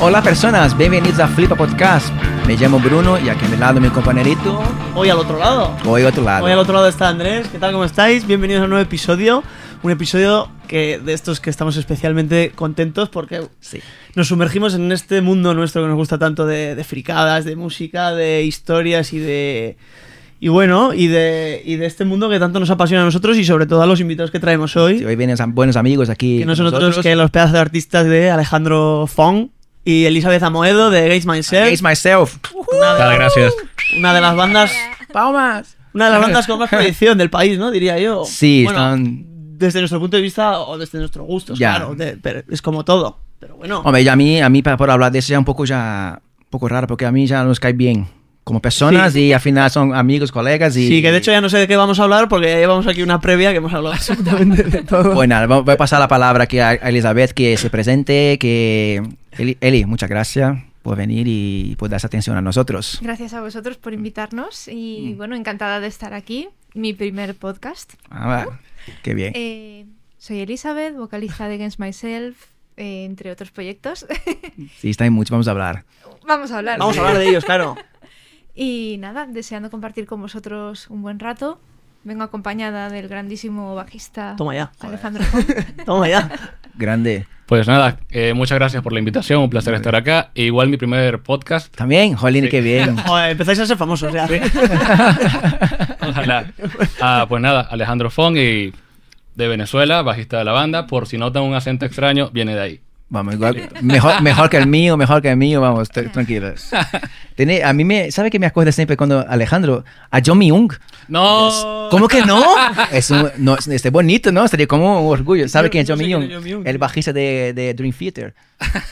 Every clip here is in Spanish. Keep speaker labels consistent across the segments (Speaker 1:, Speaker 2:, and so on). Speaker 1: Hola personas, bienvenidos a Flipa Podcast. Me llamo Bruno y aquí a mi lado mi compañerito.
Speaker 2: Hoy al otro lado.
Speaker 1: Hoy otro lado.
Speaker 2: Hoy al otro lado está Andrés. ¿Qué tal? ¿Cómo estáis? Bienvenidos a un nuevo episodio. Un episodio que de estos que estamos especialmente contentos porque
Speaker 1: Sí.
Speaker 2: nos sumergimos en este mundo nuestro que nos gusta tanto de, de fricadas, de música, de historias y de... Y bueno, y de, y de este mundo que tanto nos apasiona a nosotros y sobre todo a los invitados que traemos hoy.
Speaker 1: Sí, hoy vienen sam- buenos amigos aquí.
Speaker 2: que no son
Speaker 1: con
Speaker 2: otros que los pedazos de artistas de Alejandro Fong y Elizabeth Amoedo de Gates Myself.
Speaker 1: Against myself.
Speaker 2: Una de,
Speaker 3: Tal, gracias.
Speaker 2: una de las bandas
Speaker 1: Palmas.
Speaker 2: una de las bandas con más proyección del país, ¿no? Diría yo.
Speaker 1: Sí,
Speaker 2: Bueno,
Speaker 1: están.
Speaker 2: Desde nuestro punto de vista o desde nuestro gusto,
Speaker 1: Ya.
Speaker 2: claro. de- pero es como todo. Pero bueno.
Speaker 1: Hombre, ya a mí, a mí para, por hablar de eso ya un poco ya un poco raro porque a mí ya nos cae bien como personas y al final son amigos, colegas y.
Speaker 2: Sí, que de hecho ya no sé de qué vamos a hablar porque ya llevamos aquí una previa que hemos hablado absolutamente de todo.
Speaker 1: Bueno, nada, va- voy a pasar la palabra aquí a a Elizabeth que se presente, que Eli, Eli, muchas gracias por venir y por darse atención a nosotros.
Speaker 4: Gracias a vosotros por
Speaker 2: Mm.
Speaker 4: invitarnos y bueno, encantada de estar aquí. Mi primer podcast.
Speaker 1: Ah, va, qué bien.
Speaker 4: Eh, soy Elizabeth, vocalista de Against Myself, eh, entre otros proyectos.
Speaker 1: Sí, está en mucho, vamos a hablar.
Speaker 4: Vamos a hablar.
Speaker 2: Vamos a hablar de ellos, claro.
Speaker 4: Y nada, deseando compartir con vosotros un buen rato. Vengo acompañada del grandísimo bajista
Speaker 2: Toma ya.
Speaker 4: Alejandro. Fong.
Speaker 2: Toma ya.
Speaker 1: Grande.
Speaker 3: Pues nada, eh, muchas gracias por la invitación, un placer estar acá. E igual mi primer podcast.
Speaker 1: También, Jolín, qué bien.
Speaker 2: Joder, empezáis a ser famosos ya.
Speaker 3: Ojalá. Ah, pues nada, Alejandro Fong y de Venezuela, bajista de la banda. Por si notan un acento extraño, viene de ahí.
Speaker 1: Vamos, igual, mejor, mejor que el mío, mejor que el mío, vamos, tr- tranquilos. Tiene- a mí me, ¿sabe que me acuerda siempre cuando Alejandro, a John Myung?
Speaker 3: No.
Speaker 1: ¿Cómo que no? Es un, no, es- este, bonito, ¿no? Sería como un orgullo. ¿Sabe
Speaker 2: Yo
Speaker 1: quién es
Speaker 2: no
Speaker 1: John
Speaker 2: sé quién es
Speaker 1: Myung?
Speaker 2: John Myung.
Speaker 1: El bajista de, de Dream Theater.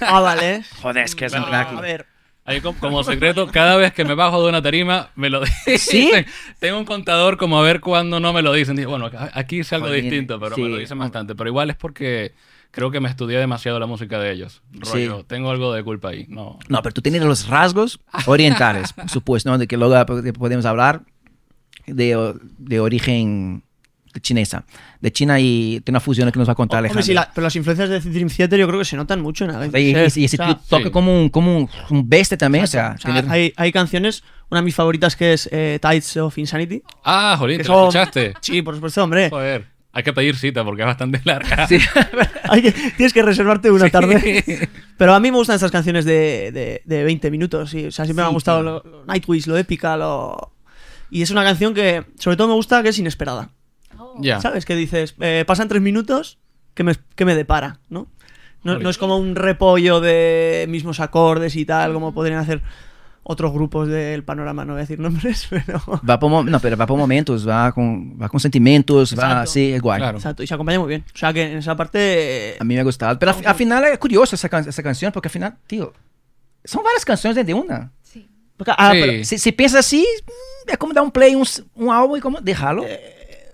Speaker 2: Ah, vale.
Speaker 1: Joder, es que es un
Speaker 3: Bueno,
Speaker 1: crack.
Speaker 2: A ver.
Speaker 3: Ahí como, como secreto, cada vez que me bajo de una tarima, me lo dicen.
Speaker 1: ¿Sí?
Speaker 3: Tengo un contador como a ver cuándo no me lo dicen. Digo, bueno, acá- aquí es algo
Speaker 1: Jolín,
Speaker 3: distinto, pero me
Speaker 1: sí.
Speaker 3: lo dicen bastante. Pero igual es porque creo que me estudié demasiado la música de ellos.
Speaker 1: Sí.
Speaker 3: Rollo, tengo algo de culpa ahí. No.
Speaker 1: No, pero tú tienes los rasgos orientales, por supuesto, ¿no? De que luego po- de- podemos hablar de, o- de origen chinesa. De China y tiene una fusión que nos va a contar
Speaker 2: Hombre,
Speaker 1: Alejandro.
Speaker 2: sí, la- pero las influencias de Dream Theater yo creo que se notan mucho en
Speaker 1: O sea, y,
Speaker 2: Against
Speaker 1: y- y si
Speaker 2: Myself. O sea,
Speaker 1: tú tocas
Speaker 3: sí.
Speaker 1: como, un, como un, un bestia también, o sea,
Speaker 2: o sea,
Speaker 1: tener-
Speaker 2: hay, hay canciones, una de mis favoritas que es eh, Tides of Insanity.
Speaker 3: Ah, jolín,
Speaker 2: Que
Speaker 3: ¿te
Speaker 2: son-
Speaker 3: lo escuchaste?
Speaker 2: Sí, por supuesto, hombre.
Speaker 3: Joder, hay que pedir cita porque es bastante larga.
Speaker 1: Sí.
Speaker 2: Hay que- tienes que reservarte una
Speaker 3: Sí.
Speaker 2: tarde. Pero a mí me gustan estas canciones de, de- de 20 minutos. Y, o sea, siempre me
Speaker 1: Sí,
Speaker 2: ha gustado
Speaker 1: tío.
Speaker 2: lo, lo Nightwish, lo épica, lo... Y es una canción que, sobre todo, me gusta que es inesperada.
Speaker 3: Ya.
Speaker 2: ¿Sabes? Que dices, eh, pasan tres minutos, que me, que me depara? ¿no? No,
Speaker 3: Joder.
Speaker 2: no es como un repollo de mismos acordes y tal, como podrían hacer otros grupos del panorama. No voy a decir nombres, pero...
Speaker 1: va por, mo- no, pero va por momentos, va con, va con sentimientos, va
Speaker 2: Exacto.
Speaker 1: así, igual.
Speaker 3: Claro.
Speaker 2: Exacto, y se acompaña muy bien. O sea, que en esa parte... eh,
Speaker 1: A mí me ha gustado. Pero al, fi- al final es curioso esa, can- esa canción, porque al final, tío, son varias canciones de una.
Speaker 4: Sí.
Speaker 2: porque- ah,
Speaker 3: Sí.
Speaker 2: pero-
Speaker 1: Si, si piensas así, mm, es como dar un play, un, s- un álbum y como dejarlo.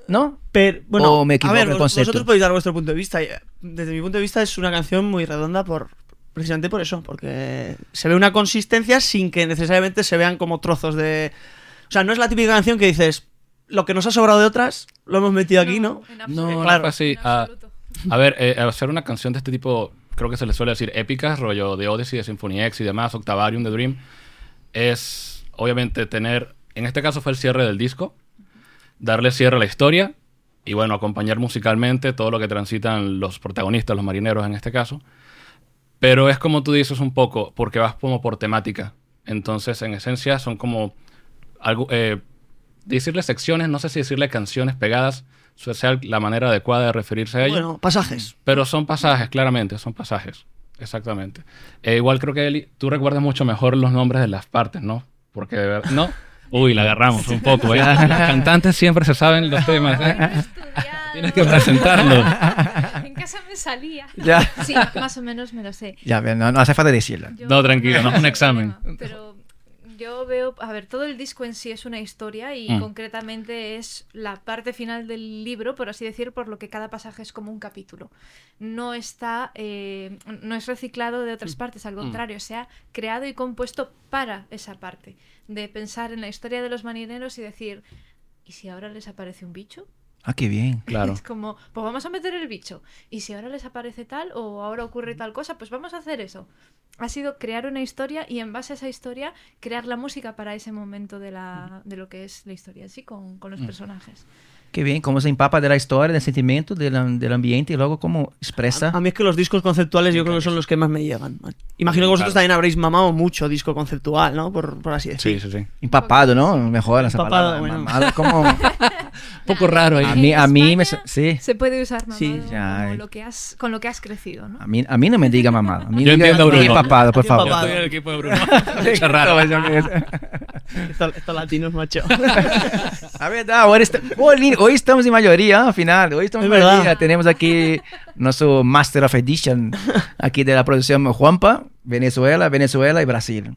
Speaker 1: ¿No?
Speaker 2: Pero, bueno,
Speaker 1: O me equivoco
Speaker 2: a ver,
Speaker 1: de
Speaker 2: vos-
Speaker 1: concepto.
Speaker 2: vosotros podéis dar vuestro punto de vista. eh, Desde mi punto de vista es una canción muy redonda por precisamente por eso, porque se ve una consistencia sin que necesariamente se vean como trozos de... O sea, no es la típica canción que dices, lo que nos ha sobrado de otras, lo hemos metido aquí, ¿no?
Speaker 4: en
Speaker 3: No,
Speaker 4: absoluto,
Speaker 3: no
Speaker 2: Claro.
Speaker 3: fue así.
Speaker 4: en
Speaker 3: Ah,
Speaker 4: absoluto.
Speaker 3: a ver, eh, hacer una canción de este tipo, creo que se le suele decir épicas, rollo de Odyssey, de Symphony X y demás, Octavarium, de Dream, es obviamente tener, en este caso fue el cierre del disco, darle cierre a la historia y bueno, acompañar musicalmente todo lo que transitan los protagonistas, los marineros en este caso. Pero es como tú dices un poco, porque vas como por temática. Entonces, en esencia, son como algo, eh, decirle secciones, no sé si decirle canciones pegadas su- sea la manera adecuada de referirse a ello.
Speaker 2: Bueno, pasajes.
Speaker 3: Pero son pasajes, claramente, son pasajes. Exactamente. Eh, igual creo que Eli, tú recuerdas mucho mejor los nombres de las partes, ¿no? Porque de verdad. No. Uy, la agarramos un poco. ¿eh? Las cantantes siempre se saben los temas.
Speaker 4: Lo he
Speaker 3: ¿eh?
Speaker 4: estudiado.
Speaker 3: Tienes que presentarlo.
Speaker 4: En casa me salía.
Speaker 1: Ya.
Speaker 4: Sí, más o menos me lo sé.
Speaker 1: Ya, ve, no, no hace falta decirlo.
Speaker 4: Yo-
Speaker 3: No, tranquilo, no es un examen.
Speaker 4: Pero yo veo, a ver, todo el disco en sí es una historia y
Speaker 3: Mm.
Speaker 4: concretamente es la parte final del libro, por así decir, por lo que cada pasaje es como un capítulo. No está, eh, no es reciclado de
Speaker 3: Mm.
Speaker 4: otras partes, al contrario, se ha creado y compuesto para esa parte, de pensar en la historia de los marineros y decir, ¿y si ahora les aparece un bicho?
Speaker 1: Ah, qué bien.
Speaker 3: Claro.
Speaker 4: Es como, pues vamos a meter el bicho. Y si ahora les aparece tal o ahora ocurre tal cosa, pues vamos a hacer eso. Ha sido crear una historia y en base a esa historia crear la música para ese momento de, la, de lo que es la historia, así con, con los
Speaker 1: Mm.
Speaker 4: personajes.
Speaker 1: Qué bien, cómo se empapa de la historia, del sentimiento, del, am- del ambiente y luego cómo expresa.
Speaker 2: A mí es que los discos conceptuales yo creo que son los que más me llegan. Imagino que vosotros
Speaker 3: Claro.
Speaker 2: también habréis mamado mucho disco conceptual, ¿no? Por, por así decirlo.
Speaker 3: Sí, sí, sí. Un
Speaker 1: Empapado, ¿no? Mejor esa
Speaker 2: Empapado,
Speaker 1: palabra.
Speaker 2: bueno.
Speaker 1: Mamado, como...
Speaker 3: poco raro ahí.
Speaker 1: A mí, a
Speaker 4: En
Speaker 1: mí me...
Speaker 4: España
Speaker 1: Sí.
Speaker 4: Se puede usar mamado
Speaker 2: Sí,
Speaker 1: ya,
Speaker 4: como
Speaker 1: eh.
Speaker 4: lo que has, con lo que has crecido, ¿no?
Speaker 1: A mí, a mí no me diga mamado. A mí
Speaker 3: Yo
Speaker 1: diga-
Speaker 3: entiendo a Bruno.
Speaker 1: diga empapado, por
Speaker 2: Yo
Speaker 1: favor.
Speaker 3: Yo estoy en el equipo de Bruno. Mucho raro.
Speaker 2: Estos esto latinos, macho.
Speaker 1: La verdad, hoy, est- hoy li- oh, hoy estamos en mayoría, al final. Hoy estamos
Speaker 2: Es
Speaker 1: en mayoría.
Speaker 2: verdad.
Speaker 1: Tenemos aquí nuestro Master of Edition, aquí de la producción Juanpa, Venezuela, Venezuela y Brasil.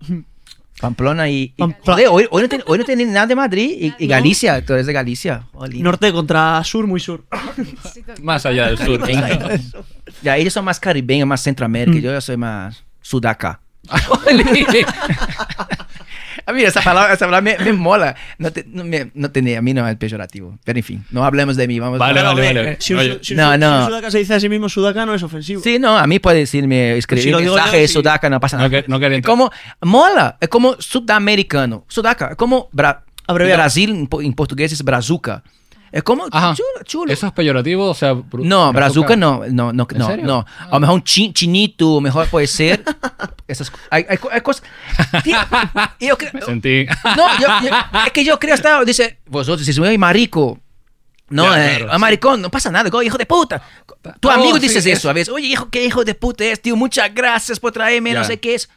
Speaker 1: Pamplona y... y-
Speaker 2: Pamplona.
Speaker 1: joder, hoy, hoy no ten- hoy no tienen nada de Madrid y, y
Speaker 4: No.
Speaker 1: Galicia. Tú eres de Galicia. Jolín.
Speaker 2: Norte contra sur, muy sur.
Speaker 4: Sí, to-
Speaker 3: Más allá del sur.
Speaker 1: Ya, ellos son más caribeños, más Centroamérica. Yo ya soy más sudaca. Ah, mira, esa palabra, esa palabra me, me mola. No, te- no me- no tenía, a mí no es peyorativo. Pero en fin, no hablemos de mí. Vamos
Speaker 3: Vale,
Speaker 1: vamos-
Speaker 3: vale, vale.
Speaker 2: Si un,
Speaker 3: Oye.
Speaker 2: si un-
Speaker 1: No,
Speaker 2: si un
Speaker 1: no.
Speaker 2: sudaca se dice a sí mismo sudaca, no es ofensivo.
Speaker 1: Sí, no, a mí puede decirme, escribir
Speaker 2: Pues Si lo digo
Speaker 1: mensaje
Speaker 2: yo,
Speaker 1: de
Speaker 2: sí.
Speaker 1: sudaca, no pasa nada.
Speaker 3: No que- no quería
Speaker 1: es
Speaker 3: entrar.
Speaker 1: como, mola, es como sudamericano. Sudaca, es como Bra-
Speaker 2: Abreviado.
Speaker 1: Brasil, en, po- en portugués es brazuca. Es como
Speaker 3: Ajá.
Speaker 1: chulo, chulo.
Speaker 3: ¿Eso es peyorativo? O sea, bru-
Speaker 1: No, brazuca no, no, no,
Speaker 3: ¿En
Speaker 1: no,
Speaker 3: serio? Ah.
Speaker 1: no. A lo mejor un chi- chinito, mejor puede ser. Esas, co- hay, hay co- hay cosas. Tío, y yo creo-
Speaker 3: Me sentí.
Speaker 1: no, yo, yo- es que yo creo hasta, dice, vosotros dices, muy marico. No,
Speaker 3: Ya,
Speaker 1: eh,
Speaker 3: claro,
Speaker 1: a maricón, no pasa nada, go, hijo de puta. Tu
Speaker 3: Oh,
Speaker 1: amigo
Speaker 3: sí,
Speaker 1: dices
Speaker 3: es-
Speaker 1: eso a veces, oye, hijo, qué hijo de puta es, tío, muchas gracias por traerme, no
Speaker 3: Ya.
Speaker 1: sé qué es.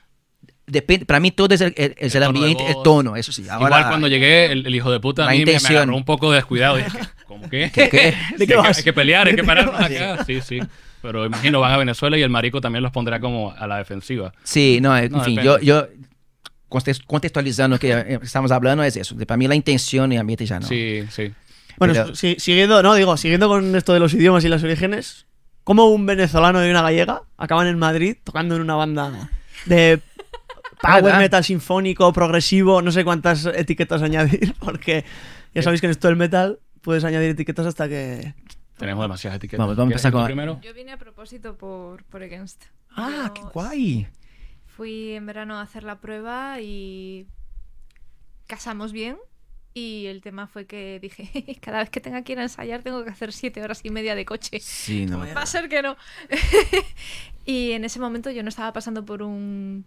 Speaker 1: Depende, para mí todo es el, el- es el
Speaker 3: tono de
Speaker 1: ambiente, el
Speaker 3: voz.
Speaker 1: tono, eso sí. Ahora,
Speaker 3: Igual cuando llegué, el, el hijo de puta a
Speaker 1: La
Speaker 3: mí me-
Speaker 1: intención.
Speaker 3: me agarró un poco descuidado. Y dije, ¿cómo qué?
Speaker 1: ¿Qué- qué?
Speaker 2: ¿De qué
Speaker 3: hay, que-
Speaker 2: vas?
Speaker 3: hay que pelear, hay que pararnos acá. Sí, sí. Pero imagino van a Venezuela y el marico también los pondrá como a la defensiva.
Speaker 1: Sí, no, en
Speaker 3: No,
Speaker 1: fin, yo,
Speaker 3: depende.
Speaker 1: yo context- contextualizando lo que eh, estamos hablando es eso. Para mí la intención y el ambiente ya no.
Speaker 3: Sí, sí.
Speaker 2: Bueno,
Speaker 1: Pero-
Speaker 2: si- siguiendo, no, digo, siguiendo con esto de los idiomas y los orígenes, ¿cómo un venezolano y una gallega acaban en Madrid tocando en una banda de power
Speaker 1: ¿Verdad?
Speaker 2: metal sinfónico, progresivo, no sé cuántas etiquetas añadir, porque ya sabéis que en esto del metal puedes añadir etiquetas hasta que...
Speaker 3: Tenemos demasiadas etiquetas.
Speaker 1: Vamos, vamos a
Speaker 3: ¿Quieres
Speaker 1: empezar
Speaker 3: ir tú
Speaker 1: con-
Speaker 3: Primero?
Speaker 4: Yo vine a propósito por, por Against.
Speaker 1: Ah,
Speaker 4: Yo
Speaker 1: qué guay.
Speaker 4: Fui en verano a hacer la prueba y casamos bien. Y el tema fue que dije, cada vez que tenga que ir a ensayar tengo que hacer siete horas y media de coche.
Speaker 1: Sí, no.
Speaker 4: Va a ser que no. y en ese momento yo no estaba pasando por un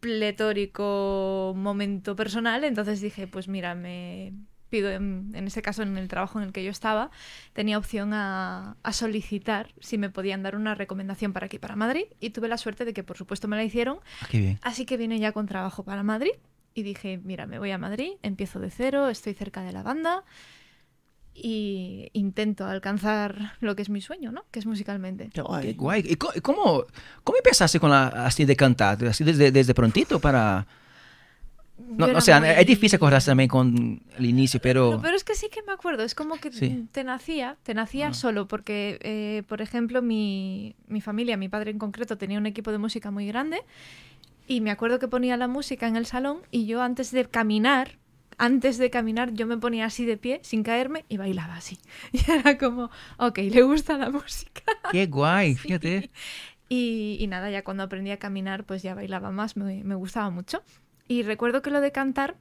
Speaker 4: pletórico momento personal, entonces dije, pues mira, me pido, en, en este caso en el trabajo en el que yo estaba, tenía opción a, a solicitar si me podían dar una recomendación para aquí, para Madrid, y tuve la suerte de que por supuesto me la hicieron,
Speaker 1: Ah, qué bien.
Speaker 4: Así que vine ya con trabajo para Madrid y dije, mira, me voy a Madrid, empiezo de cero, estoy cerca de la banda y intento alcanzar lo que es mi sueño, ¿no? Que es musicalmente.
Speaker 2: Qué guay.
Speaker 1: Qué guay. ¿Y co- y cómo, cómo empezaste con la, así de cantar? ¿Así desde, desde prontito para...? No,
Speaker 4: Yo
Speaker 1: no
Speaker 4: era
Speaker 1: sé,
Speaker 4: muy-
Speaker 1: es difícil acordarse también con el inicio, pero...
Speaker 4: No, pero es que sí que me acuerdo, es como que
Speaker 1: Sí. Ah.
Speaker 4: te nacía, te nacía solo, porque, eh, por ejemplo, mi, mi familia, mi padre en concreto, tenía un equipo de música muy grande y me acuerdo que ponía la música en el salón y yo antes de caminar, antes de caminar, yo me ponía así de pie, sin caerme, y bailaba así. Y era como, ok, le gusta la música.
Speaker 1: Qué guay, fíjate.
Speaker 4: Y, y nada, ya cuando aprendí a caminar, pues ya bailaba más, me, me gustaba mucho. Y recuerdo que lo de cantar,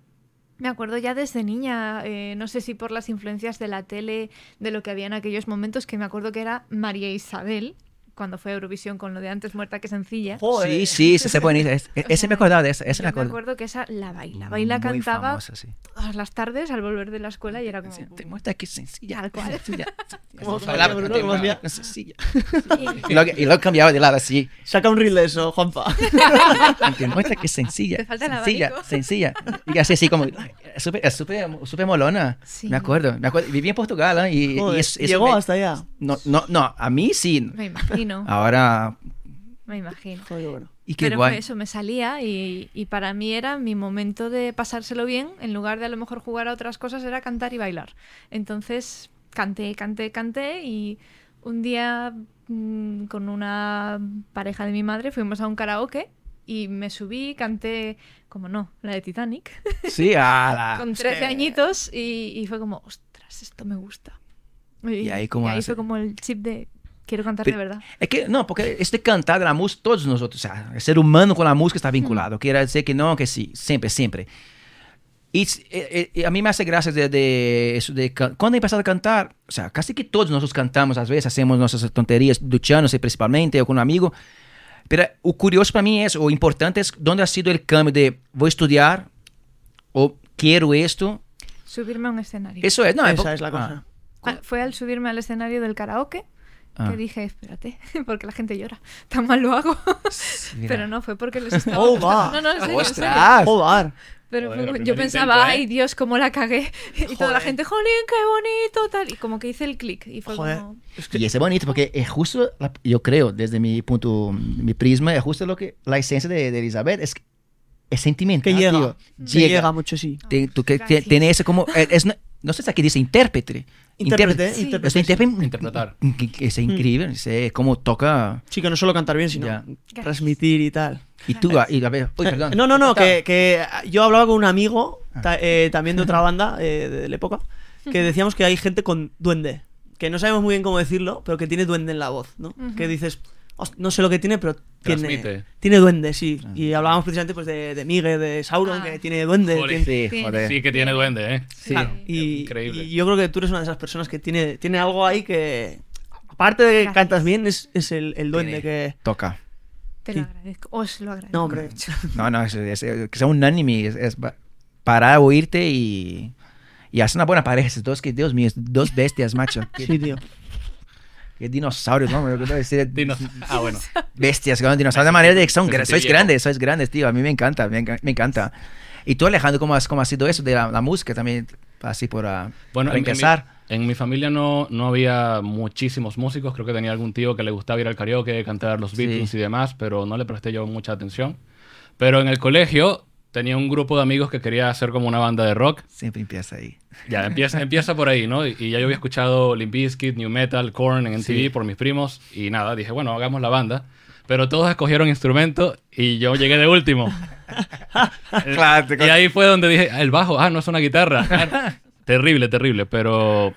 Speaker 4: me acuerdo ya desde niña, eh, no sé si por las influencias de la tele, de lo que había en aquellos momentos, que me acuerdo que era María Isabel, cuando fue a Eurovisión con lo de antes muerta que sencilla.
Speaker 2: Joder.
Speaker 1: Sí, sí, sí, se pone... es-
Speaker 4: O
Speaker 1: ese
Speaker 4: sea,
Speaker 1: me acordaba de esa,
Speaker 4: yo
Speaker 1: ese me
Speaker 4: me
Speaker 1: acuerdo.
Speaker 4: acuerdo que esa la bailaba y la
Speaker 1: Mm, Muy
Speaker 4: cantaba
Speaker 1: famosa, sí.
Speaker 4: todas las tardes al volver de la escuela y era como...
Speaker 1: Te muestra que sencilla.
Speaker 4: Tal cual.
Speaker 1: sencilla,
Speaker 2: ¿Cómo
Speaker 1: sencilla.
Speaker 2: hacía, Bruno? ¿Cómo hacía?
Speaker 1: Sencilla, sencilla. Y luego, y luego cambiaba de lado así.
Speaker 2: Saca un reel de eso, Juanpa.
Speaker 1: Te muestra que es sencilla.
Speaker 4: Te falta el
Speaker 1: sencilla,
Speaker 4: abanico.
Speaker 1: sencilla. Y así, así como. es Súper, es súper, súper molona.
Speaker 4: Sí.
Speaker 1: Me acuerdo. Me acuerdo. Viví en Portugal ¿eh? y, y
Speaker 2: Joder,
Speaker 1: es- es-
Speaker 2: Llegó
Speaker 1: me-
Speaker 2: hasta allá.
Speaker 1: No, no, no, a mí sí.
Speaker 4: Me imagino,
Speaker 1: Ah. Ahora.
Speaker 4: me imagino.
Speaker 2: Joder, qué bueno.
Speaker 1: Y qué
Speaker 4: Pero
Speaker 1: guay.
Speaker 4: fue eso, me salía y, y para mí era mi momento de pasárselo bien, en lugar de a lo mejor jugar a otras cosas, era cantar y bailar. Entonces canté, canté, canté y un día mm, con una pareja de mi madre fuimos a un karaoke y me subí, canté, como no, la de Titanic,
Speaker 1: Ah, Sí, ala.
Speaker 4: con 13 añitos y, y fue como, ostras, esto me gusta.
Speaker 1: Y ahí como hace-
Speaker 4: fue como el chip de quiero cantar de
Speaker 1: Pero-
Speaker 4: verdad.
Speaker 1: Es que, no, porque este cantar de la música, todos nosotros, o sea, el ser humano con la música está vinculado. Quiere decir que no, que sí, siempre, siempre. Y, s- eh, eh, a mí me hace gracia de, de eso de can- cuando he empezado a cantar, o sea, casi que todos nosotros cantamos a veces, hacemos nuestras tonterías, duchándose principalmente o con un amigo. Pero o curioso para mí es, o importante es, ¿dónde ha sido el cambio de voy a estudiar o quiero esto?
Speaker 4: Subirme a un escenario.
Speaker 1: Eso es, no,
Speaker 2: Esa
Speaker 1: po-
Speaker 2: es la
Speaker 1: ah,
Speaker 2: cosa.
Speaker 4: Ah, Fue al subirme al escenario del karaoke
Speaker 1: Ah.
Speaker 4: que dije, espérate, porque la gente llora. Tan mal lo hago.
Speaker 1: mira.
Speaker 4: Pero no, fue porque les estaba
Speaker 2: Oh,
Speaker 4: gustando.
Speaker 2: va.
Speaker 4: No, no, en serio, en serio.
Speaker 1: ¡Ostras!
Speaker 2: Joder.
Speaker 4: Pero
Speaker 3: Joder,
Speaker 4: fue-
Speaker 3: el
Speaker 4: yo
Speaker 3: primer
Speaker 4: pensaba,
Speaker 3: intento, ¿eh?
Speaker 4: ay Dios, cómo la cagué. Y toda la
Speaker 2: Joder.
Speaker 4: gente, jolín, qué bonito, tal. Y como que hice el clic. Y fue
Speaker 2: Joder.
Speaker 4: como,
Speaker 2: Es que-
Speaker 1: Y es bonito porque es justo, la- yo creo, desde mi punto, mi prisma, es justo lo que la esencia de, de Elizabeth es, es sentimental.
Speaker 2: Que llega.
Speaker 1: tío.
Speaker 2: que
Speaker 1: Llega.
Speaker 2: llega mucho, sí.
Speaker 1: Te- tú que- te-
Speaker 4: Gracias.
Speaker 1: tiene ese como, eh, es, no- no sé si aquí dice intérprete.
Speaker 2: Intérprete,
Speaker 1: Intérprete.
Speaker 4: Sí.
Speaker 2: intérprete. Mm.
Speaker 1: Es intérprete.
Speaker 3: Interpretar.
Speaker 1: Es increíble, es cómo toca.
Speaker 2: Sí, que no solo cantar bien, sino
Speaker 1: Ya.
Speaker 2: transmitir y tal.
Speaker 1: Y tú, ah, y a ver, uy, perdón. Ah.
Speaker 2: No, no, no, que, que yo hablaba con un amigo, ta- eh, también de otra banda eh, de la época, que decíamos que hay gente con duende, que no sabemos muy bien cómo decirlo, pero que tiene duende en la voz, ¿no? Que dices, "Host- no sé lo que tiene, pero tiene,
Speaker 3: Transmite.
Speaker 2: tiene duende, sí.
Speaker 1: Ah.
Speaker 2: Y hablábamos precisamente pues, de, de Migue, de Sauron,
Speaker 4: Ah.
Speaker 2: que tiene duende.
Speaker 3: Joder,
Speaker 2: tiene-
Speaker 1: Sí,
Speaker 4: Sí.
Speaker 1: joder.
Speaker 3: Sí que tiene duende, ¿eh?
Speaker 4: sí.
Speaker 2: Claro, y,
Speaker 3: Increíble.
Speaker 2: y yo creo que tú eres una de esas personas que tiene, tiene algo ahí que, aparte de que
Speaker 4: Gracias.
Speaker 2: cantas bien, es, es el, el
Speaker 1: Tiene-
Speaker 2: duende que...
Speaker 1: Toca.
Speaker 4: te
Speaker 2: Sí.
Speaker 4: lo agradezco. Os lo agradezco.
Speaker 2: No, hombre.
Speaker 1: No, no, es, es- es- que sea unánime, es, es pa- parar a oírte y, y hacer una buena pareja. Estos dos, que Dios mío, dos bestias, macho. Qué,
Speaker 2: Sí, tío.
Speaker 1: qué dinosaurios, ¿no? Yo creo que sí,
Speaker 3: Dinos- Ah, bueno.
Speaker 1: bestias, que son dinosaurios. De manera de que son,
Speaker 3: Me
Speaker 1: gra-
Speaker 3: sentí
Speaker 1: sois
Speaker 3: viejo.
Speaker 1: grandes, sois grandes, tío. A mí me encanta, me, enca- me encanta. Y tú, Alejandro, ¿cómo, has, cómo ha sido eso de la, la música también? Así por ah, para
Speaker 3: Bueno, en- en mi-
Speaker 1: empezar.
Speaker 3: En mi, familia no, no había muchísimos músicos. Creo que tenía algún tío que le gustaba ir al karaoke, cantar los Beatles
Speaker 1: Sí.
Speaker 3: y demás, pero no le presté yo mucha atención. Pero en el colegio tenía un grupo de amigos que quería hacer como una banda de rock.
Speaker 1: Siempre empieza ahí.
Speaker 3: Ya, empieza, empieza por ahí, ¿no? Y, y ya yo había escuchado Limp Bizkit, New Metal, Korn en MTV
Speaker 1: Sí.
Speaker 3: por mis primos y nada, dije, bueno, hagamos la banda. Pero todos escogieron instrumento y yo llegué de último.
Speaker 1: Claro, te-
Speaker 3: y ahí fue donde dije, "Ah, el bajo, ah, no es una guitarra. Ah, no. terrible, terrible, pero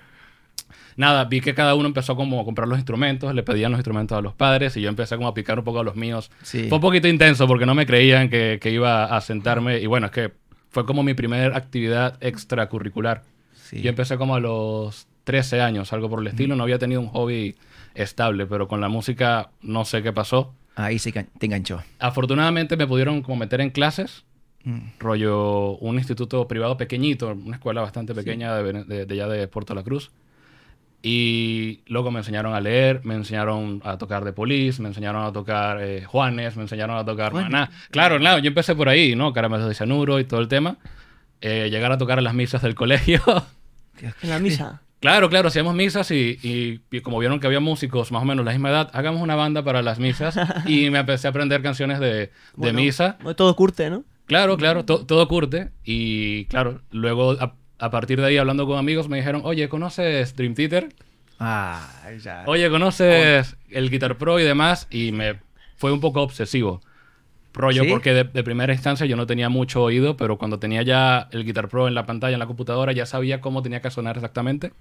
Speaker 3: nada, vi que cada uno empezó como a comprar los instrumentos, le pedían los instrumentos a los padres y yo empecé como a picar un poco a los míos.
Speaker 1: Sí.
Speaker 3: Fue un poquito intenso porque no me creían que, que iba a sentarme y bueno, es que fue como mi primera actividad extracurricular.
Speaker 1: Sí.
Speaker 3: Yo empecé como a los 13 años, algo por el estilo. No había tenido un hobby estable, pero con la música no sé qué pasó.
Speaker 1: Ahí se engan- te enganchó.
Speaker 3: Afortunadamente me pudieron como meter en clases.
Speaker 1: Mm.
Speaker 3: Rollo un instituto privado pequeñito, una escuela bastante pequeña de, Vene- de- de allá de Puerto La Cruz. Y luego me enseñaron a leer, me enseñaron a tocar de polis, me enseñaron a tocar eh, Juanes, me enseñaron a tocar
Speaker 1: Juanes.
Speaker 3: Maná. Claro, claro, yo empecé por ahí, ¿no? Caramelos de cianuro y todo el tema. Eh, llegar a tocar a las misas del colegio.
Speaker 2: En la misa.
Speaker 3: Claro, claro, hacíamos misas y, y- y como vieron que había músicos más o menos de la misma edad, hagamos una banda para las misas y me empecé a aprender canciones de, de
Speaker 2: Bueno,
Speaker 3: misa.
Speaker 2: Todo curte, ¿no?
Speaker 3: Claro, claro, to- todo curte. Y claro, luego a, a partir de ahí hablando con amigos me dijeron, oye, ¿conoces Dream Theater?
Speaker 1: Ah, ya.
Speaker 3: Oye, ¿conoces el Guitar Pro y demás? Y me fue un poco obsesivo. Rollo,
Speaker 1: ¿Sí?
Speaker 3: porque de, de primera instancia yo no tenía mucho oído, pero cuando tenía ya el Guitar Pro en la pantalla, en la computadora, ya sabía cómo tenía que sonar exactamente.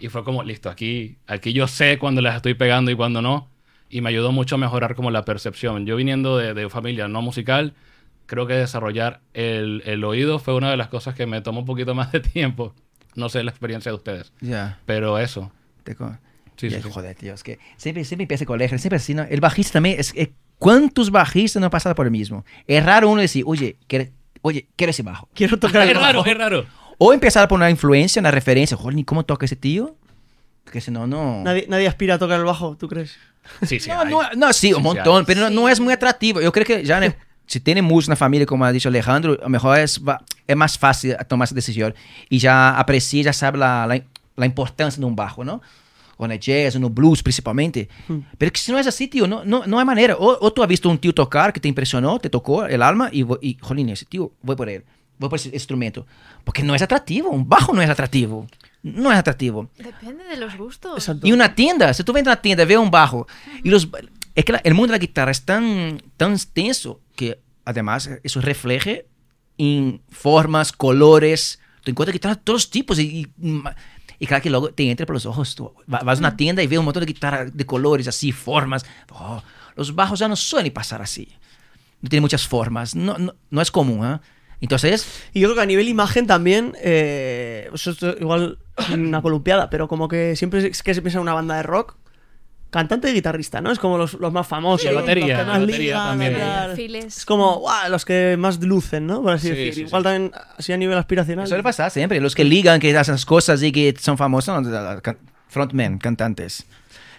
Speaker 3: Y fue como, listo, aquí, aquí yo sé cuando las estoy pegando y cuando no. Y me ayudó mucho a mejorar como la percepción. Yo viniendo de, de familia no musical, creo que desarrollar el, el oído fue una de las cosas que me tomó un poquito más de tiempo. No sé la experiencia de ustedes,
Speaker 1: Ya.
Speaker 3: pero eso.
Speaker 1: Te co-
Speaker 3: Sí,
Speaker 1: ya,
Speaker 3: sí, sí.
Speaker 1: Joder, tío, es que siempre, siempre empieza el colegio, siempre así, ¿no? El bajista también, es que ¿cuántos bajistas no han pasado por el mismo? Es raro uno decir, oye, quiere- oye, quiero ese bajo.
Speaker 2: Quiero tocar el
Speaker 3: Es raro,
Speaker 2: bajo.
Speaker 3: es raro.
Speaker 1: O empezar por una influencia, una referencia, joder, ni cómo toca ese tío? Porque si no, no...
Speaker 2: Nadie, nadie aspira a tocar el bajo, ¿tú crees?
Speaker 3: Sí, sí.
Speaker 1: No,
Speaker 3: hay.
Speaker 1: no, no, sí, un
Speaker 3: Sí, sí
Speaker 1: montón,
Speaker 3: hay.
Speaker 1: pero no,
Speaker 4: Sí.
Speaker 1: no es muy atractivo. Yo creo que ya ne- si tiene música en la familia, como ha dicho Alejandro, a lo mejor es, va- es más fácil tomar esa decisión y ya aprecia, ya sabe la, la, la importancia de un bajo, ¿no? O en el jazz, en el blues principalmente. Pero que si no es así, tío, no, no, no hay manera. O, o tú has visto un tío tocar que te impresionó, te tocó el alma y, vo- y jolín, ese tío, voy por él, voy por ese instrumento. Porque no es atractivo, un bajo no es atractivo. No es atractivo.
Speaker 4: Depende de los gustos.
Speaker 2: Exacto.
Speaker 1: Y una tienda, si tú vas a una tienda, ve un bajo. Y los, es que la- el mundo de la guitarra es tan, tan extenso que además eso refleje en formas, colores. Tú encuentras guitarras de todos los tipos. Y, y ma- E claro que logo te entra pelos ojos. Tu va- vas na tienda e vê um montão de guitarra de colores, assim, formas. Oh, os barros já não suelen passar assim. Não tem muitas formas. Não, não, não é comum, ¿eh? Entonces,
Speaker 2: Y yo creo que a nivel imagen también, eh, eso es igual una columpiada, pero como que siempre es que se piensa en una banda de rock, cantante y guitarrista, ¿no? Es como los, los más famosos.
Speaker 3: Sí,
Speaker 2: los que
Speaker 3: batería,
Speaker 2: más
Speaker 3: batería también.
Speaker 2: tal.
Speaker 4: Perfiles.
Speaker 2: Es como ¡guau! los que más lucen, ¿no? Por así
Speaker 3: Sí,
Speaker 2: decir.
Speaker 3: sí,
Speaker 2: igual
Speaker 3: sí.
Speaker 2: también así a nivel aspiracional.
Speaker 1: suele pasar sempre. Os que ligam, que hacen as coisas e que são famosos, não, can- frontmen, cantantes.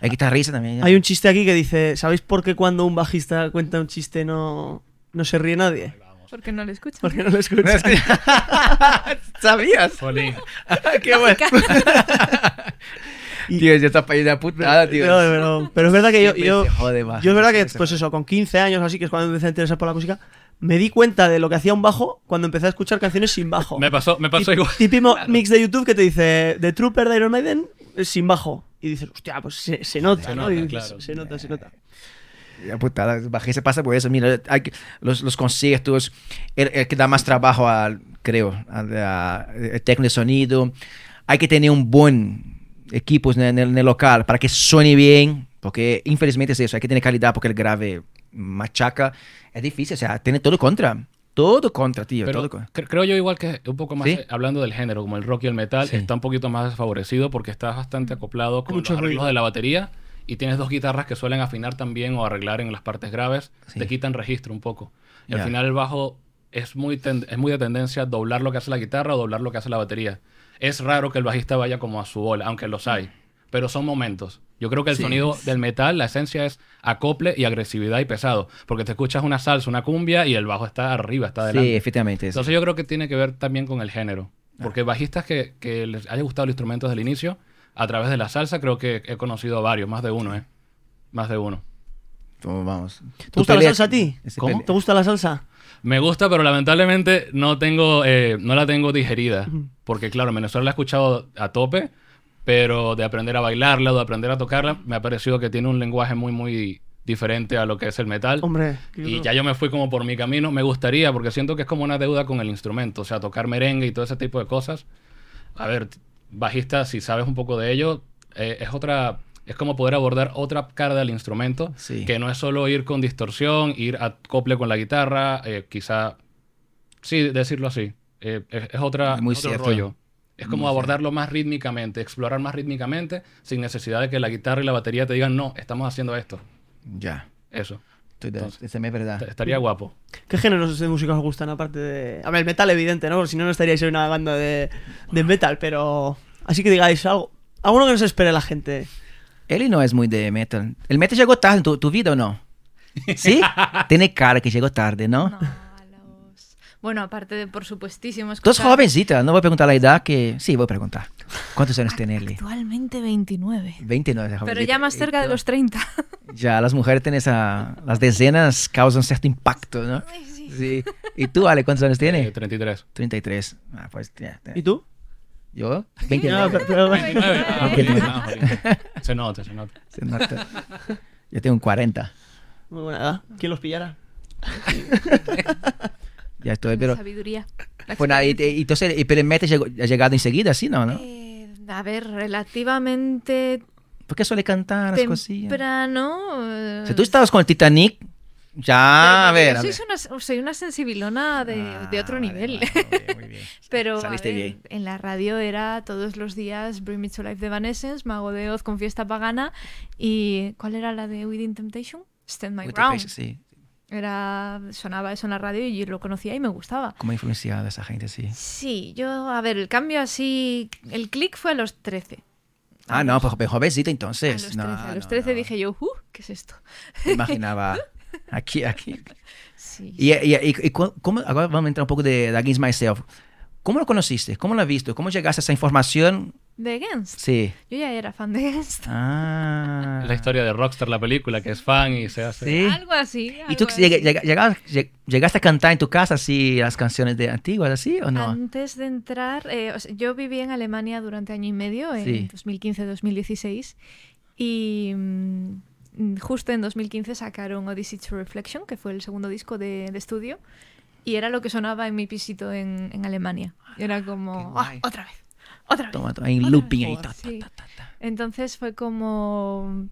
Speaker 1: É guitarrista também.
Speaker 2: Hay un chiste aquí que dice, ¿sabéis por qué cuando un bajista cuenta un chiste no, no se ríe nadie?
Speaker 4: Porque no lo escuchan.
Speaker 2: Porque no lo escuchas.
Speaker 1: ¿Sabías?
Speaker 3: Jolín.
Speaker 1: Qué bueno. tío, yo esta país de putada, tío.
Speaker 2: No, pero, pero es verdad que yo,
Speaker 1: Siempre
Speaker 2: yo,
Speaker 1: se jode más.
Speaker 2: yo es verdad que,
Speaker 1: Siempre se
Speaker 2: pues
Speaker 1: jode.
Speaker 2: eso, con 15 años así, que es cuando me empecé a interesar por la música, me di cuenta de lo que hacía un bajo cuando empecé a escuchar canciones sin bajo.
Speaker 3: Me pasó, me pasó
Speaker 2: Tip-
Speaker 3: igual.
Speaker 2: Típico mix de YouTube que te dice The Trooper de Iron Maiden eh, sin bajo. Y dices, hostia, pues se, se nota,
Speaker 3: Se
Speaker 2: ¿no?
Speaker 3: nota,
Speaker 2: Y dices,
Speaker 3: claro.
Speaker 2: se nota, se nota.
Speaker 1: Eh, La putada, ah, bajé, se pasa por eso. Mira, hay que- los, los conciertos, el, el que da más trabajo al, creo, al a- el técnico de sonido. Hay que tener un buen equipo en, el- en el local para que suene bien, porque infelizmente es eso, hay que tener calidad porque el grave machaca. Es difícil, o sea, tiene todo contra. Todo contra, tío.
Speaker 3: Pero
Speaker 1: todo contra.
Speaker 3: cre- creo yo igual que un poco más,
Speaker 1: ¿Sí?
Speaker 3: eh, hablando del género, como el rock y el metal,
Speaker 1: Sí.
Speaker 3: está un poquito más desfavorecido porque estás bastante acoplado con
Speaker 2: Mucho
Speaker 3: los arreglos
Speaker 2: ruido.
Speaker 3: de la batería y tienes dos guitarras que suelen afinar también o arreglar en las partes graves,
Speaker 1: Sí.
Speaker 3: te quitan registro un poco. Y
Speaker 1: Ya.
Speaker 3: al final el bajo es muy, ten- es muy de tendencia a doblar lo que hace la guitarra o doblar lo que hace la batería. Es raro que el bajista vaya como a su bola, aunque los hay, pero son momentos. Yo creo que el
Speaker 1: Mm. Sí.
Speaker 3: sonido del metal, la esencia es acople y agresividad y pesado, porque te escuchas una salsa, una cumbia y el bajo está arriba, está adelante.
Speaker 1: Sí, efectivamente. es-
Speaker 3: Entonces yo creo que tiene que ver también con el género. Porque bajistas que, que les haya gustado el instrumento desde el inicio, a través de la salsa, creo que he conocido a varios, más de uno, ¿eh? Más de uno.
Speaker 1: Então, vamos.
Speaker 2: ¿Te gusta la salsa a ti?
Speaker 1: ¿Cómo?
Speaker 2: ¿Te gusta la salsa?
Speaker 3: Me gusta, pero lamentablemente no tengo, eh, no la tengo digerida. Porque claro, en Venezuela la he escuchado a tope, pero de aprender a bailarla o de aprender a tocarla, me ha parecido que tiene un lenguaje muy, muy diferente a lo que es el metal.
Speaker 2: Hombre,
Speaker 3: Y ya yo me fui como por mi camino. Me gustaría, porque siento que es como una deuda con el instrumento. O sea, tocar merengue y todo ese tipo de cosas. A ver, bajista, si sabes un poco de ello, eh, es otra. Es como poder abordar otra cara del instrumento.
Speaker 1: Sí.
Speaker 3: Que no es solo ir con distorsión, ir a acople con la guitarra, eh, quizá. Sí, decirlo así. Eh, es, es otra,
Speaker 1: Muy
Speaker 3: otro
Speaker 1: cierto.
Speaker 3: rollo. Es como
Speaker 1: Muy
Speaker 3: abordarlo más rítmicamente, explorar más rítmicamente, sin necesidad de que la guitarra y la batería te digan, no, estamos haciendo esto.
Speaker 1: Já.
Speaker 3: Eso.
Speaker 1: Tudo.
Speaker 3: Entonces-
Speaker 1: Isso é
Speaker 3: Est-
Speaker 1: verdade.
Speaker 3: Estaría guapo.
Speaker 2: ¿Qué géneros de música os gustan aparte de...? A ver, el metal evidente, ¿no? Porque si no, no estaríais en una banda de, de metal, pero... Así que digáis algo... Alguno que nos espere la gente.
Speaker 1: Ele não é muito de metal. Ele metal chegou tarde em tu, tu vida ou não? Sim? Tem cara que chegou tarde, não?
Speaker 4: No, a los- Bueno, aparte de, por supuestísimo,
Speaker 1: Dos
Speaker 4: escuchar-
Speaker 1: jovencita, não vou perguntar a idade que... Sim, vou perguntar. Quantos anos tem ele?
Speaker 4: Actualmente 29.
Speaker 1: 29, jovencita.
Speaker 4: e Pero ya más cerca de los 30.
Speaker 1: Já, as mulheres têm essa... As dezenas causam certo impacto, não?
Speaker 4: sí.
Speaker 1: Sim. E tu, Ale, quantos anos tem?
Speaker 3: Eh, 33.
Speaker 1: 33. Ah, pois... É, é.
Speaker 2: ¿Y tú?
Speaker 1: Eu? e
Speaker 2: No,
Speaker 1: 29.
Speaker 2: pero- pero-
Speaker 3: Ah,
Speaker 1: Porque-
Speaker 3: jolín, ah, jolín. se nota, se nota.
Speaker 1: Você nota. Eu tenho 40.
Speaker 2: Muy buena edad. ¿Quién los pillara?
Speaker 1: Já estou,
Speaker 4: La
Speaker 1: pero...
Speaker 4: sabiduría. La
Speaker 1: Pues nada, y,
Speaker 4: experiencia.
Speaker 1: y- entonces, y- pero el meta llegó- ha llegado enseguida, ¿sí? No, ¿no?
Speaker 4: Eh, a ver, relativamente
Speaker 1: Porque suele cantar las cosillas.
Speaker 4: temprano. eh,
Speaker 1: Si tú estabas con el Titanic, ya, a
Speaker 4: pero
Speaker 1: ver.
Speaker 4: yo
Speaker 1: a
Speaker 4: soy
Speaker 1: ver.
Speaker 4: una, soy una sensibilona de, de
Speaker 1: Ah,
Speaker 4: otro
Speaker 1: vale,
Speaker 4: nivel.
Speaker 1: vale, muy bien, muy bien.
Speaker 4: Pero a
Speaker 1: Saliste
Speaker 4: ver,
Speaker 1: bien.
Speaker 4: en la radio era todos los días Bring Me to Life de Evanescence, Mago de Oz con Fiesta Pagana y ¿cuál era la de Within Temptation? Stand My
Speaker 1: Muy
Speaker 4: Ground.
Speaker 1: tepache, sí.
Speaker 4: Era, sonaba eso en la radio y yo lo conocía y me gustaba.
Speaker 1: Cómo ha influenciado a esa gente, sí.
Speaker 4: Sí, yo, a ver, el cambio así, el click fue a los 13.
Speaker 1: Ah, no, pues jovencita
Speaker 4: A
Speaker 1: entonces.
Speaker 4: los 13,
Speaker 1: no,
Speaker 4: a los
Speaker 1: no,
Speaker 4: 13
Speaker 1: no.
Speaker 4: dije yo, uh, ¿qué es esto?
Speaker 1: Me imaginaba aquí, aquí.
Speaker 4: Sí.
Speaker 1: Y, y, y, y cu- cómo, ahora vamos a entrar un poco de, de Against Myself. ¿Cómo lo conociste? ¿Cómo lo has visto? ¿Cómo llegaste a esa información?
Speaker 4: De Against.
Speaker 1: Sí.
Speaker 4: Yo ya era fan de Against.
Speaker 1: Ah.
Speaker 3: Es la historia de Rockstar, la película, que es fan y se hace.
Speaker 1: Sí.
Speaker 4: Algo así.
Speaker 1: ¿Y tú
Speaker 4: algo
Speaker 1: llega-
Speaker 4: así.
Speaker 1: llega- llegabas- lleg- llegaste a cantar en tu casa así las canciones de antiguas así o no?
Speaker 4: Antes de entrar, eh, o sea, yo viví en Alemania durante año y medio, en
Speaker 1: Sí.
Speaker 4: 2015-2016, y mm, justo en 2015 sacaron Odyssey to Reflection, que fue el segundo disco de, de estudio, y era lo que sonaba en mi pisito en, en Alemania. Y era
Speaker 1: qué
Speaker 4: como, "Ah,
Speaker 1: guay".
Speaker 4: otra vez, otra vez.
Speaker 1: Toma, toma, en
Speaker 4: otra
Speaker 1: looping
Speaker 4: vez.
Speaker 1: ahí. ta, ta,
Speaker 4: Sí.
Speaker 1: ta, ta, ta.
Speaker 4: Entonces fue como...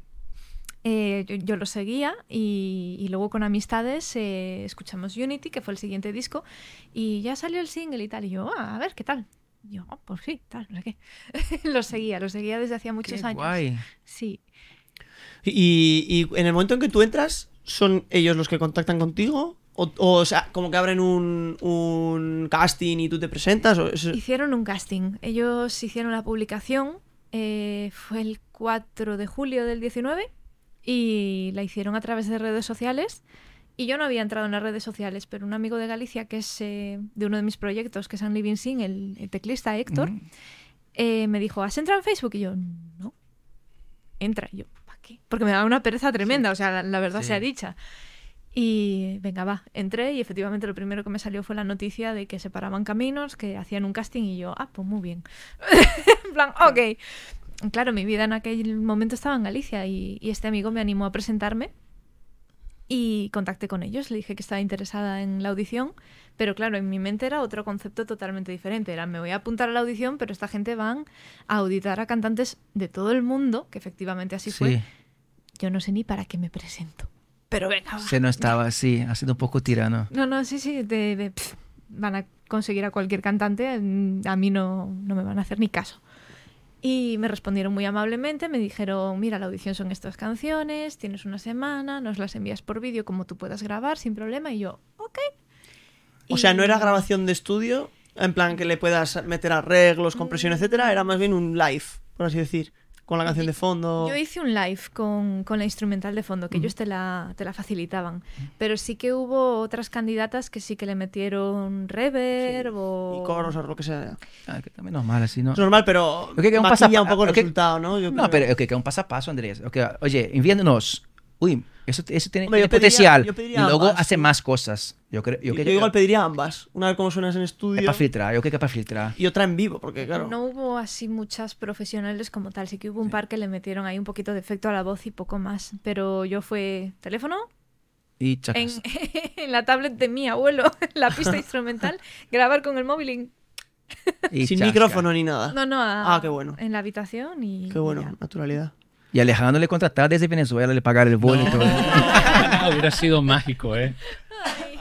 Speaker 4: eh, yo, yo lo seguía y, y luego con amistades eh, escuchamos Unity, que fue el siguiente disco, y ya salió el single y tal. Y yo, "Ah, a ver, ¿qué tal? Y yo, "Ah, pues sí, tal, no sé qué. lo seguía, lo seguía desde hacía muchos
Speaker 1: Qué
Speaker 4: años.
Speaker 1: guay.
Speaker 4: Sí,
Speaker 2: Y, y en el momento en que tú entras, ¿son ellos los que contactan contigo? O, o, o sea, como que abren un, un casting y tú te presentas. O es-
Speaker 4: Hicieron un casting. Ellos hicieron la publicación. eh, fue el 4 de julio del 19 y la hicieron a través de redes sociales. Y yo no había entrado en las redes sociales, pero un amigo de Galicia, que es eh, de uno de mis proyectos, que es Anne Living Sing, el, el teclista Héctor,
Speaker 1: Ujú.
Speaker 4: eh, me dijo, ¿has entrado en Facebook? Y yo, no. Entra. Y yo, ¿para qué? Porque me daba una pereza tremenda, o sea, la, la verdad
Speaker 1: Sí.
Speaker 4: sea dicha. Y venga, va, entré y efectivamente lo primero que me salió fue la noticia de que separaban caminos, que hacían un casting y yo, ah, pues muy bien. en plan, ok. Claro, mi vida en aquel momento estaba en Galicia y, y este amigo me animó a presentarme y contacté con ellos, le dije que estaba interesada en la audición, pero claro, en mi mente era otro concepto totalmente diferente, era me voy a apuntar a la audición, pero esta gente van a auditar a cantantes de todo el mundo, que efectivamente así fue.
Speaker 1: Sí,
Speaker 4: Yo no sé ni para qué me presento. Pero venga, va.
Speaker 1: se no estaba así, haciendo un poco tirano.
Speaker 4: No, no, sí, sí, de, de, pf, van a conseguir a cualquier cantante, mm, a mí no, no me van a hacer ni caso. Y me respondieron muy amablemente, me dijeron, mira, la audición son estas canciones, tienes una semana, nos las envías por vídeo como tú puedas grabar sin problema, y yo, ok.
Speaker 2: o sea, no era
Speaker 4: Y-
Speaker 2: grabación de estudio, en plan que le puedas meter arreglos, compresión, etcétera. Era más bien un live, por así decir, con la canción de fondo.
Speaker 4: Yo hice un live con, con la instrumental de fondo, que ellos te la, te la facilitaban. Pero sí que hubo otras candidatas que sí que le metieron reverb o...
Speaker 2: Y coros o lo que sea.
Speaker 1: Ah, que también normal así, ¿no?
Speaker 2: Es normal, pero
Speaker 1: Yo creo que es un
Speaker 2: maquilla
Speaker 1: pasapa-
Speaker 2: un poco el
Speaker 1: yo creo-
Speaker 2: resultado, ¿no? Yo
Speaker 1: No,
Speaker 2: creo.
Speaker 1: pero ok, que es un paso a paso, Andrés. Ok, oye, enviándonos. Uy, eso, eso tiene,
Speaker 2: Hombre, yo
Speaker 1: tiene
Speaker 2: pediría-
Speaker 1: potencial.
Speaker 2: yo pediría
Speaker 1: y luego
Speaker 2: ambas,
Speaker 1: hace
Speaker 2: sí.
Speaker 1: más cosas. Yo creo, yo
Speaker 2: Yo,
Speaker 1: creo
Speaker 2: yo igual pediría ambas. Una a ver cómo suenas en
Speaker 1: es
Speaker 2: estudio
Speaker 1: para filtrar. Yo creo que es para filtrar.
Speaker 2: y otra en vivo, porque claro.
Speaker 4: No hubo así muchas profesionales como tal, sí que hubo un par que le metieron ahí un poquito de efecto a la voz y poco más, pero yo fue teléfono
Speaker 1: Y
Speaker 4: en,
Speaker 1: chacas.
Speaker 4: en la tablet de mi abuelo, en la pista instrumental, grabar con el móvil y-
Speaker 1: y
Speaker 2: Sin
Speaker 1: chasca.
Speaker 2: micrófono ni nada.
Speaker 4: no, no, a-
Speaker 2: Ah, qué bueno.
Speaker 4: en la habitación y
Speaker 2: Qué
Speaker 4: y ya.
Speaker 2: bueno, naturalidad.
Speaker 1: Y Alejandro le contrataba desde Venezuela, le pagaba el vuelo y todo.
Speaker 3: No, Ah, hubiera sido mágico, ¿eh?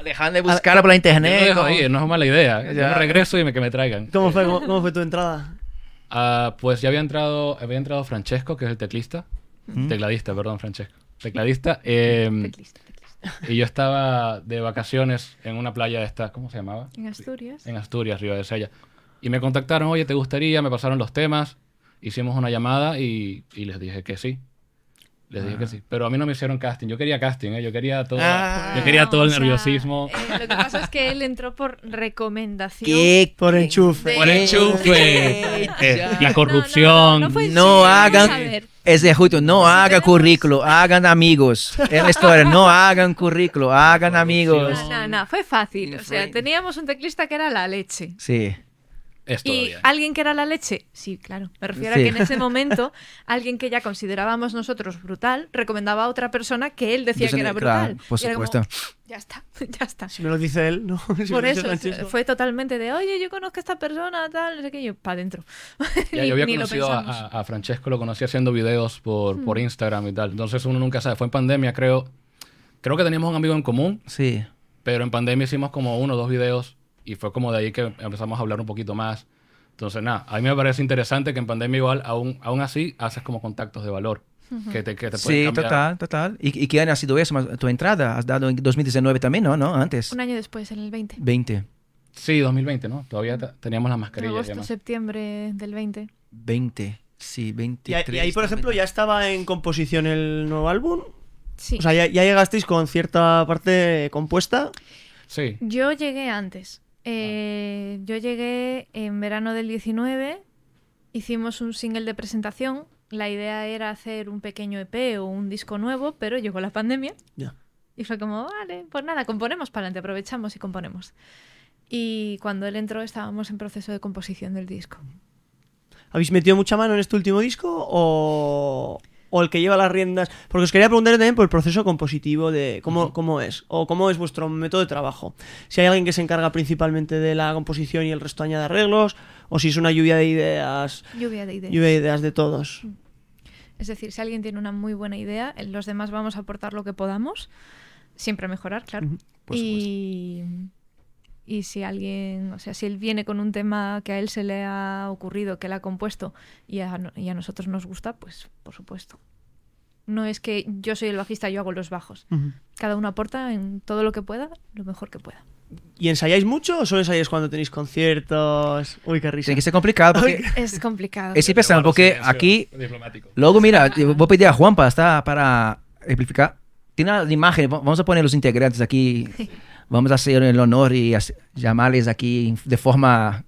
Speaker 1: Alejandro le buscara Ah, por la
Speaker 3: Yo lo
Speaker 1: internet.
Speaker 3: dejo
Speaker 1: como-
Speaker 3: ahí, no es mala idea. Yo
Speaker 1: Ya.
Speaker 3: me regreso y me- que me traigan.
Speaker 2: ¿Cómo fue, cómo, cómo fue tu entrada?
Speaker 3: Ah, pues ya había entrado, había entrado Francesco, que es el teclista. Tecladista, perdón, Francesco. Tecladista.
Speaker 2: Mm.
Speaker 3: eh,
Speaker 4: Teclista, teclista.
Speaker 3: y yo estaba de vacaciones en una playa de esta, ¿cómo se llamaba?
Speaker 4: En Asturias.
Speaker 3: En Asturias, Río de Sella. Y me contactaron, oye, ¿te gustaría? Me pasaron los temas, hicimos una llamada y, y les dije que sí. Les dije que sí. Pero a mí no me hicieron casting. Yo quería casting, ¿eh? Yo quería todo,
Speaker 1: Ah.
Speaker 3: yo quería todo el
Speaker 4: O sea,
Speaker 3: nerviosismo.
Speaker 4: eh, lo que pasa es que él entró por recomendación.
Speaker 1: ¿Qué?
Speaker 2: Por enchufe.
Speaker 4: De-
Speaker 3: Por el enchufe,
Speaker 1: Eh,
Speaker 3: eh,
Speaker 1: ya.
Speaker 3: la
Speaker 4: No, no, no,
Speaker 3: corrupción.
Speaker 4: no fue-
Speaker 1: No
Speaker 4: Sí,
Speaker 1: hagan.
Speaker 4: vamos a ver.
Speaker 1: Ese es justo, no hagan
Speaker 4: tenemos-
Speaker 1: currículo, hagan amigos. Es la historia, no hagan currículo, hagan amigos.
Speaker 4: No, no, no, fue fácil. O sea,
Speaker 1: Influen-
Speaker 4: teníamos un teclista que era la leche.
Speaker 1: Sí.
Speaker 3: Es
Speaker 4: ¿Y
Speaker 3: todavía.
Speaker 4: alguien que era la leche? Sí, claro. Me refiero
Speaker 1: Sí.
Speaker 4: a que en ese momento, alguien que ya considerábamos nosotros brutal, recomendaba a otra persona que él decía
Speaker 1: Entonces,
Speaker 4: que era
Speaker 1: claro,
Speaker 4: brutal.
Speaker 1: por
Speaker 4: Y era como,
Speaker 1: supuesto.
Speaker 4: ya está, ya está.
Speaker 2: Si me lo dice él, ¿no? Si me
Speaker 4: Por
Speaker 2: lo dice
Speaker 4: eso
Speaker 2: Francesco.
Speaker 4: fue totalmente de, oye, yo conozco a esta persona, tal, no sé qué, y yo, para adentro.
Speaker 3: Ya, yo había conocido a, a- a Francesco, lo conocí haciendo videos por,
Speaker 4: Hmm.
Speaker 3: por Instagram y tal. Entonces uno nunca sabe. Fue en pandemia, creo. Creo que teníamos un amigo en común,
Speaker 1: Sí.
Speaker 3: pero en pandemia hicimos como uno o dos videos y fue como de ahí que empezamos a hablar un poquito más. Entonces, nada, a mí me parece interesante que en pandemia igual, aún, aún así, haces como contactos de valor. Que te, que te pueden
Speaker 1: Sí,
Speaker 3: cambiar.
Speaker 1: total, total. ¿Y, y qué año ha sido eso? más- Tu entrada, has dado en 2019 también, ¿no? ¿No? Antes.
Speaker 4: Un año después, en el 20.
Speaker 1: 20.
Speaker 3: Sí, 2020, ¿no? Todavía te- teníamos las mascarillas. y
Speaker 4: Agosto,
Speaker 3: demás.
Speaker 4: septiembre del 20.
Speaker 1: 20. Sí,
Speaker 2: Y ahí-
Speaker 1: 23.
Speaker 2: y ahí, por ejemplo, ya estaba en composición el nuevo álbum.
Speaker 4: Sí.
Speaker 2: O sea, ya, ya llegasteis con cierta parte compuesta.
Speaker 3: Sí.
Speaker 4: Yo llegué antes. Eh, Yo llegué en verano del 19, hicimos un single de presentación. La idea era hacer un pequeño EP o un disco nuevo, pero llegó la pandemia
Speaker 2: Ya.
Speaker 4: y fue como, vale, pues nada, componemos para adelante, aprovechamos y componemos. Y cuando él entró estábamos en proceso de composición del disco.
Speaker 2: ¿Habéis metido mucha mano en este último disco o, o el que lleva las riendas. Porque os quería preguntar también por el proceso compositivo de cómo, cómo es, o cómo es vuestro método de trabajo. Si hay alguien que se encarga principalmente de la composición y el resto añade arreglos, o si es una lluvia de ideas,
Speaker 4: Lluvia de ideas.
Speaker 2: lluvia de ideas de todos.
Speaker 4: Es decir, si alguien tiene una muy buena idea, eh, los demás vamos a aportar lo que podamos. Siempre mejorar, claro.
Speaker 1: Por
Speaker 4: y, y si alguien, o sea, si él viene con un tema que a él se le ha ocurrido, que él ha compuesto y a, no- y a nosotros nos gusta, pues por supuesto. No es que yo soy el bajista, yo hago los bajos.
Speaker 2: Ujú.
Speaker 4: Cada uno aporta en todo lo que pueda, lo mejor que pueda.
Speaker 2: ¿Y ensayáis mucho o solo ensayáis cuando tenéis conciertos? Uy, qué risa.
Speaker 1: Tiene que ser complicado porque...
Speaker 4: Es complicado.
Speaker 1: Es pesado porque
Speaker 3: Silencio
Speaker 1: aquí...
Speaker 3: Diplomático.
Speaker 1: Luego, mira, yo voy a pedir a Juan para, estar- para amplificar. Tiene la imagen, va- vamos a poner los integrantes aquí. Vamos a hacer el honor y hace- llamarles aquí de forma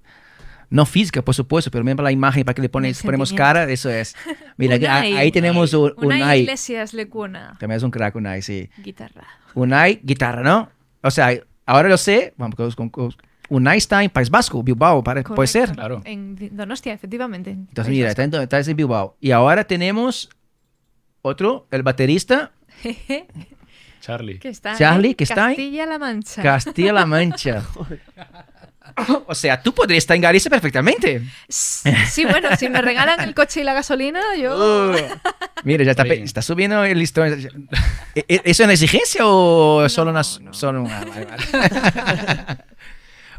Speaker 1: no física, por supuesto, pero mismo la imagen para que le pones-
Speaker 4: El
Speaker 1: ponemos
Speaker 4: sentimiento.
Speaker 1: cara, eso es. Mira, aquí-
Speaker 4: Unai.
Speaker 1: ahí tenemos un-
Speaker 4: Una
Speaker 1: Unai.
Speaker 4: Iglesias Lecuona,
Speaker 1: También es un crack Unai, sí.
Speaker 4: guitarra.
Speaker 1: Unai, guitarra, ¿no? O sea, ahora lo sé. Vamos, con- con- con- Unai está en País Vasco, Bilbao, para- Eh, puede
Speaker 4: Correcto.
Speaker 1: ser.
Speaker 3: Claro.
Speaker 4: En Di- Donostia, efectivamente.
Speaker 1: Entonces, mira, está en, está en Bilbao. Y ahora tenemos otro, el baterista,
Speaker 3: Charlie.
Speaker 4: que está
Speaker 1: Charlie,
Speaker 4: en
Speaker 1: que está en-
Speaker 4: Castilla-La Mancha.
Speaker 1: Castilla-La Mancha. o sea, tú podrías estar en Galicia perfectamente.
Speaker 4: sí, bueno, si me regalan el coche y la gasolina, yo...
Speaker 1: Uh, mira, ya está, pe-
Speaker 3: Oye.
Speaker 1: está subiendo el listón. ¿E- e- ¿Eso es una exigencia o
Speaker 4: No,
Speaker 1: solo una...
Speaker 4: no.
Speaker 1: solo una- vale, vale.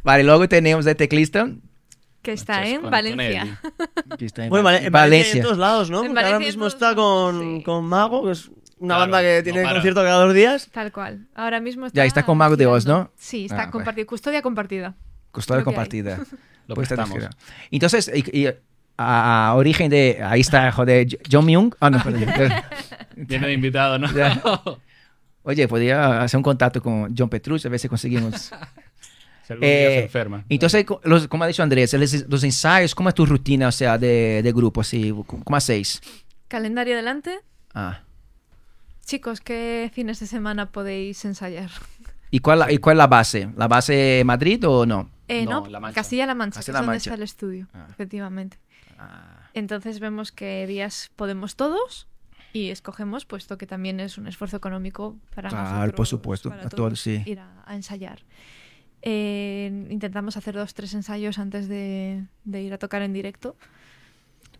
Speaker 1: Vale, luego tenemos el teclista. Oh.
Speaker 4: que está
Speaker 3: Chas-
Speaker 4: en
Speaker 3: con Antonelli.
Speaker 4: Valencia.
Speaker 1: que está en
Speaker 2: Bueno,
Speaker 1: Val-
Speaker 2: vale, en Valencia. y en todos lados, ¿no?
Speaker 4: En
Speaker 2: Porque ahora
Speaker 4: Valencia y en
Speaker 2: mismo
Speaker 4: todos
Speaker 2: está con,
Speaker 4: lados, sí.
Speaker 2: con Mago, que es una
Speaker 3: Claro,
Speaker 2: banda que
Speaker 3: no
Speaker 2: tiene
Speaker 3: para.
Speaker 2: concierto cada dos días.
Speaker 4: Tal cual. Ahora mismo está...
Speaker 1: Ya está con Mago de Oz,
Speaker 4: girando.
Speaker 1: ¿no?
Speaker 4: Sí,
Speaker 1: Ah,
Speaker 4: está
Speaker 1: vale.
Speaker 4: compartida. Custodia compartida.
Speaker 1: Custodia
Speaker 4: Lo que hay.
Speaker 1: compartida.
Speaker 3: Lo
Speaker 1: Puesta de
Speaker 3: prestamos.
Speaker 1: escritura. Entonces, y- y a, a origen de... Ahí está, joder, John Myung. Ah, no, perdón.
Speaker 3: Viene de invitado, ¿no?
Speaker 1: Ya. Oye, podría hacer un contacto con John Petrucci, a ver si conseguimos.
Speaker 3: Si algún día se
Speaker 1: Eh,
Speaker 3: enferma.
Speaker 1: Entonces, co- los, como ha dicho Andrés, los, los ensayos, ¿cómo es tu rutina, o sea, de, de grupo? Así, ¿Cómo hacéis?
Speaker 4: Calendario delante.
Speaker 1: Ah.
Speaker 4: Chicos, ¿qué fines de semana podéis ensayar?
Speaker 1: ¿Y cuál, la- ¿Y cuál es la base? ¿La base Madrid o no?
Speaker 4: Eh,
Speaker 3: No,
Speaker 4: no,
Speaker 3: La Mancha.
Speaker 4: Castilla-La Mancha, que es
Speaker 1: Castilla-La
Speaker 4: donde
Speaker 1: Mancha.
Speaker 4: está el estudio,
Speaker 1: Ah.
Speaker 4: efectivamente.
Speaker 1: Ah,
Speaker 4: Entonces vemos qué días podemos todos y escogemos, puesto que también es un esfuerzo económico para
Speaker 1: Claro,
Speaker 4: nosotros,
Speaker 1: por supuesto,
Speaker 4: para
Speaker 1: a todos, sí.
Speaker 4: ir a, a ensayar. Eh, intentamos hacer dos, tres ensayos antes de, de ir a tocar en directo.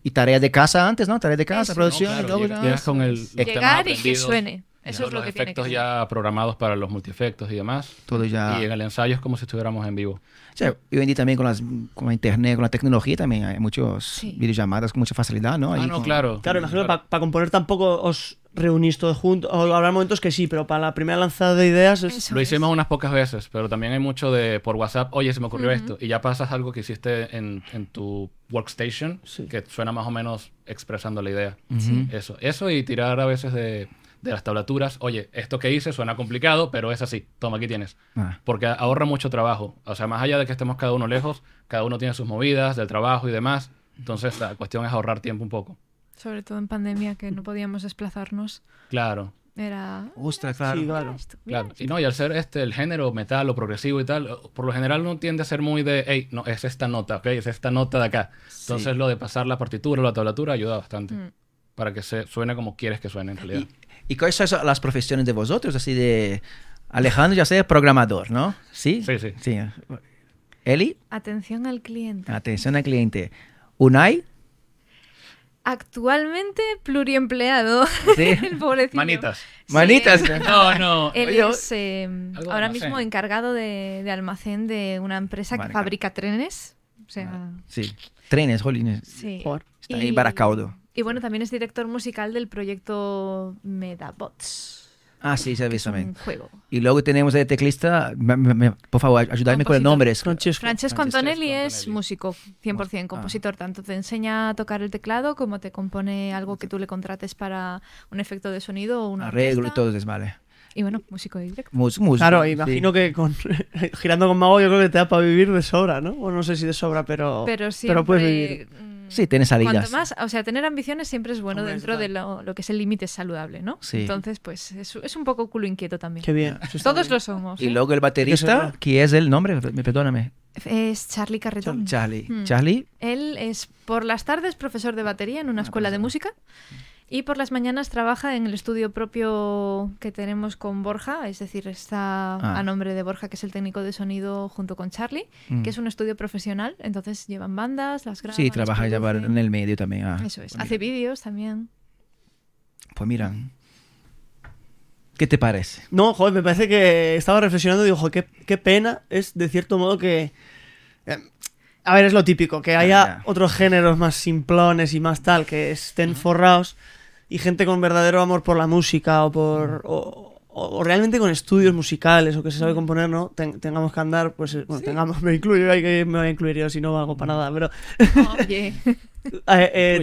Speaker 1: Y tareas de casa antes, ¿no? Tareas de casa,
Speaker 4: Eso.
Speaker 1: producción.
Speaker 3: No, claro,
Speaker 1: todo,
Speaker 3: llega-
Speaker 1: ¿no?
Speaker 3: llegas con el- los temas
Speaker 4: Llegar y que
Speaker 3: aprendidos,
Speaker 4: suene.
Speaker 3: ya
Speaker 4: Eso es lo
Speaker 3: los
Speaker 4: que tiene
Speaker 3: efectos
Speaker 4: que ser.
Speaker 3: ya programados para los multiefectos y demás.
Speaker 1: Todo ya.
Speaker 3: Y en el ensayo es como si estuviéramos en vivo.
Speaker 1: O sea, hoy en día también con, las, con la internet, con la tecnología también hay muchos
Speaker 4: Sí.
Speaker 1: videollamadas con mucha facilidad, ¿no?
Speaker 3: ah,
Speaker 1: Ahí
Speaker 3: no,
Speaker 1: con-
Speaker 3: claro.
Speaker 2: Claro, imagino que para componer tampoco os reunís todos juntos. O habrá momentos que sí, pero para la primera lanzada de ideas es...
Speaker 4: Eso
Speaker 3: Lo
Speaker 4: es.
Speaker 3: hicimos unas pocas veces, pero también hay mucho de por WhatsApp, oye, se me ocurrió esto, y ya pasas algo que hiciste en, en tu workstation,
Speaker 2: Sí.
Speaker 3: que suena más o menos expresando la idea.
Speaker 4: Sí.
Speaker 3: Eso, eso y tirar a veces de, de las tablaturas, oye, esto que hice suena complicado, pero es así, toma, aquí tienes.
Speaker 1: Ah.
Speaker 3: Porque ahorra mucho trabajo, o sea, más allá de que estemos cada uno lejos, cada uno tiene sus movidas, del trabajo y demás, entonces la cuestión es ahorrar tiempo un poco.
Speaker 4: Sobre todo en pandemia, que no podíamos desplazarnos.
Speaker 3: Claro.
Speaker 4: Era...
Speaker 1: Ostras,
Speaker 2: Sí,
Speaker 1: claro.
Speaker 2: claro.
Speaker 4: Esto, mira
Speaker 3: Claro, y no, y al ser este el género metal o progresivo y tal, por lo general uno tiende a ser muy de, hey, no, es esta nota, ok, es esta nota de acá. Entonces lo de pasar la partitura o la tablatura ayuda bastante
Speaker 4: Mm.
Speaker 3: para que se suene como quieres que suene en realidad.
Speaker 1: ¿Y, y cuáles son esas- las profesiones de vosotros? Así de... Alejandro ya sé es programador, ¿no? ¿Sí?
Speaker 3: Sí, sí.
Speaker 1: sí. Eli,
Speaker 4: Atención al cliente.
Speaker 1: atención al cliente. Unai,
Speaker 4: Actualmente pluriempleado.
Speaker 1: Sí.
Speaker 4: el pobrecillo.
Speaker 3: Manitas.
Speaker 4: Sí.
Speaker 1: manitas.
Speaker 3: No, no.
Speaker 4: Él
Speaker 1: Oye,
Speaker 4: es eh,
Speaker 3: algo de
Speaker 4: ahora
Speaker 3: almacén.
Speaker 4: mismo encargado de, de almacén de una empresa
Speaker 1: Vale,
Speaker 4: que
Speaker 1: claro.
Speaker 4: fabrica trenes. O sea,
Speaker 1: Sí, trenes, jolines.
Speaker 4: sí.
Speaker 2: Joder.
Speaker 1: Está ahí Baracaldo.
Speaker 4: Y bueno, también es director musical del proyecto Medabots.
Speaker 1: Ah, sí, se ve
Speaker 4: Es un
Speaker 1: también.
Speaker 4: juego.
Speaker 1: Y luego tenemos el teclista, me- me- me- por favor, ayúdame con el
Speaker 4: Compositor.
Speaker 1: nombre. es-
Speaker 2: Francesco.
Speaker 4: Francesco
Speaker 3: Francesco
Speaker 4: Antonelli es
Speaker 3: Antonelli.
Speaker 4: músico,
Speaker 1: Ah.
Speaker 4: 100% compositor, tanto te enseña a tocar el teclado como te compone algo que tú le contrates para un efecto de sonido o un
Speaker 1: Arreglo y todo, es vale.
Speaker 4: Y bueno, músico de directo.
Speaker 1: Mus- músico,
Speaker 2: Claro,
Speaker 1: Pues sí.
Speaker 2: imagino que con, girando con Mago yo creo que te da para vivir de sobra, ¿no? O no sé si de sobra,
Speaker 1: Oh,
Speaker 2: pero,
Speaker 4: Pero sí,
Speaker 2: puedes vivir.
Speaker 1: Sí, tiene salidas.
Speaker 4: Cuanto más, o sea, tener ambiciones siempre es bueno
Speaker 2: Hombre,
Speaker 4: dentro
Speaker 2: total.
Speaker 4: de lo, lo que es el límite saludable, ¿no?
Speaker 1: Sí.
Speaker 4: Entonces, pues es, es un poco culo inquieto también.
Speaker 2: Qué bien. eso está
Speaker 4: Todos
Speaker 2: bien.
Speaker 4: lo somos.
Speaker 1: Y
Speaker 4: ¿eh?
Speaker 1: luego el baterista,
Speaker 2: Eso-
Speaker 1: que es el nombre, me perdóname.
Speaker 4: Es Charlie Carretón.
Speaker 1: Charlie.
Speaker 4: Mm.
Speaker 1: Charlie, Ah, pues
Speaker 4: Él es por las tardes profesor de batería en una escuela de música Y por las mañanas trabaja en el estudio propio que tenemos con Borja, es decir, está
Speaker 1: Ah.
Speaker 4: a nombre de Borja, que es el técnico de sonido, junto con Charlie,
Speaker 1: Mm.
Speaker 4: que es un estudio profesional. Entonces llevan bandas, las graban.
Speaker 1: Sí,
Speaker 4: las
Speaker 1: trabaja ya para-
Speaker 4: producen.
Speaker 1: en el medio también. ah.
Speaker 4: Eso es.
Speaker 1: Pues
Speaker 4: Hace
Speaker 1: mira.
Speaker 4: vídeos también.
Speaker 1: Pues mira. ¿Qué te parece?
Speaker 2: No, joder, me parece que estaba reflexionando y digo, joder, qué, qué pena es de cierto modo que. eh, A ver, es lo típico, que haya
Speaker 1: ya.
Speaker 2: otros géneros más simplones y más tal, que estén forrados y gente con verdadero amor por la música o por. o, o- o realmente con estudios musicales o que se sabe componer, ¿no? Ten- tengamos que andar, pues. eh, Bueno, tengamos, me incluyo, hay que, me voy a incluir yo si no hago para nada, pero.
Speaker 4: Oye.
Speaker 2: Eh, eh, te-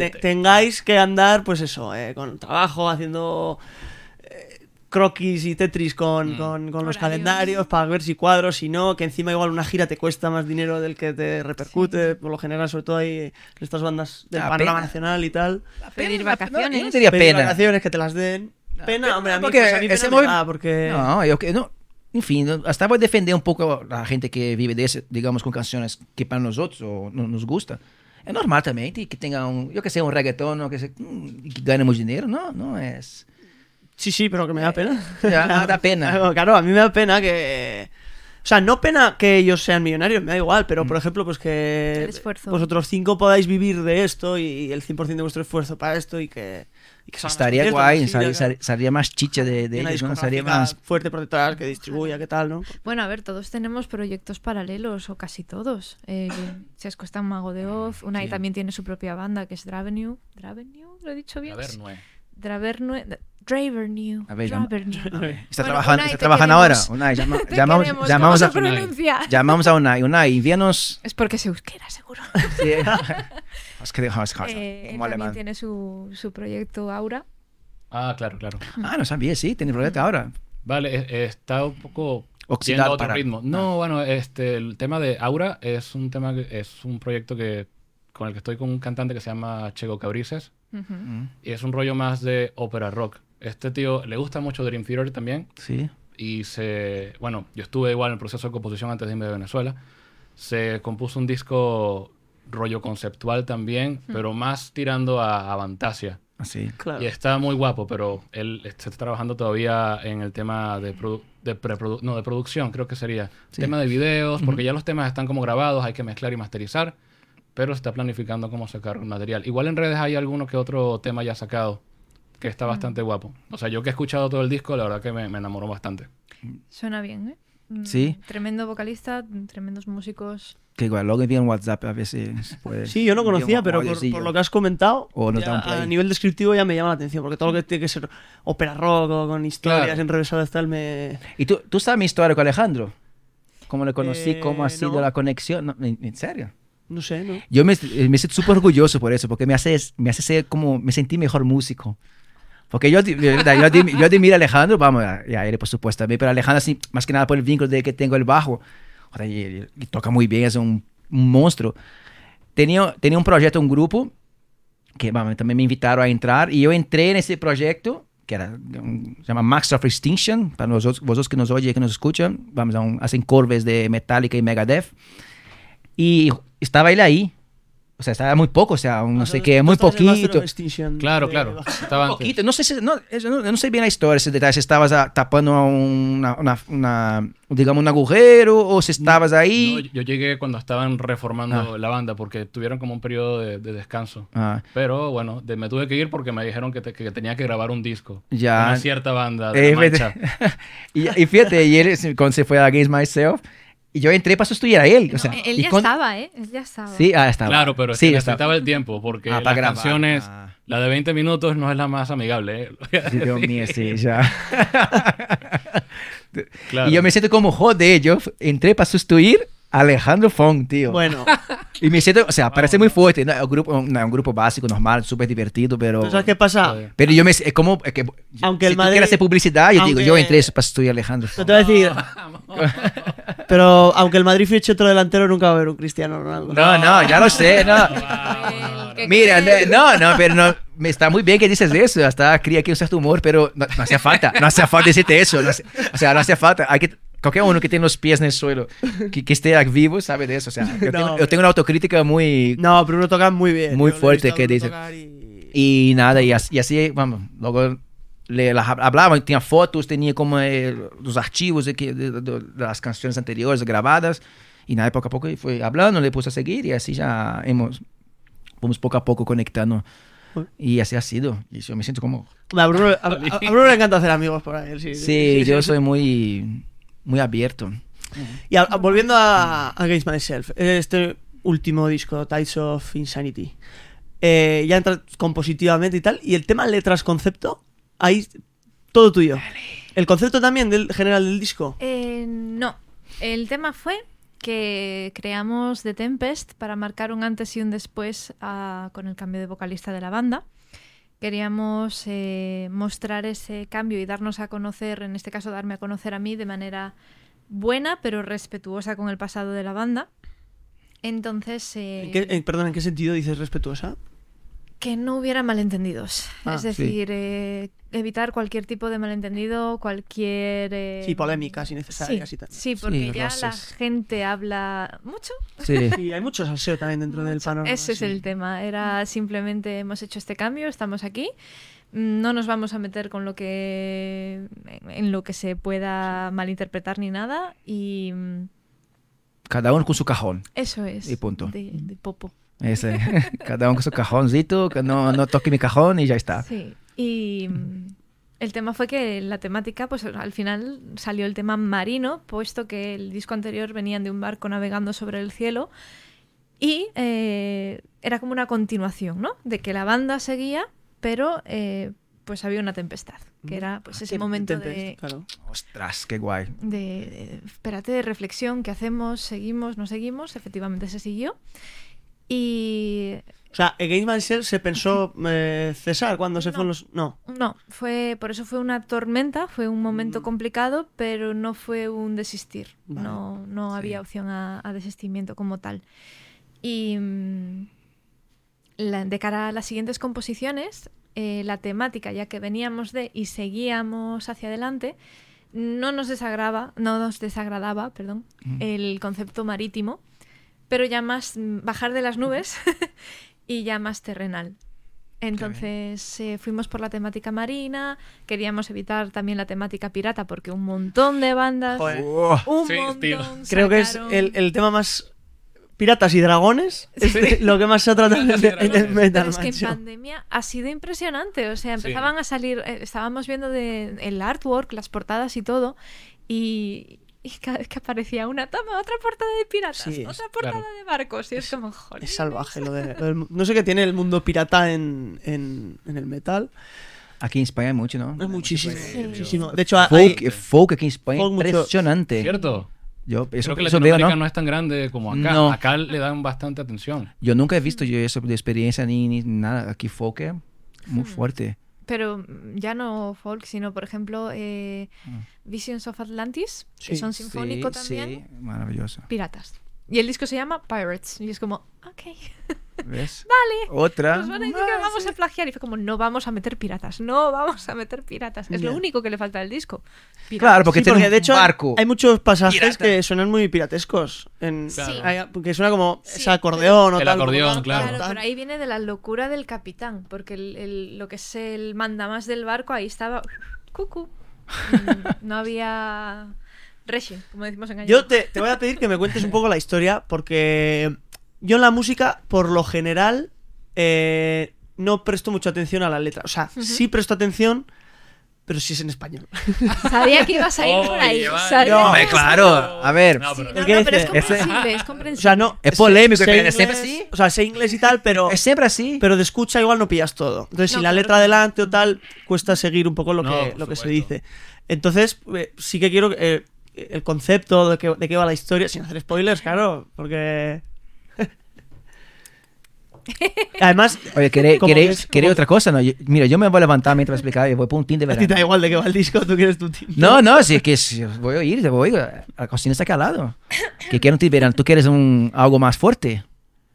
Speaker 3: Incluyete.
Speaker 2: tengáis que andar, pues eso, eh, con trabajo, haciendo eh, croquis y tetris con,
Speaker 1: Mm.
Speaker 2: con- con los
Speaker 4: Horarios.
Speaker 2: calendarios para ver si cuadros, si no, que encima igual una gira te cuesta más dinero del que te repercute, por lo general, sobre todo hay estas bandas del
Speaker 1: Ah,
Speaker 2: panorama
Speaker 1: pena.
Speaker 2: nacional y tal.
Speaker 4: Pedir
Speaker 1: Pena, no,
Speaker 4: vacaciones.
Speaker 1: yo no diría
Speaker 2: Pedir
Speaker 1: pena. Ah,
Speaker 2: vacaciones que te las den. Pena, hombre, a mí,
Speaker 1: porque
Speaker 2: pues, a mí
Speaker 1: ese
Speaker 2: pena me
Speaker 1: movi-
Speaker 2: da, porque...
Speaker 1: No, yo que no. En fin, no- hasta voy a defender un poco a la gente que vive de ese, digamos, con canciones que para nosotros o no, nos gusta. Es normal también que que tenga un, yo que sé, un reggaetón o que, sé, mm, y que ganemos dinero. No, no es.
Speaker 2: Sí, sí, pero que me da pena.
Speaker 1: Eh, Ya, ah, da pena.
Speaker 2: Claro, Claro, a mí me da pena que... O sea, no pena que ellos sean millonarios, me da igual, pero
Speaker 1: Mm.
Speaker 2: por ejemplo, pues que
Speaker 4: El esfuerzo.
Speaker 2: vosotros cinco podáis vivir de esto y el 100% de vuestro esfuerzo para esto y que... y que salgan
Speaker 1: Estaría
Speaker 2: conciertos,
Speaker 1: guay,
Speaker 2: sí,
Speaker 1: sal-
Speaker 2: ya,
Speaker 1: sal- salía más chicha de, de
Speaker 2: una
Speaker 1: ellos, ¿no?
Speaker 2: discográfica
Speaker 1: Salía más.
Speaker 2: fuerte por detrás que distribuya, qué tal, ¿no?
Speaker 4: Bueno, a ver, todos tenemos proyectos paralelos, o casi todos. Eh, Sesco está en Mago de Oz, Unai
Speaker 3: sí.
Speaker 4: también tiene su propia banda, que es Dravenue. ¿Dravenue? ¿Lo he dicho bien?
Speaker 3: A ver, no es.
Speaker 4: Dravernue. D- Dravenue.
Speaker 1: A ver, llama-
Speaker 4: Dravenue.
Speaker 1: Está
Speaker 4: Bueno,
Speaker 1: trabajando,
Speaker 4: Unai,
Speaker 1: está
Speaker 4: te
Speaker 1: trabajando ahora.
Speaker 4: queremos.
Speaker 1: Unai, llama-
Speaker 4: Te
Speaker 1: llamamos,
Speaker 4: queremos,
Speaker 1: llamamos,
Speaker 4: ¿cómo se
Speaker 1: a,
Speaker 3: Unai.
Speaker 4: pronuncia?
Speaker 1: llamamos a Unai. Unai, envíanos.
Speaker 4: Es porque se euskera, seguro.
Speaker 1: Sí. Es que dejas cosas,
Speaker 4: Eh, él
Speaker 1: como
Speaker 4: también
Speaker 1: alemán.
Speaker 4: tiene su, su proyecto Aura.
Speaker 3: Ah, claro, claro.
Speaker 1: Ah, no sabía, sí, tiene problema ahora.
Speaker 3: Vale, eh, eh, está un poco
Speaker 1: Oxidado
Speaker 3: yendo a otro
Speaker 1: para-
Speaker 3: ritmo. No, bueno, este, el tema de Aura es un tema que, es un proyecto que con el que estoy con un cantante que se llama Chego Cabrices
Speaker 4: Ujú.
Speaker 1: Mm,
Speaker 3: y es un rollo más de ópera rock. Este tío le gusta mucho Dream Theater también
Speaker 1: Sí.
Speaker 3: y se, bueno, yo estuve igual en el proceso de composición antes de irme de Venezuela. Se compuso un disco rollo conceptual también, pero más tirando a, a Fantasia.
Speaker 1: Así.
Speaker 2: Claro.
Speaker 3: Y está muy guapo, pero él está trabajando todavía en el tema de, produ- de, preprodu- no, de producción, creo que sería.
Speaker 1: Sí.
Speaker 3: Tema de videos, porque ya los temas están como grabados, hay que mezclar y masterizar, pero se está planificando cómo sacar el material. Igual en redes hay alguno que otro tema ya sacado, que está bastante guapo. O sea, yo que he escuchado todo el disco, la verdad que me, me enamoró bastante.
Speaker 1: Mm,
Speaker 4: Suena bien, ¿eh? Mm,
Speaker 1: Sí.
Speaker 4: Tremendo vocalista, mm, tremendos músicos.
Speaker 1: Que igual, luego envían WhatsApp a ver si se puede.
Speaker 2: Sí, yo no
Speaker 1: Envía un
Speaker 2: conocía, pero por,
Speaker 1: audiocillo.
Speaker 2: por lo que has comentado,
Speaker 1: O nos
Speaker 2: ya
Speaker 1: da un play.
Speaker 2: a nivel descriptivo ya me llama la atención, porque todo lo que tiene que ser ópera rock o con historias
Speaker 3: Claro.
Speaker 2: enrevesadas tal me...
Speaker 1: ¿Y tú, tú sabes mi historia con Alejandro? ¿Cómo le conocí?
Speaker 2: Eh,
Speaker 1: ¿Cómo ha sido
Speaker 2: no.
Speaker 1: la conexión? No, ¿en, en serio?
Speaker 2: No sé, ¿no?
Speaker 1: Yo me, eh, me siento súper orgulloso por eso, porque me hace, me hace ser como, me sentí mejor músico. Porque yo, de verdad, yo, admi- yo admiro a Alejandro, vamos, a, y a él por supuesto también, pero Alejandro así, más que nada por el vínculo de que tengo el bajo. Joder, Y, y- y toca muy bien, es un, un monstruo. Tenía, tenía un proyecto, un grupo, que vamos, también me invitaron a entrar, y yo entré en ese proyecto, que era, um, se llama Max of Extinction, para nosotros, vosotros que nos oyen, que nos escuchan, vamos, a un- hacen covers de Metallica y Megadeth. Y estaba él ahí. O sea, estaba muy poco, o sea, un no sé qué, muy poquito.
Speaker 3: Claro, claro. Estaba antes.
Speaker 1: Poquito, no sé si, no, eso no- yo no sé bien la historia, ese detalle, si estabas ah, tapando a una, una- una- digamos, un agujero o si estabas
Speaker 3: No,
Speaker 1: ahí.
Speaker 3: yo llegué cuando estaban reformando la banda, porque tuvieron como un periodo de, de descanso.
Speaker 1: Ah,
Speaker 3: Pero bueno, de- me tuve que ir porque me dijeron que, te- que tenía que grabar un disco.
Speaker 1: Ya.
Speaker 3: Una cierta banda de
Speaker 1: Eh,
Speaker 3: la
Speaker 1: vete.
Speaker 3: Mancha.
Speaker 1: y, y fíjate, y él, se- cuando se fue a Against Myself, y yo entré para sustituir a él. o sea,
Speaker 4: No, él
Speaker 1: y
Speaker 4: ya
Speaker 1: con-
Speaker 4: estaba, ¿eh? Él ya estaba.
Speaker 1: Sí, ah, estaba.
Speaker 3: Claro, pero
Speaker 1: sí,
Speaker 3: sí,
Speaker 1: ya
Speaker 3: necesitaba
Speaker 1: estaba.
Speaker 3: el tiempo porque
Speaker 1: Ah, para
Speaker 3: las
Speaker 1: grabar.
Speaker 3: canciones,
Speaker 1: Ah.
Speaker 3: la de 20 minutos no es la más amigable. ¿eh?
Speaker 1: Sí, Dios mío, sí, ya.
Speaker 3: Claro.
Speaker 1: Y yo me siento como, joder, yo f- entré para sustituir a Alejandro Fong, tío.
Speaker 2: Bueno,
Speaker 1: Y me siento, o sea, parece muy fuerte. ¿no? Un, grupo, un, un grupo básico, normal, súper divertido, pero.
Speaker 2: ¿tú ¿sabes qué pasa?
Speaker 3: Joder.
Speaker 1: Pero yo me. Es como. es que,
Speaker 2: Aunque
Speaker 1: si
Speaker 2: el
Speaker 1: tú
Speaker 2: Madrid-
Speaker 1: quieres hacer publicidad, yo digo, yo
Speaker 2: aunque-
Speaker 1: entré para estudiar Alejandro.
Speaker 2: No te voy a decir. Pero aunque el Madrid fiche otro delantero, nunca va a haber un Cristiano Ronaldo.
Speaker 1: No, no, ya lo sé, no.
Speaker 4: El que
Speaker 1: Mira, eh,
Speaker 4: cree-
Speaker 1: no, no, pero no. Me está muy bien que dices eso. Hasta cría aquí un cierto humor, pero no, no hacía falta. No hacía falta decirte eso. no hace- o sea, no hacía falta. Hay que. Cualquier uno que tiene los pies en el suelo, que, que esté vivo, sabe de eso. O sea, yo,
Speaker 2: No,
Speaker 1: tengo, yo
Speaker 2: hombre.
Speaker 1: tengo una autocrítica muy.
Speaker 2: No, Bruno toca muy bien.
Speaker 1: Muy
Speaker 2: Yo lo he
Speaker 1: fuerte,
Speaker 2: visto a
Speaker 1: ¿qué
Speaker 2: Bruno
Speaker 1: dice?
Speaker 2: tocar y-
Speaker 1: Y nada, y así, y así, vamos, luego le las hablaban, tenía fotos, tenía como eh, los archivos de, que- de- de- de las canciones anteriores grabadas. Y nada, poco a poco fue hablando, le puse a seguir y así ya hemos, vamos poco a poco conectando. Y así ha sido. Y yo me siento como...
Speaker 2: A Bruno, a- a- a Bruno le encanta hacer amigos por ahí. Sí, sí,
Speaker 1: Sí,
Speaker 2: sí,
Speaker 1: yo
Speaker 2: sí.
Speaker 1: soy muy, muy abierto.
Speaker 2: Y a- a- volviendo a, a Games Myself, este último disco, Tides of Insanity, eh, ya entra compositivamente y tal, y el tema letras concepto, ahí todo tuyo. El concepto también del general del disco.
Speaker 4: Eh, no. El tema fue que creamos The Tempest para marcar un antes y un después ah, con el cambio de vocalista de la banda. Queríamos eh, mostrar ese cambio y darnos a conocer, en este caso darme a conocer a mí de manera buena pero respetuosa con el pasado de la banda. Entonces... eh,
Speaker 2: ¿En qué- en- perdón, ¿en qué sentido dices respetuosa?
Speaker 4: que no hubiera malentendidos.
Speaker 2: Ah,
Speaker 4: es
Speaker 1: sí.
Speaker 4: decir, eh, evitar cualquier tipo de malentendido, cualquier... eh,
Speaker 2: Sí, polémicas innecesarias
Speaker 4: sí,
Speaker 2: y tal.
Speaker 4: Sí, porque ya la
Speaker 1: roces.
Speaker 4: gente habla mucho.
Speaker 1: Sí.
Speaker 2: Sí, hay mucho salseo también dentro del panorama.
Speaker 4: Ese es
Speaker 2: sí.
Speaker 4: el tema. Era
Speaker 1: Mm.
Speaker 4: simplemente hemos hecho este cambio, estamos aquí. mm, No nos vamos a meter con lo que en lo que se pueda malinterpretar ni nada y mm,
Speaker 1: Cada uno con su cajón.
Speaker 4: eso es.
Speaker 1: Y punto.
Speaker 4: De, de popo.
Speaker 1: Ese. Cada uno con su cajoncito, que no, no toque mi cajón y ya está.
Speaker 4: Sí, y mm, el tema fue que la temática, pues al final salió el tema marino, puesto que el disco anterior venían de un barco navegando sobre el cielo y eh, era como una continuación, ¿no? De que la banda seguía, pero eh, pues había una tempestad, que era pues ese
Speaker 2: Tem-
Speaker 4: momento
Speaker 2: Tempest,
Speaker 4: de,
Speaker 2: claro.
Speaker 1: Ostras, qué guay.
Speaker 4: de, de- espérate, de reflexión, ¿qué hacemos? ¿Seguimos? ¿No seguimos? Efectivamente se siguió. Y
Speaker 2: O sea, Against Myself se pensó eh, cesar cuando se fueron los... No.
Speaker 4: No, fue por eso fue una tormenta, fue un momento complicado, pero no fue un desistir.
Speaker 2: Vale.
Speaker 4: No, no había opción a, a desistimiento como tal. Y mm, la- de cara a las siguientes composiciones, eh, la temática, ya que veníamos de y seguíamos hacia adelante, no nos desagraba, no nos desagradaba, perdón,
Speaker 2: Mm.
Speaker 4: el concepto marítimo, pero ya más mm, bajar de las nubes y ya más terrenal. Entonces eh, fuimos por la temática marina, queríamos evitar también la temática pirata porque un montón de bandas,
Speaker 2: Joder.
Speaker 1: Oh,
Speaker 4: un
Speaker 3: Sí, tío.
Speaker 4: montón
Speaker 2: Creo que es
Speaker 4: sacaron-
Speaker 2: el, el tema más... Piratas y dragones es de- lo que más se ha tratado en,
Speaker 3: Piratas y
Speaker 2: en el
Speaker 3: dragones.
Speaker 2: Metal
Speaker 4: Pero es que en
Speaker 2: Mansion.
Speaker 4: pandemia ha sido impresionante. O sea,
Speaker 3: Sí.
Speaker 4: empezaban a salir, eh, estábamos viendo de, el artwork, las portadas y todo, y, y cada vez que aparecía una, toma, otra portada de piratas,
Speaker 2: Sí, es-
Speaker 4: otra portada
Speaker 3: claro.
Speaker 4: de barcos, y es, como, joder.
Speaker 2: Es salvaje lo de... lo del- no sé qué tiene el mundo pirata en, en- en el metal.
Speaker 1: Aquí en España hay mucho, ¿no?
Speaker 2: Es muchísimo.
Speaker 4: Sí.
Speaker 2: muchísimo. De hecho, Ah, hay-
Speaker 1: Folk, eh, folk aquí en España,
Speaker 2: Folk mucho.
Speaker 1: impresionante.
Speaker 3: ¿Cierto?
Speaker 1: Yo, eso,
Speaker 3: Creo que
Speaker 1: eso veo,
Speaker 3: Latinoamérica
Speaker 1: ¿no?
Speaker 3: ¿no? es tan grande como acá.
Speaker 1: No.
Speaker 3: Acá le dan bastante atención.
Speaker 1: Yo nunca he visto yo eso de experiencia ni, ni nada. Aquí folk es muy
Speaker 4: Hmm.
Speaker 1: fuerte.
Speaker 4: Pero mm, ya no folk, sino por ejemplo eh, Visions of Atlantis,
Speaker 2: Mm. Sí.
Speaker 4: que son sinfónico
Speaker 1: Sí,
Speaker 4: también,
Speaker 1: Sí, maravilloso.
Speaker 4: piratas. Y el disco se llama Pirates, y es como, ok.
Speaker 1: ¿Ves? Vale. Otra.
Speaker 4: Nos van a decir que vamos a plagiar. Y fue como, no vamos a meter piratas, no vamos a meter piratas. Es
Speaker 2: Ya.
Speaker 4: lo único que le falta al disco. Piratas.
Speaker 1: Claro, porque
Speaker 2: Sí,
Speaker 1: tiene
Speaker 2: porque de
Speaker 1: un
Speaker 2: hecho
Speaker 1: barco.
Speaker 2: hay muchos pasajes
Speaker 1: Pirata.
Speaker 2: que suenan muy piratescos. En,
Speaker 3: Claro. Sí.
Speaker 2: hay- porque suena como
Speaker 4: Sí,
Speaker 2: ese acordeón o
Speaker 3: El
Speaker 2: tal, como
Speaker 3: acordeón,
Speaker 2: tal,
Speaker 3: claro.
Speaker 2: tal,
Speaker 4: Claro,
Speaker 2: tal.
Speaker 4: pero ahí viene de la locura del capitán, porque el- el- lo que es el mandamás del barco, ahí estaba cucu. Mm, No había régimen, como decimos en gallego.
Speaker 2: Yo te, te voy a pedir que me cuentes un poco la historia, porque yo en la música, por lo general, eh, no presto mucha atención a la letra. O sea, sí presto atención, pero si es en español.
Speaker 4: Sabía que ibas a ir por ahí.
Speaker 3: Oye, vale.
Speaker 4: sabía
Speaker 1: No,
Speaker 4: que
Speaker 1: hombre,
Speaker 4: ibas a-
Speaker 1: claro. A ver.
Speaker 3: No, pero-
Speaker 4: No, no,
Speaker 2: ¿Qué
Speaker 4: pero es
Speaker 2: dices?
Speaker 1: Ese-
Speaker 4: comprensible, es
Speaker 2: O
Speaker 4: comprensible.
Speaker 2: sea, no.
Speaker 1: Es
Speaker 2: sé-
Speaker 1: polémico,
Speaker 2: sé
Speaker 1: pero siempre
Speaker 2: inglés,
Speaker 1: así.
Speaker 2: O sea, sé inglés y tal, pero.
Speaker 1: Es siempre así.
Speaker 2: Pero de escucha igual no pillas todo. Entonces,
Speaker 4: No,
Speaker 2: sin la
Speaker 4: claro.
Speaker 2: letra delante o tal, cuesta seguir un poco lo,
Speaker 3: No,
Speaker 2: que,
Speaker 3: por
Speaker 2: lo que se
Speaker 3: supuesto.
Speaker 2: dice. Entonces, eh, sí que quiero eh, el concepto de, que, de qué va la historia, sin hacer spoilers, claro, porque... Además,
Speaker 1: Oye, ¿queréis
Speaker 2: como
Speaker 1: queréis-
Speaker 2: es-
Speaker 1: queréis otra cosa? No, yo- mira, yo me voy a levantar mientras explicar y voy por un tin de
Speaker 2: a ti te da
Speaker 1: verano.
Speaker 2: igual de qué va el disco, tú quieres tu team.
Speaker 1: No, no, si es que si voy a ir, voy a la cocina está aquí al lado. Que quiero un tin de verano. ¿Tú quieres un, algo más fuerte?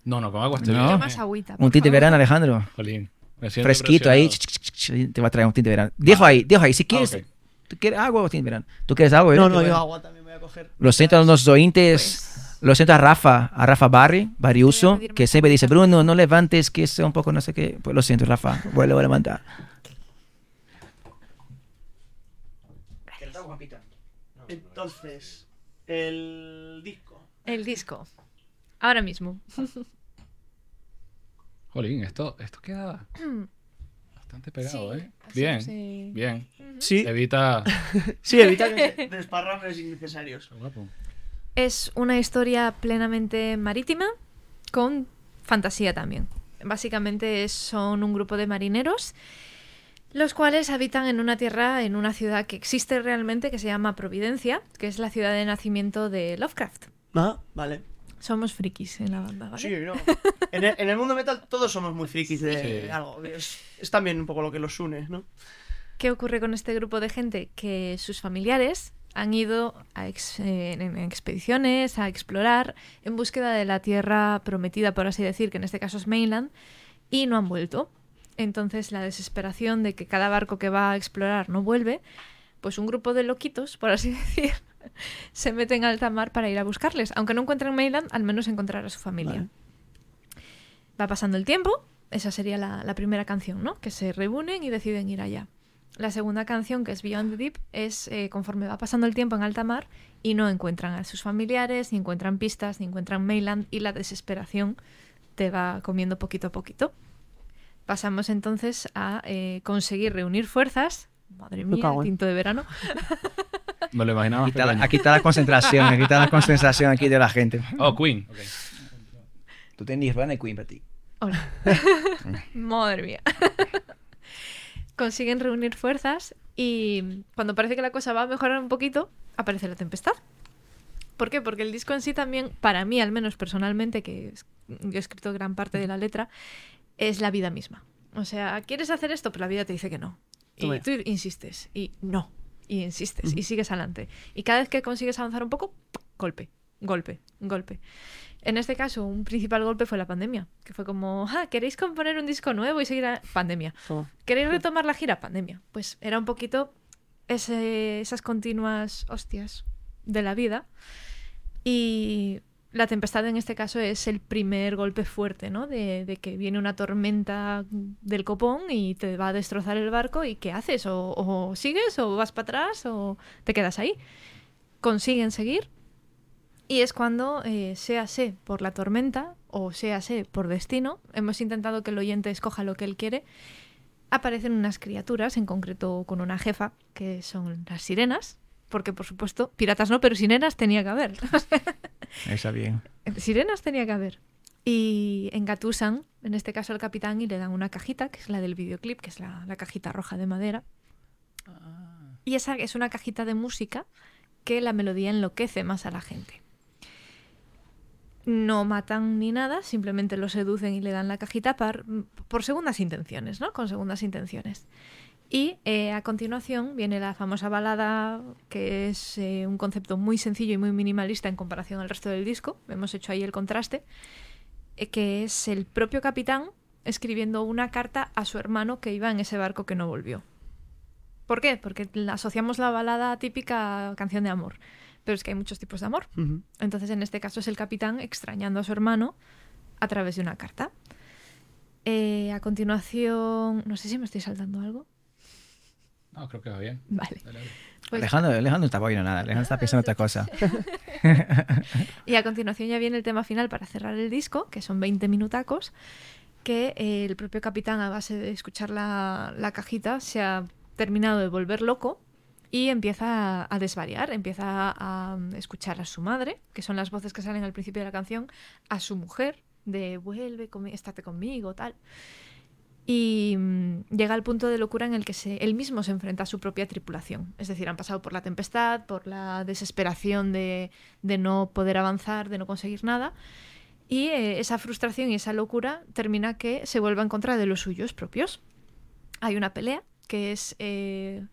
Speaker 3: No, no, con agua estoy
Speaker 4: Quiero
Speaker 3: bien.
Speaker 4: más agüita, por
Speaker 1: Un tin de
Speaker 4: favor.
Speaker 1: verano, Alejandro.
Speaker 3: Jolín, me siento
Speaker 1: Fresquito ahí.
Speaker 3: presionado.
Speaker 1: Te va a traer un tin de verano. Dejo ahí, dejo ahí. Si quieres,
Speaker 3: ok.
Speaker 1: ¿tú quieres agua o tin de verano? ¿Tú quieres agua?
Speaker 2: No,
Speaker 1: ¿verdad?
Speaker 2: no,
Speaker 1: Te
Speaker 2: yo
Speaker 1: voy a-
Speaker 2: agua también voy a coger.
Speaker 1: Lo siento a los oyentes.
Speaker 4: Pues,
Speaker 1: Lo siento a Rafa, a Rafa Barri, Barriuso,
Speaker 4: pedir
Speaker 1: que
Speaker 4: más
Speaker 1: siempre dice, Bruno, no levantes, que es un poco no sé qué. Pues lo siento, Rafa, vuelvo a levantar.
Speaker 2: Entonces, el disco.
Speaker 4: El disco. Ahora mismo.
Speaker 3: Jolín, esto, esto queda bastante pegado,
Speaker 4: Mm. Sí,
Speaker 3: ¿eh?
Speaker 4: así
Speaker 3: Bien,
Speaker 4: no sé.
Speaker 3: bien.
Speaker 2: Sí,
Speaker 3: Evita...
Speaker 2: sí evita que desparrames innecesarios.
Speaker 3: Guapo.
Speaker 4: Es una historia plenamente marítima con fantasía también. Básicamente es- son un grupo de marineros los cuales habitan en una tierra, en una ciudad que existe realmente, que se llama Providencia, que es la ciudad de nacimiento de Lovecraft.
Speaker 2: Ah, vale.
Speaker 4: Somos frikis en la banda, ¿vale?
Speaker 2: Sí, no. En el, en el mundo metal todos somos muy frikis de
Speaker 3: Sí.
Speaker 2: algo. Es, es también un poco lo que los une, ¿no?
Speaker 4: ¿Qué ocurre con este grupo de gente? Que sus familiares han ido a ex- eh, en expediciones, a explorar, en búsqueda de la tierra prometida, por así decir, que en este caso es Mainland, y no han vuelto. Entonces la desesperación de que cada barco que va a explorar no vuelve, pues un grupo de loquitos, por así decir, se meten al alta mar para ir a buscarles. Aunque no encuentren Mainland, al menos encontrar a su familia.
Speaker 2: Vale.
Speaker 4: Va pasando el tiempo, esa sería la, la primera canción, ¿no? Que se reúnen y deciden ir allá. La segunda canción, que es Beyond the Deep, es eh, conforme va pasando el tiempo en alta mar y no encuentran a sus familiares, ni encuentran pistas, ni encuentran mainland y la desesperación te va comiendo poquito a poquito. Pasamos entonces a eh, conseguir reunir fuerzas. Madre mía,
Speaker 2: cago
Speaker 4: el
Speaker 2: en-
Speaker 4: tinto de verano.
Speaker 3: Me lo imaginaba.
Speaker 1: Aquí
Speaker 3: más
Speaker 1: está, la,
Speaker 3: pequeño.
Speaker 1: aquí está la concentración, aquí está la concentración aquí de la gente.
Speaker 3: Oh, Queen. ok.
Speaker 1: Tú tienes Nirvana y Queen para ti.
Speaker 4: Hola. Madre mía. Consiguen reunir fuerzas y cuando parece que la cosa va a mejorar un poquito, aparece la tempestad. ¿Por qué? Porque el disco en sí también, para mí al menos personalmente, que es- yo he escrito gran parte de la letra, es la vida misma. O sea, ¿quieres hacer esto? Pero la vida te dice que no.
Speaker 2: Toma
Speaker 4: Y
Speaker 2: ya.
Speaker 4: tú insistes, y no, y insistes, y sigues adelante. Y cada vez que consigues avanzar un poco, golpe, golpe, golpe. En este caso, un principal golpe fue la pandemia, que fue como, ah, ¿queréis componer un disco nuevo y seguir a... Pandemia.
Speaker 2: Toma.
Speaker 4: ¿Queréis retomar la gira? Pandemia. Pues era un poquito ese- esas continuas hostias de la vida. Y la tempestad en este caso es el primer golpe fuerte, ¿no? De, de que viene una tormenta del copón y te va a destrozar el barco y ¿qué haces? ¿O, o sigues o vas para atrás o te quedas ahí? Consiguen seguir y es cuando, eh, séase por la tormenta o séase por destino, hemos intentado que el oyente escoja lo que él quiere, aparecen unas criaturas, en concreto con una jefa, que son las sirenas, porque por supuesto, piratas no, pero sirenas tenía que haber.
Speaker 1: Está bien.
Speaker 4: Sirenas tenía que haber. Y engatusan, en este caso al capitán, y le dan una cajita, que es la del videoclip, que es la, la cajita roja de madera. Y esa es una cajita de música que la melodía enloquece más a la gente. No matan ni nada, simplemente lo seducen y le dan la cajita par- por segundas intenciones, ¿no? Con segundas intenciones. Y eh, a continuación viene la famosa balada, que es eh, un concepto muy sencillo y muy minimalista en comparación al resto del disco. Hemos hecho ahí el contraste, eh, que es el propio capitán escribiendo una carta a su hermano que iba en ese barco que no volvió. ¿Por qué? Porque la- asociamos la balada típica a canción de amor, pero es que hay muchos tipos de amor.
Speaker 2: Ujú.
Speaker 4: Entonces, en este caso es el capitán extrañando a su hermano a través de una carta. Eh, a continuación, no sé si me estoy saltando algo.
Speaker 3: No, creo que va bien.
Speaker 4: Vale.
Speaker 3: Dale, dale.
Speaker 4: Pues-
Speaker 1: Alejandro, Alejandro no está oyendo nada, Alejandro está pensando otra cosa.
Speaker 4: y a continuación ya viene el tema final para cerrar el disco, que son 20 minutacos, que eh, el propio capitán, a base de escuchar la, la cajita, se ha terminado de volver loco y empieza a, a desvariar, empieza a mm, escuchar a su madre, que son las voces que salen al principio de la canción, a su mujer, de vuelve, conmi- estate conmigo, tal. Y mm, llega al punto de locura en el que se- él mismo se enfrenta a su propia tripulación. Es decir, han pasado por la tempestad, por la desesperación de, de no poder avanzar, de no conseguir nada. Y eh, esa frustración y esa locura termina que se vuelva en contra de los suyos propios. Hay una pelea que es eh,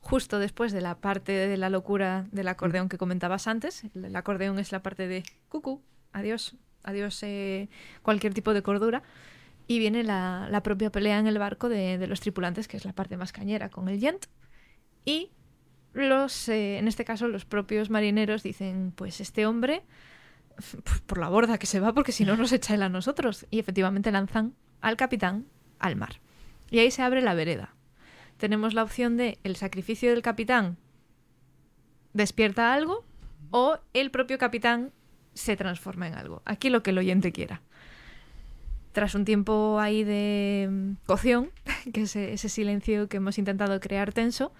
Speaker 4: justo después de la parte de la locura del acordeón que comentabas antes. El, el acordeón es la parte de cucú, adiós, adiós eh, cualquier tipo de cordura. Y viene la, la propia pelea en el barco de, de los tripulantes, que es la parte más cañera con el Yent. Y los, eh, en este caso, los propios marineros dicen, pues este hombre p- por la borda que se va, porque si no nos echa él a nosotros. Y efectivamente lanzan al capitán al mar. Y ahí se abre la vereda. Tenemos la opción de el sacrificio del capitán despierta algo o el propio capitán se transforma en algo. Aquí lo que el oyente quiera. Tras un tiempo ahí de mm, cocción, que es ese silencio que hemos intentado crear tenso,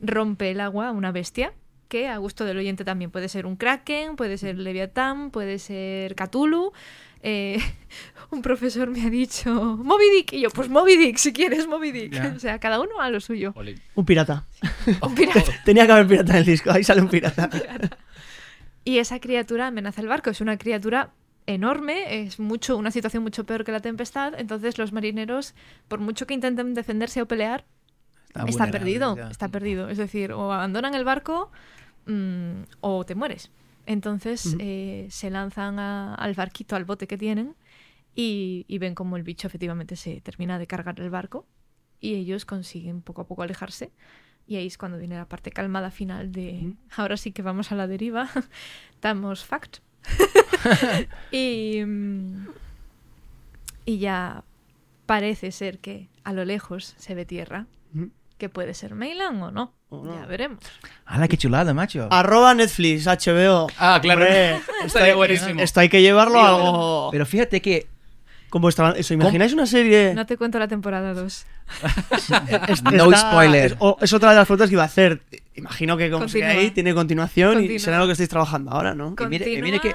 Speaker 4: rompe el agua una bestia que a gusto del oyente también puede ser un kraken, puede ser leviatán, puede ser Cthulhu. Eh, un profesor me ha dicho Moby Dick y yo pues Moby Dick si quieres Moby Dick.
Speaker 1: Ya.
Speaker 4: O sea, cada uno a lo suyo.
Speaker 3: Oli.
Speaker 2: Un pirata.
Speaker 4: Un pirata.
Speaker 2: Tenía que haber pirata en el disco. Ahí sale un pirata.
Speaker 4: Y esa criatura amenaza el barco. Es una criatura enorme, es mucho, una situación mucho peor que la tempestad. Entonces los marineros, por mucho que intenten defenderse o pelear, está
Speaker 1: vulnerable,
Speaker 4: perdido.
Speaker 1: ya.
Speaker 4: Está perdido. Es decir, o abandonan el barco mm, o te mueres. Entonces
Speaker 2: Ujú.
Speaker 4: eh, se lanzan a- al barquito, al bote que tienen, y, y ven como el bicho efectivamente se termina de cargar el barco. Y ellos consiguen poco a poco alejarse. Y ahí es cuando viene la parte calmada final de ahora sí que vamos a la deriva, damos fact. y, mm, y ya parece ser que a lo lejos se ve tierra,
Speaker 2: Ujú.
Speaker 4: que puede ser mainland o no.
Speaker 2: O no.
Speaker 4: Ya veremos.
Speaker 1: ¡Hala, qué chulada, macho!
Speaker 2: Arroba Netflix, HBO.
Speaker 3: Ah, claro.
Speaker 2: Hombre, esto, hay,
Speaker 3: Estaría buenísimo.
Speaker 2: esto hay que llevarlo a
Speaker 3: Sí,
Speaker 2: algo.
Speaker 1: Pero fíjate que
Speaker 2: Con vuestra. ¿Os imagináis una serie?
Speaker 4: No te cuento la temporada 2.
Speaker 1: no
Speaker 2: Está-
Speaker 1: spoiler.
Speaker 2: Es, o- es otra de las preguntas que iba a hacer. Imagino que como
Speaker 4: Continúa.
Speaker 2: sigue ahí tiene continuación y
Speaker 4: Continúa.
Speaker 2: será lo que estáis trabajando ahora, ¿no?
Speaker 1: Y mire-
Speaker 4: Continúa
Speaker 1: y mire que-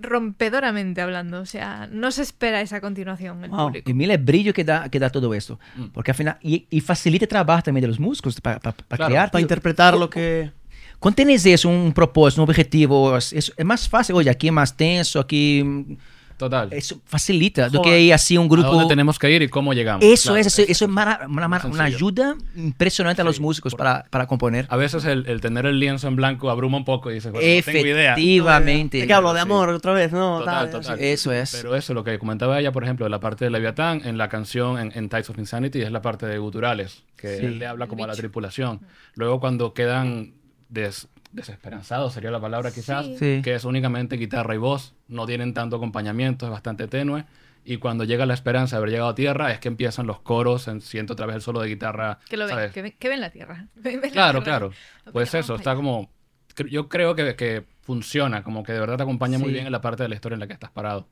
Speaker 4: rompedoramente hablando, o sea, no se espera esa continuación el
Speaker 2: Wow.
Speaker 4: público.
Speaker 1: Y mira el brillo que da, que da todo esto.
Speaker 3: Mm.
Speaker 1: Porque al final. Y, y facilita el trabajo también de los músicos para
Speaker 3: Claro,
Speaker 1: crear.
Speaker 2: Para
Speaker 1: tío.
Speaker 2: interpretar lo que.
Speaker 1: Cuando tienes eso, un propósito, un objetivo, es, es- es más fácil. Oye, aquí es más tenso, aquí. mm,
Speaker 3: Total.
Speaker 1: Eso facilita. Lo
Speaker 2: Joder.
Speaker 1: que ir así un grupo.
Speaker 3: ¿A dónde tenemos que ir y cómo llegamos?
Speaker 1: Eso
Speaker 3: Claro,
Speaker 1: es, eso,
Speaker 3: exacto.
Speaker 1: eso es mara- una, mara-
Speaker 3: Más
Speaker 1: una
Speaker 3: sencillo.
Speaker 1: ayuda impresionante a los
Speaker 3: Sí,
Speaker 1: músicos
Speaker 3: por-
Speaker 1: para, para componer.
Speaker 3: A veces el, el tener el lienzo en blanco abruma un poco y dices, bueno, no tengo idea.
Speaker 1: Efectivamente.
Speaker 2: ¿De qué hablo? ¿De
Speaker 3: Sí.
Speaker 2: amor otra vez? No,
Speaker 3: Total,
Speaker 2: Tal,
Speaker 3: total.
Speaker 2: así.
Speaker 1: Eso es.
Speaker 3: Pero eso, lo que comentaba ella, por ejemplo, de la parte de Leviatán, en la canción en, en Tides of Insanity, es la parte de guturales, que
Speaker 1: Sí.
Speaker 3: él le habla como a la
Speaker 4: Bicho.
Speaker 3: tripulación. Luego, cuando quedan des- desesperanzados, sería la palabra quizás,
Speaker 4: Sí.
Speaker 1: Sí.
Speaker 3: que es únicamente guitarra y voz, no tienen tanto acompañamiento, es bastante tenue. Y cuando llega la esperanza de haber llegado a tierra, es que empiezan los coros, en- siento otra vez el solo de guitarra.
Speaker 4: Que lo ven,
Speaker 3: ¿sabes?
Speaker 4: que ven, que ven la tierra. Ven- ven la
Speaker 3: Claro,
Speaker 4: tierra.
Speaker 3: claro.
Speaker 4: Ok,
Speaker 3: Pues
Speaker 4: vamos
Speaker 3: eso,
Speaker 4: para
Speaker 3: está
Speaker 4: allá.
Speaker 3: como. cre- Yo creo que, que funciona, como que de verdad te acompaña muy
Speaker 1: Sí.
Speaker 3: bien en la parte de la historia en la que estás parado.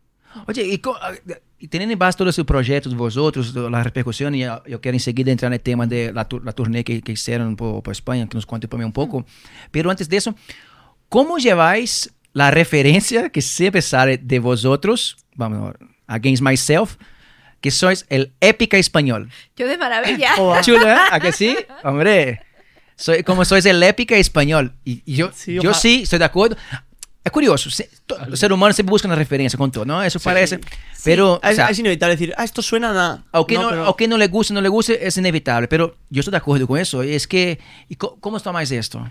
Speaker 1: Oye, y, co- ah, y teniendo en base todo ese proyecto de vosotros, de la repercusión, y ah, yo quiero enseguida entrar en el tema de la, tur- la turnée que, que hicieron por, por España, que nos cuente para mí un poco. Pero antes de eso, ¿cómo lleváis la referencia que siempre sale de vosotros, vamos, ahora, against myself, que sois el épica español?
Speaker 4: Yo de maravilla.
Speaker 2: Joa.
Speaker 1: Chulo, ¿eh? ¿A que sí? Hombre, soy, como sois el épica español. Y, y yo,
Speaker 2: Sí,
Speaker 1: yo
Speaker 2: ojalá.
Speaker 1: sí, estoy de acuerdo. Es curioso, se- to- los seres humanos siempre buscan la referencia con todo, ¿no? Eso parece. Pero, o
Speaker 2: Es,
Speaker 1: sea,
Speaker 2: es inevitable decir, ah, esto suena a nada.
Speaker 1: aunque no,
Speaker 2: pero-
Speaker 1: aunque no le guste, no le guste, es inevitable. Pero yo estoy de acuerdo con eso. Es que, ¿y co- ¿cómo está más esto?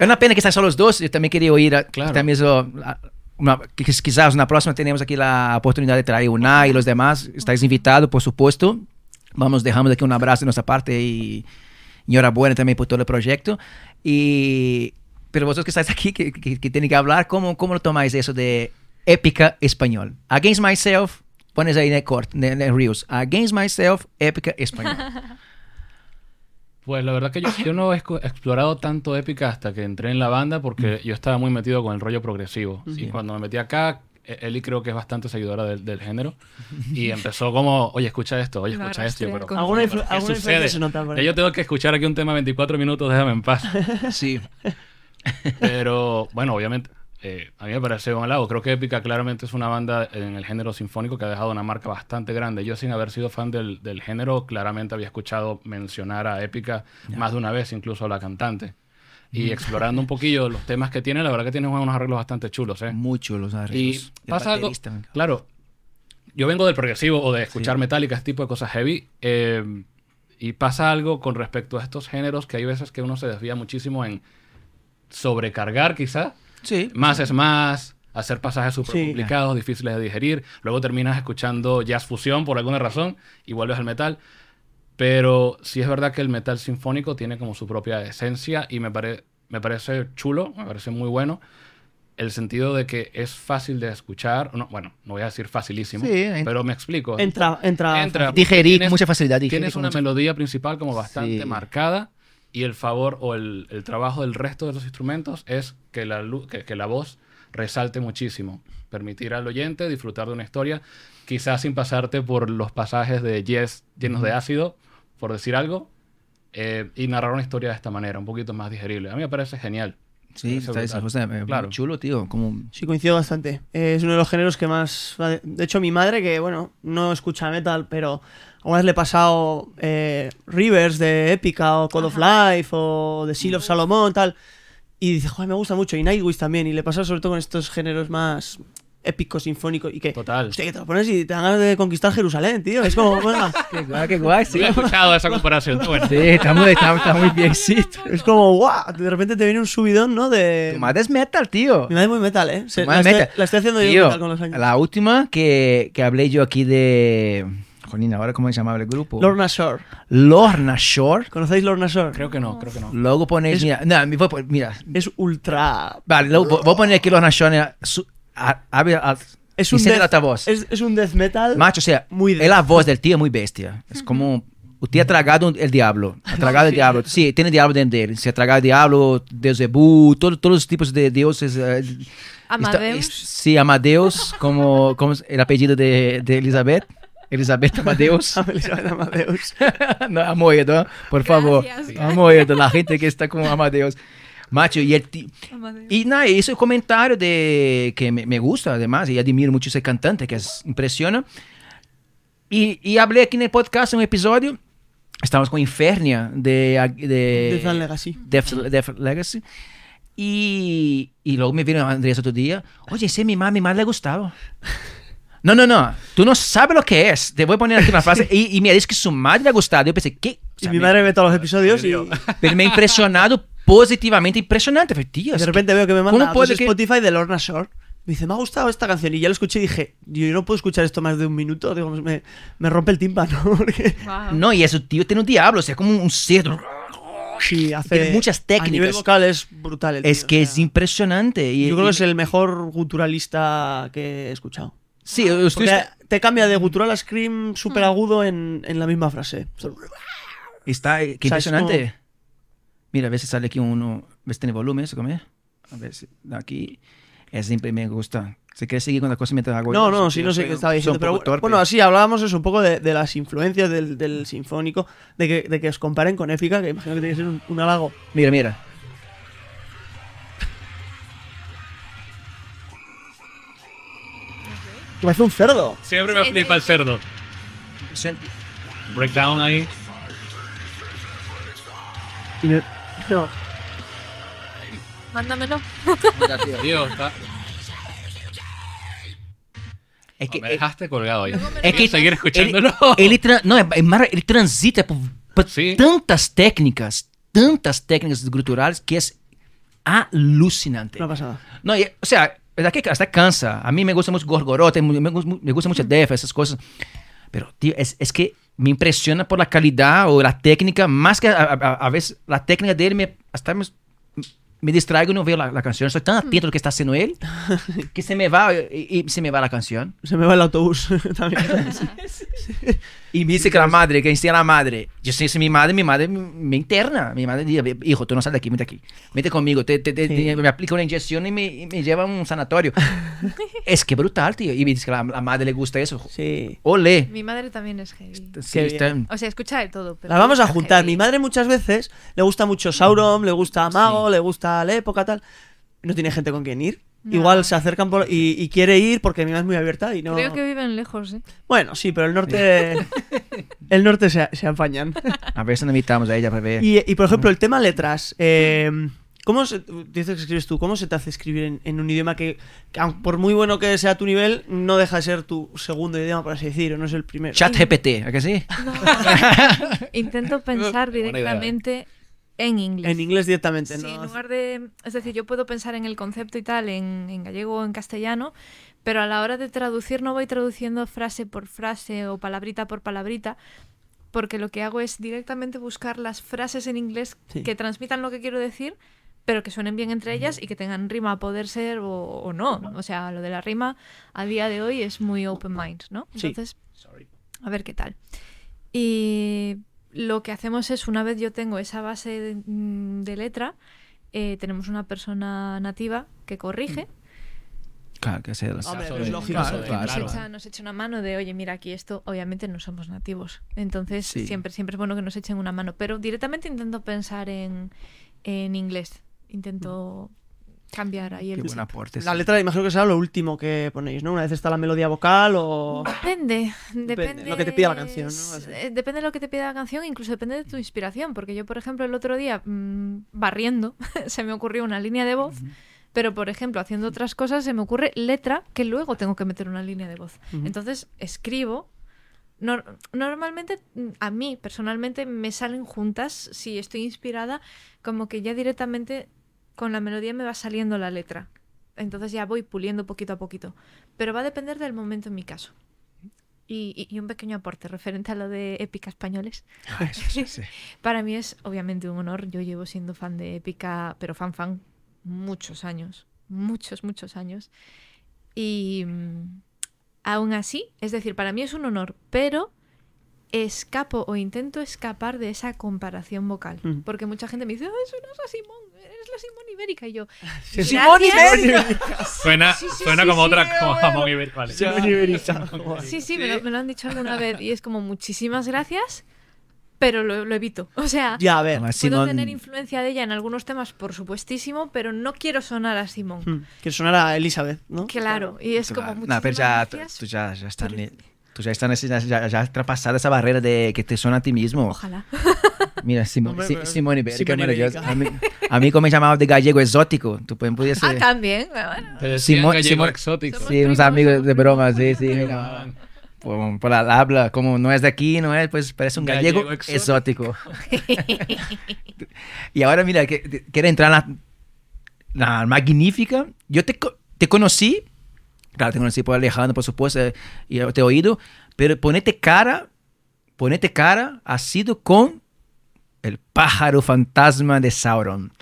Speaker 1: Es una pena que están solo los dos. Yo también quería oír, a-
Speaker 3: Claro.
Speaker 1: también eso, a- una- que quizás una próxima tenemos aquí la oportunidad de traer a Unai y los e demás. Estáis invitados, por supuesto. Vamos, dejamos aquí un abrazo de nuestra parte y, y enhorabuena también por todo el proyecto. Y, pero vosotros que estáis aquí, que, que, que tienen que hablar, ¿cómo, ¿cómo lo tomáis eso de épica español? Against myself, pones ahí en el corte, en el- en el reels. Against myself, épica español.
Speaker 3: Pues la verdad que yo, yo no he escu- explorado tanto épica hasta que entré en la banda porque yo estaba muy metido con el rollo progresivo. Y cuando me metí acá, e- Eli creo que es bastante seguidora del, del género. Y empezó como, oye, escucha esto, oye,
Speaker 4: Lo
Speaker 3: escucha esto. Yo,
Speaker 4: arrastré
Speaker 3: pero,
Speaker 4: con-
Speaker 2: Alguna,
Speaker 3: ¿qué
Speaker 2: influ- alguna influencia
Speaker 3: sucede?
Speaker 2: se nota por
Speaker 3: Ya
Speaker 2: ahí.
Speaker 3: yo tengo que escuchar aquí un tema 24 minutos, déjame en paz.
Speaker 1: Sí.
Speaker 3: Pero bueno, obviamente, eh, a mí me parece un halago. Creo que Épica claramente es una banda en el género sinfónico que ha dejado una marca bastante grande. Yo, sin haber sido fan del, del género, claramente había escuchado mencionar a Épica más de una vez, incluso a la cantante. Y explorando un poquillo los temas que tiene, la verdad que tiene unos arreglos bastante chulos, ¿eh?
Speaker 1: Mucho los
Speaker 3: Y
Speaker 1: arreglos. El
Speaker 3: pasa algo.
Speaker 1: baterista, me encanta.
Speaker 3: Claro, yo vengo del progresivo o de escuchar metálicas ese tipo de cosas heavy. eh, y pasa algo con respecto a estos géneros que hay veces que uno se desvía muchísimo en sobrecargar, quizá.
Speaker 1: Sí.
Speaker 3: Más es más, hacer pasajes súper
Speaker 2: Sí.
Speaker 3: complicados, difíciles de digerir. Luego terminas escuchando jazz fusión por alguna razón y vuelves al metal. Pero sí es verdad que el metal sinfónico tiene como su propia esencia y me, pare- me parece chulo, me parece muy bueno. el sentido de que es fácil de escuchar. No, bueno, no voy a decir facilísimo,
Speaker 1: Sí, en-
Speaker 3: pero me explico.
Speaker 2: Entra, entra.
Speaker 3: Entra. porque
Speaker 1: Digerí con
Speaker 3: tienes-
Speaker 1: mucha facilidad. digerí
Speaker 3: Tienes
Speaker 1: con
Speaker 3: una
Speaker 1: mucha-
Speaker 3: melodía principal como bastante
Speaker 1: Sí.
Speaker 3: marcada y el favor o el, el trabajo del resto de los instrumentos es que la, lu- que, que la voz resalte muchísimo, permitir al oyente disfrutar de una historia, quizás sin pasarte por los pasajes de jazz llenos de ácido, por decir algo, eh, y narrar una historia de esta manera, un poquito más digerible. A mí me parece genial.
Speaker 1: Sí,
Speaker 3: Eso
Speaker 1: está
Speaker 3: brutal.
Speaker 1: esa cosa, eh,
Speaker 3: Claro.
Speaker 1: chulo, tío. Como...
Speaker 2: Sí, coincido bastante. Eh, es uno de los géneros que más... De hecho, mi madre, que bueno, no escucha metal, pero alguna vez le he pasado eh, Rivers de Epica o Code of Life o The Seal of Salomón, tal. Y dice, joder, me gusta mucho. Y Nightwish también. Y le pasa sobre todo con estos géneros más épicos, sinfónicos. Y que,
Speaker 3: Total.
Speaker 2: hostia, que te lo pones y te dan ganas de conquistar Jerusalén, tío. Es como, venga,
Speaker 1: Qué guay, qué guay,
Speaker 3: Sí, he escuchado esa comparación. Bueno,
Speaker 1: Sí, está muy, está, está muy bien, sí.
Speaker 2: es como, guau. De repente te viene un subidón, ¿no? De...
Speaker 1: Tu madre es metal, tío.
Speaker 2: Mi madre es muy metal, ¿eh? Se-
Speaker 1: Tu madre
Speaker 2: la,
Speaker 1: es
Speaker 2: estoy,
Speaker 1: metal.
Speaker 2: la estoy haciendo yo
Speaker 1: Tío,
Speaker 2: metal con los años.
Speaker 1: La última que, que hablé yo aquí de... Jolín, ¿ahora cómo se llamaba el grupo?
Speaker 2: Lorna Shore.
Speaker 1: Lorna Shore.
Speaker 2: ¿Conocéis Lorna Shore?
Speaker 3: creo que no, creo que no.
Speaker 1: Luego ponéis... Mira, no, me voy a pon- mira.
Speaker 2: es ultra.
Speaker 1: Vale, luego
Speaker 2: Uh.
Speaker 1: vo- voy a poner aquí Lorna Shore. Su, a- abre al-
Speaker 2: Es
Speaker 1: y
Speaker 2: un,
Speaker 1: sale la
Speaker 2: death,
Speaker 1: otra voz.
Speaker 2: Es, es un death metal.
Speaker 1: Macho, o sea,
Speaker 2: Muy de-
Speaker 1: es la voz del tío muy bestia. Es como... Usted ha tragado el diablo. Ha tragado el diablo. Sí, tiene diablo dentro de él. Se ha tragado el diablo, Dios de Bu, todo- todos los tipos de dioses. eh,
Speaker 4: Amadeus.
Speaker 1: Está- es- sí, Amadeus, como, como es el apellido de, de Elizabeth. Elizabeth Amadeus.
Speaker 2: Elizabeth Amadeus.
Speaker 1: no, Amoedo, por favor.
Speaker 4: Gracias.
Speaker 1: Amoedo, la gente que está con Amadeus. Macho, y el ti-
Speaker 4: Amadeus.
Speaker 1: y nada, y ese comentario de que me, me gusta además, y admiro mucho ese cantante que es impresiona. Y, y hablé aquí en el podcast en un episodio, estábamos con Infernia de... de
Speaker 2: Death and Legacy.
Speaker 1: Death, Death Legacy. Y, y luego me vino Andrés otro día, oye, ese mi mamá, mi mamá le gustaba. No, no, no, tú no sabes lo que es. Te voy a poner aquí una frase. Y, y me dice que su madre le ha gustado. Yo pensé, ¿qué? O
Speaker 2: Y
Speaker 1: sea,
Speaker 2: mi
Speaker 1: me-
Speaker 2: madre ve todos los episodios y,
Speaker 3: Dios.
Speaker 1: pero me ha impresionado positivamente, impresionante. Pero, tío,
Speaker 2: y
Speaker 1: es
Speaker 2: de
Speaker 1: que-
Speaker 2: repente veo que me
Speaker 1: ¿cómo
Speaker 2: manda pues,
Speaker 1: puede que-
Speaker 2: Spotify de Lorna Shore. Me dice, me ha gustado esta canción. Y ya lo escuché y dije, yo no puedo escuchar esto más de un minuto. Digo, me, me rompe el tímpano. Porque
Speaker 4: Guau.
Speaker 1: No, y ese tío tiene un diablo, o sea, como un cerdo.
Speaker 2: sí, hace.
Speaker 1: Tiene muchas técnicas.
Speaker 2: A nivel vocal es brutal. el
Speaker 1: Es
Speaker 2: tío,
Speaker 1: que
Speaker 2: o
Speaker 1: es
Speaker 2: sea,
Speaker 1: impresionante. Y,
Speaker 2: Yo creo
Speaker 1: y-
Speaker 2: que es el mejor guturalista que he escuchado.
Speaker 1: Sí, yo estoy-
Speaker 2: Porque te cambia de gutural a scream súper agudo en, en la misma frase.
Speaker 1: está eh, qué
Speaker 2: O sea, es
Speaker 1: impresionante. Mira, a veces sale aquí uno. ¿Ves tiene volumen eso come? A ver si. Aquí. Es siempre me gusta. Si quieres seguir con las cosas mientras hago
Speaker 2: No,
Speaker 1: eso,
Speaker 2: no,
Speaker 1: tío,
Speaker 2: sí, no sé
Speaker 1: soy
Speaker 2: qué
Speaker 1: un- pues.
Speaker 2: estaba
Speaker 1: soy un
Speaker 2: diciendo. Pero
Speaker 1: poco torpe.
Speaker 2: bueno, así hablábamos eso un poco de, de las influencias del, del sinfónico, de que, de que os comparen con Épica, que imagino que tiene que ser un, un halago.
Speaker 1: Mira, mira.
Speaker 2: Que parece un cerdo.
Speaker 3: Siempre me flipa el cerdo. Breakdown ahí.
Speaker 2: Y me- no.
Speaker 4: Mándamelo.
Speaker 3: Dios, está-
Speaker 1: Es que.
Speaker 3: me dejaste colgado ahí.
Speaker 4: me
Speaker 1: Es que-
Speaker 3: seguir
Speaker 1: Ele,
Speaker 3: escuchándolo.
Speaker 1: ele tra- não, é, é mara- ele transita por, por
Speaker 3: Sim.
Speaker 1: tantas técnicas, tantas técnicas guturais que é alucinante.
Speaker 2: Una pasada.
Speaker 1: Não, e, o sea, daqui até cansa. A mim me gusta muito Gorgoró, tem mu- me, gus- me gusta muito Def, essas coisas. Pero, tío, es, es que me impresiona por la calidad o la técnica, más que a, a- a veces la técnica dele me, hasta me, me distraigo y no veo la, la canción. Estoy tan atento a lo que está haciendo él que se me va y- y se me va la canción.
Speaker 2: Se me va el autobús también.
Speaker 1: Y me dice que la madre, que enseña a la madre. Yo sé, si mi madre, mi madre me interna. Mi madre dice, hijo, tú no sales de aquí, vete aquí. Vete conmigo, te, te- te-
Speaker 2: Sí.
Speaker 1: te- me aplica una inyección y me, y me lleva a un sanatorio. es que brutal, tío. Y me dice que la, la madre le gusta eso.
Speaker 2: Sí.
Speaker 1: Ole.
Speaker 4: Mi madre también es heavy.
Speaker 1: Sí,
Speaker 2: Qué
Speaker 1: está-
Speaker 4: O sea, escucha de todo. Pero
Speaker 2: La vamos a
Speaker 4: está
Speaker 2: juntar.
Speaker 4: heavy.
Speaker 2: Mi madre muchas veces le gusta mucho Sauron, le gusta Mago, le gusta la época, tal. No tiene gente con quien ir.
Speaker 4: No.
Speaker 2: Igual se acercan por- y, y quiere ir porque mi madre es muy abierta y no.
Speaker 4: Creo que viven lejos, ¿eh?
Speaker 2: Bueno, sí, pero el norte. el norte se, se apañan.
Speaker 1: A ver si nos invitamos a ella para ver.
Speaker 2: Y, y, por ejemplo, el tema letras. eh, ¿Cómo se, dices que escribes tú? ¿Cómo se te hace escribir en, en un idioma que, que aun por muy bueno que sea tu nivel, no deja de ser tu segundo idioma, por así decir, o no es el primero?
Speaker 1: Chat GPT, ¿a que sí?
Speaker 4: Intento pensar
Speaker 3: Buena idea. ¿eh?
Speaker 4: directamente en inglés.
Speaker 2: En inglés directamente,
Speaker 4: Sí, en
Speaker 2: ¿no?
Speaker 4: lugar de. Es decir, yo puedo pensar en el concepto y tal, en, en gallego o en castellano, pero a la hora de traducir no voy traduciendo frase por frase o palabrita por palabrita, porque lo que hago es directamente buscar las frases en inglés
Speaker 2: Sí.
Speaker 4: que transmitan lo que quiero decir pero que suenen bien entre ellas y que tengan rima a poder ser o, o no. O sea, lo de la rima a día de hoy es muy open mind, ¿no?
Speaker 2: Sí.
Speaker 4: Entonces, a ver qué tal. Y lo que hacemos es, una vez yo tengo esa base de, mm, de letra, eh, tenemos una persona nativa que corrige.
Speaker 1: Claro, que sea las-
Speaker 2: Hombre,
Speaker 3: Caso
Speaker 2: pero es
Speaker 3: de-
Speaker 2: lógico,
Speaker 3: caso de-
Speaker 1: claro,
Speaker 4: nos,
Speaker 1: claro.
Speaker 4: echa, nos echa una mano de, oye, mira, aquí esto, obviamente no somos nativos. Entonces,
Speaker 1: Sí.
Speaker 4: siempre, siempre es bueno que nos echen una mano. Pero directamente intento pensar en, en inglés. Intento cambiar
Speaker 1: Mm.
Speaker 4: ahí
Speaker 1: Qué
Speaker 4: el
Speaker 1: buen
Speaker 4: chip.
Speaker 1: aporte.
Speaker 2: La
Speaker 1: sí.
Speaker 2: letra imagino que será lo último que ponéis, ¿no? Una vez está la melodía vocal o...
Speaker 4: Depende,
Speaker 2: Depende,
Speaker 4: depende.
Speaker 2: lo que te pida la canción, ¿no? Así.
Speaker 4: eh, Depende de lo que te pida la canción, incluso depende de tu inspiración. Porque yo, por ejemplo, el otro día, mm, barriendo, se me ocurrió una línea de voz. Pero, por ejemplo, haciendo otras cosas, se me ocurre letra que luego tengo que meter una línea de voz.
Speaker 2: Ujú.
Speaker 4: Entonces, escribo. Nor- normalmente, mm, a mí personalmente, me salen juntas. Si estoy inspirada, como que ya directamente con la melodía me va saliendo la letra. Entonces ya voy puliendo poquito a poquito. Pero va a depender del momento en mi caso. Y, y- y un pequeño aporte referente a lo de Épica Españoles.
Speaker 1: Ah, eso, sí, sí.
Speaker 4: Para mí es obviamente un honor. Yo llevo siendo fan de Épica, pero fan fan, muchos años. Muchos, muchos años. Y mm, aún así, es decir, para mí es un honor, pero escapo o intento escapar de esa comparación vocal.
Speaker 2: Ujú.
Speaker 4: Porque mucha gente me dice, "Ah, eso no es la Simón, eres la Simón Ibérica. Y yo,
Speaker 2: Sí,
Speaker 4: Simón
Speaker 3: Suena,
Speaker 4: Sí, sí,
Speaker 3: suena
Speaker 4: sí,
Speaker 3: como
Speaker 4: sí,
Speaker 3: otra
Speaker 4: eh,
Speaker 3: como
Speaker 4: bueno.
Speaker 3: jamón ibérico. Vale.
Speaker 2: Simón Ibérica.
Speaker 4: Sí, sí, me lo, me lo han dicho alguna vez y es como muchísimas gracias, pero lo, lo evito. O sea,
Speaker 2: Ya, a ver.
Speaker 1: Además,
Speaker 4: puedo
Speaker 1: Simón-
Speaker 4: tener influencia de ella en algunos temas, por supuestísimo, pero no quiero sonar a Simón.
Speaker 2: Mm, Que sonara Elizabeth, ¿no?
Speaker 4: Claro, y es como
Speaker 1: Claro. Pues
Speaker 4: muchísimas
Speaker 1: No, pero ya, tú
Speaker 4: gracias.
Speaker 1: tú ya, ya estás,
Speaker 4: pero-
Speaker 1: ni- tú ya estás nece- ya, ya, ya has traspasado esa barrera de que te suena a ti mismo.
Speaker 4: Ojalá.
Speaker 1: Mira, Simón,
Speaker 2: Hombre,
Speaker 1: Si-
Speaker 2: pero-
Speaker 1: Simón Ibérica,
Speaker 2: Simón
Speaker 1: maravilloso.
Speaker 2: Ibérica.
Speaker 1: A mí, a mí como me llamaban de gallego exótico, tú puedes podías
Speaker 4: Ah,
Speaker 1: ser...
Speaker 4: también. bueno.
Speaker 3: Te decían
Speaker 1: Simón-
Speaker 3: gallego
Speaker 1: Simón-
Speaker 3: exótico.
Speaker 4: Somos
Speaker 1: sí,
Speaker 4: primos,
Speaker 1: unos amigos de
Speaker 4: somos
Speaker 1: broma, sí,
Speaker 4: primos.
Speaker 1: sí, mira. Por, por la habla, como no es de aquí, no es, pues parece un gallego,
Speaker 3: Gallego exótico.
Speaker 1: exótico. y ahora, mira, que, que- quiero entrar en la, la magnífica. Yo te, co- te conocí, claro, te conocí por Alejandro, por supuesto, eh, y te he oído, pero ponerte cara, ponerte cara ha sido con el pájaro fantasma de Sauron,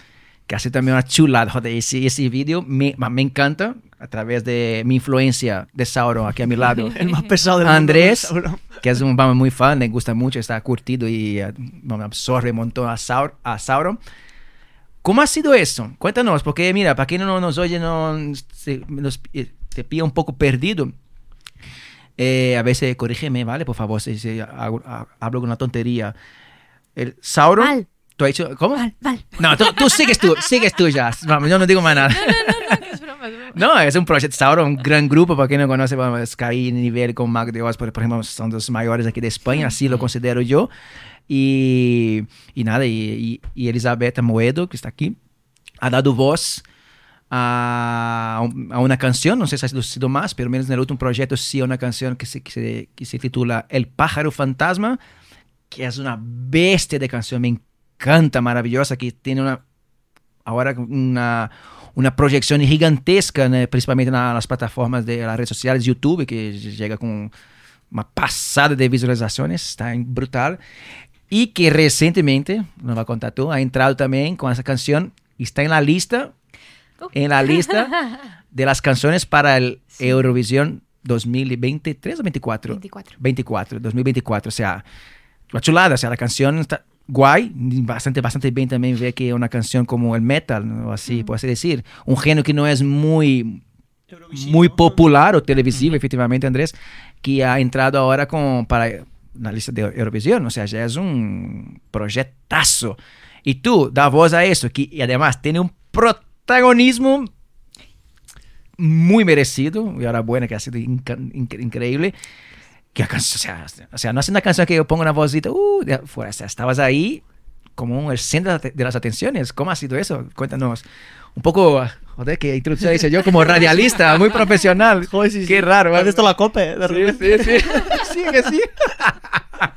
Speaker 1: que hace también una chulada. Joder, ese, ese vídeo me, me encanta a través de mi influencia de Sauron aquí a mi lado.
Speaker 2: El más pesado
Speaker 3: Ah,
Speaker 2: del mundo,
Speaker 1: Andrés,
Speaker 2: seguro.
Speaker 1: que es un vamos, muy fan, le gusta mucho, está curtido y eh, vamos, absorbe un montón a, Saur- a Sauron. ¿Cómo ha sido eso? Cuéntanos, porque mira, para quien no nos oye, no, se, nos- eh, te pilla un poco perdido. Eh, a veces, corrígeme, ¿vale? Por favor, si, si hago- ha- hablo con una tontería. El Sauron...
Speaker 4: Mal.
Speaker 1: ¿Tú has dicho, ¿Cómo?
Speaker 4: Mal, mal.
Speaker 1: No, tú, tú sigues tú, sigues tú ya. Vamos, yo no digo más nada.
Speaker 4: No, que es broma, es broma.
Speaker 1: No, es un proyecto Sauron, un gran grupo, para quien no conoce, vamos, Sky Nivel con Mac de Oz, por, por ejemplo, son los mayores aquí de España, así lo considero yo. Y, y nada, y, y, y Elizabeth Moedo, que está aquí, ha dado voz a, a una canción, no sé si ha sido, sido más, pero menos en el último proyecto sí una canción que se, que se- que se titula El pájaro fantasma, que es una bestia de canción, me encanta, maravillosa, que tiene una, ahora una, una proyección gigantesca, né, principalmente na- nas plataformas de las redes sociales, YouTube, que llega con uma passada de visualizações, está em- brutal. E que recentemente, não vai contar tu, ha entrado também com essa canção, está em la lista,
Speaker 4: Uh.
Speaker 1: em la lista de las canções para el Eurovisión 2023 ou 24?
Speaker 4: 24.
Speaker 1: 24, 2024, o sea, una chulada, o sea, la canción está guay, bastante, bastante bien también ver que una canción como el metal, o así, por así decir, un género que no es muy, muy popular o televisivo, efectivamente, Andrés, que ha entrado ahora con, para la lista de Eurovisión, o sea, ya es un proyectazo. Y tú, da voz a eso, que, y además tiene un protagonismo muy merecido, y ahora buena que ha sido inca- inc- increíble. Que a can- o, sea, o sea, no es una canción que yo pongo una vozita, uh, de afuera, o sea, estabas ahí como el centro de de las atenciones. ¿Cómo ha sido eso? Cuéntanos. Un poco, ah, joder, que introducción hice yo como radialista, muy profesional.
Speaker 2: Joder, sí, sí.
Speaker 1: Qué raro.
Speaker 2: Has visto la cope, de
Speaker 1: Sí,
Speaker 2: repente.
Speaker 1: sí, sí. Sí, que sí.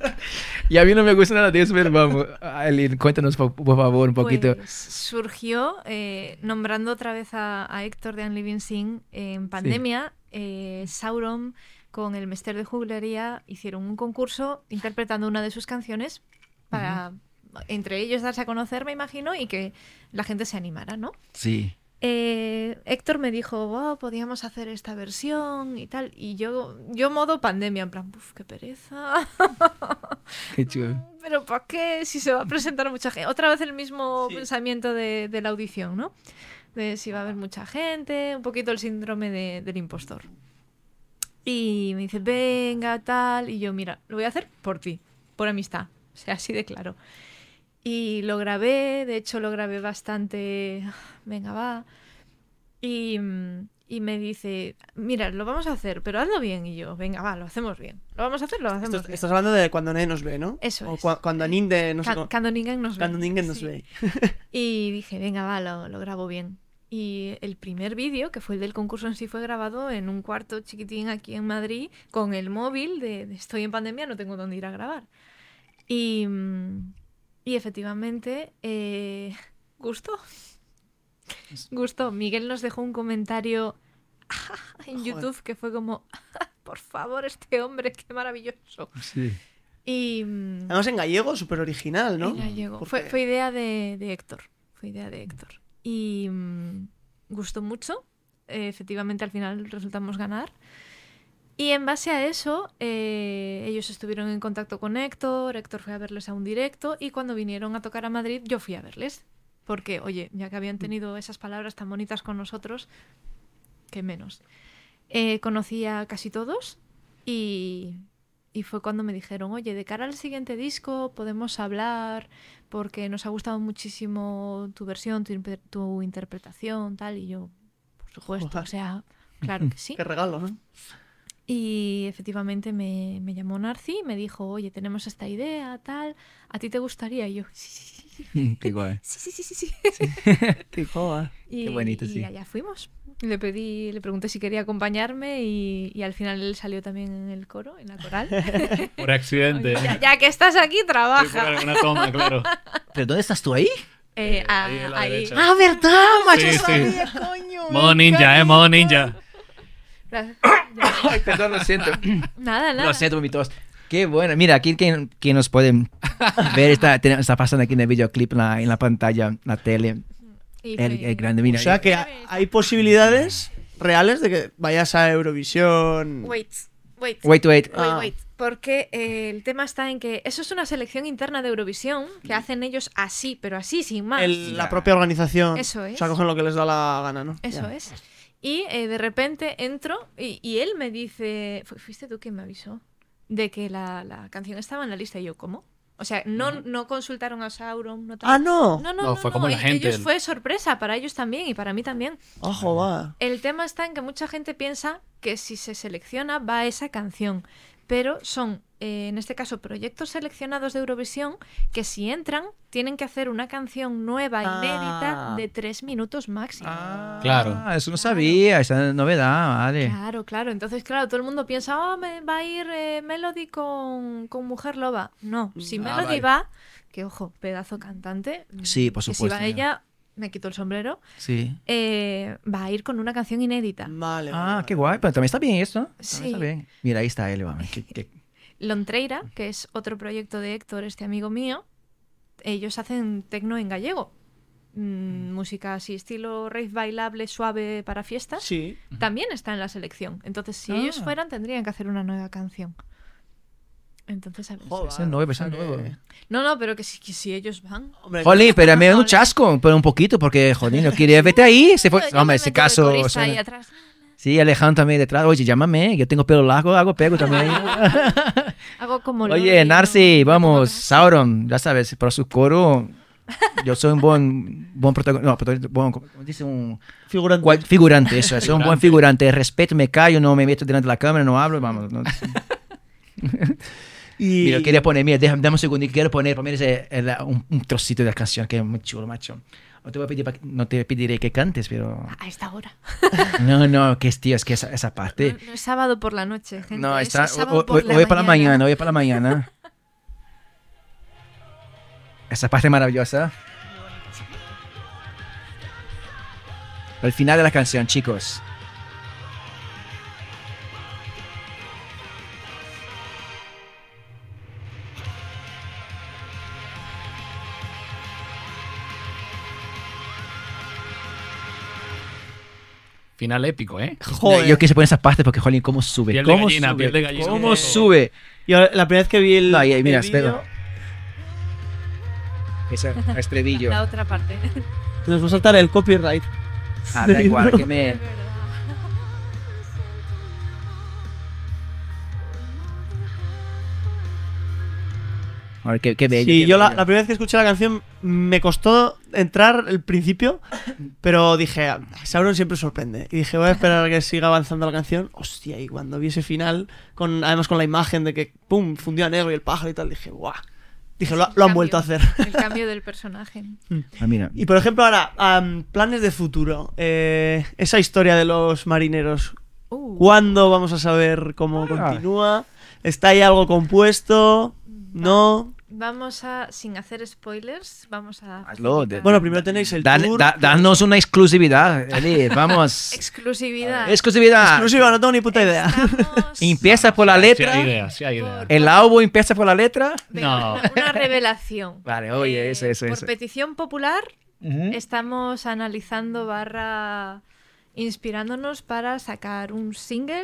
Speaker 1: y a mí no me gusta nada de eso, pero vamos. Aileen, cuéntanos, por, por favor, un poquito.
Speaker 4: Pues surgió eh, nombrando otra vez a, a Héctor de Anne Living Sing en pandemia. eh, Sauron con el Mester de Juglería hicieron un concurso interpretando una de sus canciones para entre ellos darse a conocer, me imagino, y que la gente se animara, ¿no?
Speaker 1: Sí.
Speaker 4: Eh, Héctor me dijo, wow, podíamos hacer esta versión y tal. Y yo, yo modo pandemia, en plan, uff, qué pereza.
Speaker 1: Qué chulo.
Speaker 4: Pero ¿para qué? Si se va a presentar mucha gente. Otra vez el mismo
Speaker 2: Sí.
Speaker 4: pensamiento de, de la audición, ¿no? De si va a haber mucha gente, un poquito el síndrome de- del impostor. Y me dice, venga, tal. Y yo, mira, lo voy a hacer por ti, por amistad. O sea, así de claro. Y lo grabé, de hecho lo grabé bastante. Venga, va. Y, mm, y me dice, mira, lo vamos a hacer, pero hazlo bien. Y yo, venga, va, lo hacemos bien. Lo vamos a hacer, lo hacemos
Speaker 2: Esto-
Speaker 4: bien.
Speaker 2: estás hablando de cuando nadie nos ve, ¿no?
Speaker 4: Eso
Speaker 2: o
Speaker 4: es.
Speaker 2: cua- cuando Ninde, no sé
Speaker 4: Ca-
Speaker 2: cómo-
Speaker 4: Cuando Ningen nos ve.
Speaker 2: Cuando Ninde nos
Speaker 4: Sí.
Speaker 2: ve.
Speaker 4: Y dije, venga, va, lo, lo grabo bien. Y el primer vídeo, que fue el del concurso en sí, fue grabado en un cuarto chiquitín aquí en Madrid con el móvil de, de estoy en pandemia, no tengo dónde ir a grabar. Y, mm, y efectivamente, eh, gustó. Gustó. Miguel nos dejó un comentario en
Speaker 2: Joder.
Speaker 4: YouTube que fue como, por favor, este hombre, qué maravilloso.
Speaker 1: Sí.
Speaker 4: Y... mm,
Speaker 2: Además en gallego, súper original, ¿no?
Speaker 4: en gallego.
Speaker 2: Porque-
Speaker 4: Fue, fue idea de, de Héctor. Fue idea de Héctor. Y mm, gustó mucho. Eh, efectivamente, al final resultamos ganar. Y en base a eso, eh, ellos estuvieron en contacto con Héctor, Héctor fue a verles a un directo y cuando vinieron a tocar a Madrid, yo fui a verles. Porque, oye, ya que habían tenido esas palabras tan bonitas con nosotros, que menos. Eh, conocí a casi todos y, y fue cuando me dijeron, oye, de cara al siguiente disco podemos hablar porque nos ha gustado muchísimo tu versión, tu, imper- tu interpretación, tal. Y yo, por supuesto, o
Speaker 2: Joder.
Speaker 4: sea, claro que sí.
Speaker 2: Qué regalo, ¿no?
Speaker 4: Y efectivamente me, me llamó Narci y me dijo, oye, tenemos esta idea, tal, ¿a ti te gustaría? Y yo, sí, sí, sí,
Speaker 1: Qué guay.
Speaker 4: sí, sí, sí, sí, sí.
Speaker 2: Qué joder.
Speaker 4: Y,
Speaker 1: Qué bonito,
Speaker 4: y
Speaker 1: sí.
Speaker 4: allá fuimos. Le pedí, le pregunté si quería acompañarme y, y al final él salió también en el coro, en la coral.
Speaker 3: Por accidente.
Speaker 4: ya, ya que estás aquí,
Speaker 3: Sí, por
Speaker 4: trabaja.
Speaker 3: alguna toma, claro.
Speaker 1: ¿Pero dónde estás tú ahí?
Speaker 4: Eh,
Speaker 3: Eh,
Speaker 4: ah,
Speaker 3: ahí a la
Speaker 4: ahí.
Speaker 3: derecha.
Speaker 4: Ah, verdad, macho.
Speaker 3: Sí, sí.
Speaker 2: Ay, coño!
Speaker 3: Modo ninja, eh, modo ninja.
Speaker 4: Gracias.
Speaker 1: Ay, perdón, lo siento.
Speaker 4: Nada, nada.
Speaker 1: lo siento, mi tos. Qué bueno. Mira, aquí quien, quien nos puede ver está, tiene- está pasando aquí en el videoclip, en la, en la pantalla, en la tele.
Speaker 4: Y
Speaker 1: El,
Speaker 4: fue-
Speaker 1: el grande, mira.
Speaker 2: O sea que ha- hay posibilidades reales de que vayas a Eurovisión.
Speaker 4: Wait, wait.
Speaker 1: Wait, wait.
Speaker 4: Wait,
Speaker 2: Ah.
Speaker 4: wait, porque eh, el tema está en que eso es una selección interna de Eurovisión
Speaker 1: Mm.
Speaker 4: que hacen ellos así, pero así, sin más.
Speaker 2: El- la
Speaker 1: Ya.
Speaker 2: propia organización.
Speaker 4: Eso
Speaker 2: O sea,
Speaker 4: es.
Speaker 2: cogen lo que les da la gana, ¿no?
Speaker 4: Eso es. Y eh, de repente entro y, y él me dice, "Fu- ¿fuiste tú quien me avisó? De que la, la canción estaba en la lista y yo, ¿cómo? O sea, no, no consultaron a Sauron, no tal.
Speaker 2: ¡Ah, no!
Speaker 4: No, no,
Speaker 3: No,
Speaker 4: no,
Speaker 3: fue como
Speaker 4: no,
Speaker 3: la
Speaker 4: e-
Speaker 3: gente.
Speaker 4: Ellos fue sorpresa para ellos también y para mí también.
Speaker 2: ¡Ojo, va!
Speaker 4: El tema está en que mucha gente piensa que si se selecciona va esa canción, pero son, eh, en este caso, proyectos seleccionados de Eurovisión que si entran tienen que hacer una canción nueva, inédita,
Speaker 2: Ah.
Speaker 4: de tres minutos máximo.
Speaker 3: Claro.
Speaker 1: Ah, eso no sabía. Esa es novedad, vale.
Speaker 4: Claro, claro. Entonces, claro, todo el mundo piensa, oh, me va a ir eh, Melody con, con Mujer Loba.
Speaker 1: Mm,
Speaker 4: No, si
Speaker 3: Ah,
Speaker 4: Melody
Speaker 3: vale.
Speaker 4: va, que ojo, pedazo cantante. mm,
Speaker 1: Sí, por
Speaker 4: que
Speaker 1: supuesto,
Speaker 4: Si va
Speaker 1: ya.
Speaker 4: ella, me quito el sombrero,
Speaker 1: Sí.
Speaker 4: eh, va a ir con una canción inédita.
Speaker 2: Vale.
Speaker 1: Ah,
Speaker 2: vale,
Speaker 1: qué
Speaker 2: vale.
Speaker 1: guay. Pero también está bien esto. También
Speaker 4: Sí.
Speaker 1: Está bien. Mira, ahí está él. Vamos. Qué- qué- Mm.
Speaker 4: Lontreira, que es otro proyecto de Héctor, este amigo mío, ellos hacen tecno en gallego. Mm, música así, estilo rave bailable, suave para fiestas,
Speaker 2: Sí.
Speaker 4: también está en la selección. Entonces, si
Speaker 1: Ah.
Speaker 4: ellos fueran, tendrían que hacer una nueva canción. Entonces, a ver.
Speaker 2: Joder,
Speaker 1: Ese es nuevo, ese es
Speaker 2: o sea
Speaker 1: nuevo.
Speaker 2: que-
Speaker 4: No, no, pero que si, que si ellos van.
Speaker 2: Hombre,
Speaker 1: Jolín, pero me da un chasco, pero un poquito, porque jolín, no quería vete ahí. Se fue.
Speaker 4: Yo- yo me
Speaker 1: Hombre, ese
Speaker 4: meto de
Speaker 1: caso.
Speaker 4: corista
Speaker 1: suena-
Speaker 4: ahí atrás.
Speaker 1: Sí, Alejandro también detrás. Oye, llámame, yo tengo pelo largo, hago pego también.
Speaker 4: Hago como
Speaker 1: Oye,
Speaker 4: Lorelei,
Speaker 1: Narci,
Speaker 4: ¿no?
Speaker 1: vamos, Sauron, ya sabes, para su coro, yo soy un buen, buen protagonista, no, protagonista, buen, ¿cómo dice? Un
Speaker 2: figurante.
Speaker 1: cual- figurante, eso, soy un buen figurante. Respeto, me callo, no me meto delante de la cámara, no hablo, vamos. no-
Speaker 2: Y...
Speaker 1: Mira, quería poner, mira, déjame, dame un segundo, quiero poner, para mí es eh, el- un, un trocito de la canción que es muy chulo, macho. No te, voy a pedir pa- no te pediré que cantes, pero...
Speaker 4: A esta hora.
Speaker 1: No, no, que es, tío, es que esa, esa parte...
Speaker 4: No, no es sábado por la noche, gente.
Speaker 1: No,
Speaker 4: es
Speaker 1: está,
Speaker 4: sábado
Speaker 1: hoy,
Speaker 4: por
Speaker 1: hoy- hoy para la mañana, hoy para la mañana. Esa parte maravillosa. El final de la canción, chicos.
Speaker 3: Final épico, ¿eh?
Speaker 2: Joder.
Speaker 1: Yo quise poner esa parte porque, jolín, cómo sube.
Speaker 3: Piel de
Speaker 1: ¿Cómo
Speaker 3: gallina,
Speaker 1: sube?
Speaker 3: piel de gallina.
Speaker 1: ¿Cómo
Speaker 3: Eh.
Speaker 1: sube?
Speaker 2: Yo la primera vez que vi el.
Speaker 1: No, ahí, ahí, mira,
Speaker 2: el vídeo,
Speaker 1: espera. Esa a estribillo.
Speaker 4: La otra parte.
Speaker 2: Nos va a saltar el copyright.
Speaker 1: Ah, da igual, que me.
Speaker 4: Es verdad.
Speaker 1: A ver, qué, qué bello.
Speaker 2: Sí,
Speaker 1: qué
Speaker 2: yo la,
Speaker 1: bello.
Speaker 2: la primera vez que escuché la canción me costó entrar el principio, pero dije, "Ah, Sauron siempre sorprende. Y dije, voy a esperar a que siga avanzando la canción. Hostia, y cuando vi ese final, con, además con la imagen de que, pum, fundió a negro y el pájaro y tal, dije, guau. Dije, lo, lo han
Speaker 4: Cambio,
Speaker 2: vuelto a hacer.
Speaker 4: El cambio del personaje.
Speaker 1: Ah, mira.
Speaker 2: Y por ejemplo, ahora, am, planes de futuro. Eh, esa historia de los marineros.
Speaker 4: Uh.
Speaker 2: ¿Cuándo vamos a saber cómo continúa? ¿Está ahí algo compuesto? ¿No?
Speaker 4: Vamos a, sin hacer spoilers, vamos a...
Speaker 1: Hazlo, de-
Speaker 4: facilitar-
Speaker 2: Bueno, primero tenéis el
Speaker 1: Dan-
Speaker 2: tour.
Speaker 1: da- danos una exclusividad, Eli, vamos.
Speaker 4: Exclusividad.
Speaker 1: exclusividad.
Speaker 2: Exclusiva, no tengo ni puta idea.
Speaker 4: Estamos
Speaker 1: Empieza por la
Speaker 3: Sí hay
Speaker 1: letra.
Speaker 3: idea, sí hay idea.
Speaker 1: El álbum empieza por la letra.
Speaker 4: Venga,
Speaker 3: No.
Speaker 4: una, una revelación.
Speaker 1: Vale, oye,
Speaker 4: Eh,
Speaker 1: eso, eso,
Speaker 4: Por
Speaker 1: eso. ¿Mm?
Speaker 4: petición popular, estamos analizando barra inspirándonos para sacar un single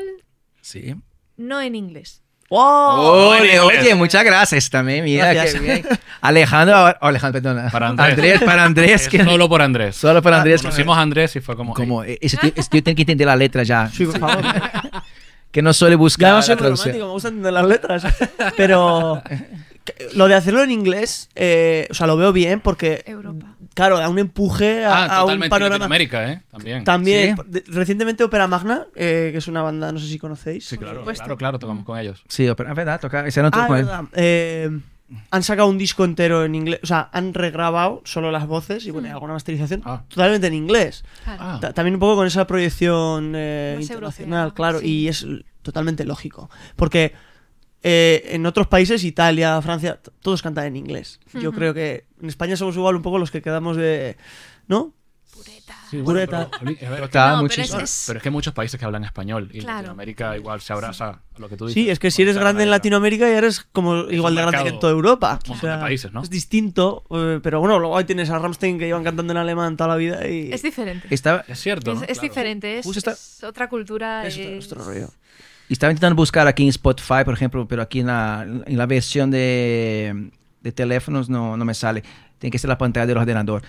Speaker 1: Sí.
Speaker 4: no en inglés.
Speaker 2: ¡Wow!
Speaker 1: Ole,
Speaker 3: Inglés.
Speaker 1: oye, muchas gracias también. Mira,
Speaker 2: Oh, Gracias.
Speaker 1: qué bien. Alejandro, ahora- oh, Alejandro, perdona.
Speaker 3: Para Andrés.
Speaker 1: para Andrés.
Speaker 3: Es
Speaker 1: que-
Speaker 3: solo por Andrés.
Speaker 1: solo para Andrés. que-
Speaker 3: Conocimos a Andrés y fue como.
Speaker 1: como, eh, ese tío, ese tío tiene que entender la letra ya.
Speaker 2: Sí, por favor.
Speaker 1: Que no suele buscar
Speaker 2: Ya no
Speaker 1: la
Speaker 2: soy muy
Speaker 1: traducción.
Speaker 2: romántico, me gusta entender las letras. Pero que- lo de hacerlo en inglés, eh, o sea, lo veo bien porque,
Speaker 4: Europa.
Speaker 2: claro, da un empuje a,
Speaker 3: ah,
Speaker 2: a un
Speaker 3: totalmente en
Speaker 2: panorama.
Speaker 3: Latinoamérica, ¿eh? También.
Speaker 2: También,
Speaker 1: Sí.
Speaker 2: de- recientemente Opera Magna, eh, que es una banda, no sé si conocéis.
Speaker 3: Sí, claro,
Speaker 4: supuesto.
Speaker 3: claro, claro, tocamos con ellos.
Speaker 1: Sí, pero es verdad, toca. Ese no
Speaker 2: Ah,
Speaker 1: toca con él.
Speaker 2: verdad. Eh, han sacado un disco entero en inglés, o sea, han regrabado solo las voces y bueno,
Speaker 4: Mm.
Speaker 2: y alguna masterización
Speaker 3: Ah.
Speaker 2: totalmente en inglés.
Speaker 4: Claro.
Speaker 3: Ah.
Speaker 2: Ta- También un poco con esa proyección eh,
Speaker 4: Más
Speaker 2: internacional,
Speaker 4: europea,
Speaker 2: claro,
Speaker 4: sí.
Speaker 2: y es l- totalmente lógico. Porque eh, en otros países, Italia, Francia, t- todos cantan en inglés. Yo creo que en España somos igual un poco los que quedamos de... ¿No?
Speaker 3: Sí,
Speaker 2: Pureta.
Speaker 3: pero, a ver,
Speaker 1: Toca
Speaker 4: No, pero
Speaker 1: Ah, muchísimo.
Speaker 4: es, es-
Speaker 3: pero es que hay muchos países que hablan español y
Speaker 4: Claro.
Speaker 3: Latinoamérica igual se abraza a lo que tú dices.
Speaker 2: Sí, es que si eres
Speaker 3: Porque
Speaker 2: grande en
Speaker 3: Latinoamérica-
Speaker 2: Latinoamérica ya eres como igual
Speaker 3: un
Speaker 2: de grande que
Speaker 3: mercado,
Speaker 2: en toda Europa.
Speaker 3: un montón de países, ¿no?
Speaker 2: Es distinto, eh, pero bueno, luego ahí tienes a Rammstein que llevan cantando en alemán toda la vida y...
Speaker 4: Es diferente. Es,
Speaker 1: Estaba,
Speaker 3: Es cierto. ¿no?
Speaker 4: es
Speaker 3: Claro.
Speaker 4: diferente, es,
Speaker 1: Justo está-
Speaker 4: es otra cultura.
Speaker 2: es otro- es otro rollo.
Speaker 1: estaba intentando buscar aquí en Spotify, por ejemplo, pero aquí en la, en la versión de, de teléfonos no, no me sale. Tiene que ser la pantalla del ordenador.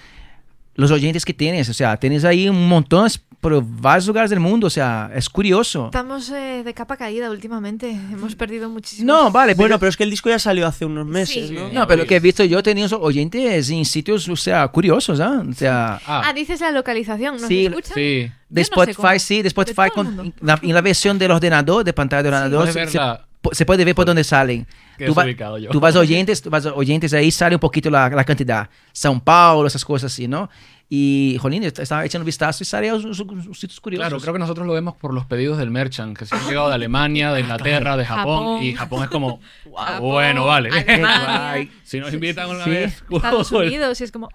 Speaker 1: Los oyentes que tienes, o sea, tienes ahí un montón por varios lugares del mundo, o sea, es curioso.
Speaker 4: Estamos eh, de capa caída últimamente. Hemos perdido muchísimo.
Speaker 1: No, vale,
Speaker 2: Bueno,
Speaker 1: bueno,
Speaker 2: pero es que el disco ya salió hace unos meses,
Speaker 4: Sí.
Speaker 2: ¿no?
Speaker 1: no, pero lo que he visto yo tenía oyentes en sitios, o sea, curiosos, ¿ah? O sea,
Speaker 3: Ah,
Speaker 4: Ah, dices la localización. ¿Nos
Speaker 1: Sí,
Speaker 4: escuchan?
Speaker 3: sí.
Speaker 1: de
Speaker 4: Yo no sé
Speaker 1: Spotify,
Speaker 4: cómo.
Speaker 1: sí, de Spotify,
Speaker 4: todo el
Speaker 1: con-
Speaker 4: mundo.
Speaker 1: en la, en la versión del ordenador, de pantalla del ordenador,
Speaker 3: Puedes
Speaker 1: se-
Speaker 3: ver
Speaker 1: se-
Speaker 3: la-
Speaker 1: po- se puede ver por dónde salen.
Speaker 3: Qué
Speaker 1: Tú, va-
Speaker 3: desubicado yo.
Speaker 1: tú vas a oyentes, tú vas a oyentes ahí sale un poquito la, la cantidad. São Paulo, esas cosas así, ¿no? Y, jolín, est- estaba echando un vistazo y sale a unos, unos sitios curiosos.
Speaker 3: Claro, creo que nosotros lo vemos por los pedidos del merchant, que se han llegado de Alemania, de Inglaterra, de Japón,
Speaker 4: Japón.
Speaker 3: y Japón es como,
Speaker 4: Japón,
Speaker 3: bueno, vale.
Speaker 4: Alemania,
Speaker 3: si nos invitan una
Speaker 1: Sí.
Speaker 3: vez,
Speaker 4: Estados
Speaker 3: cool.
Speaker 4: Unidos, y es como.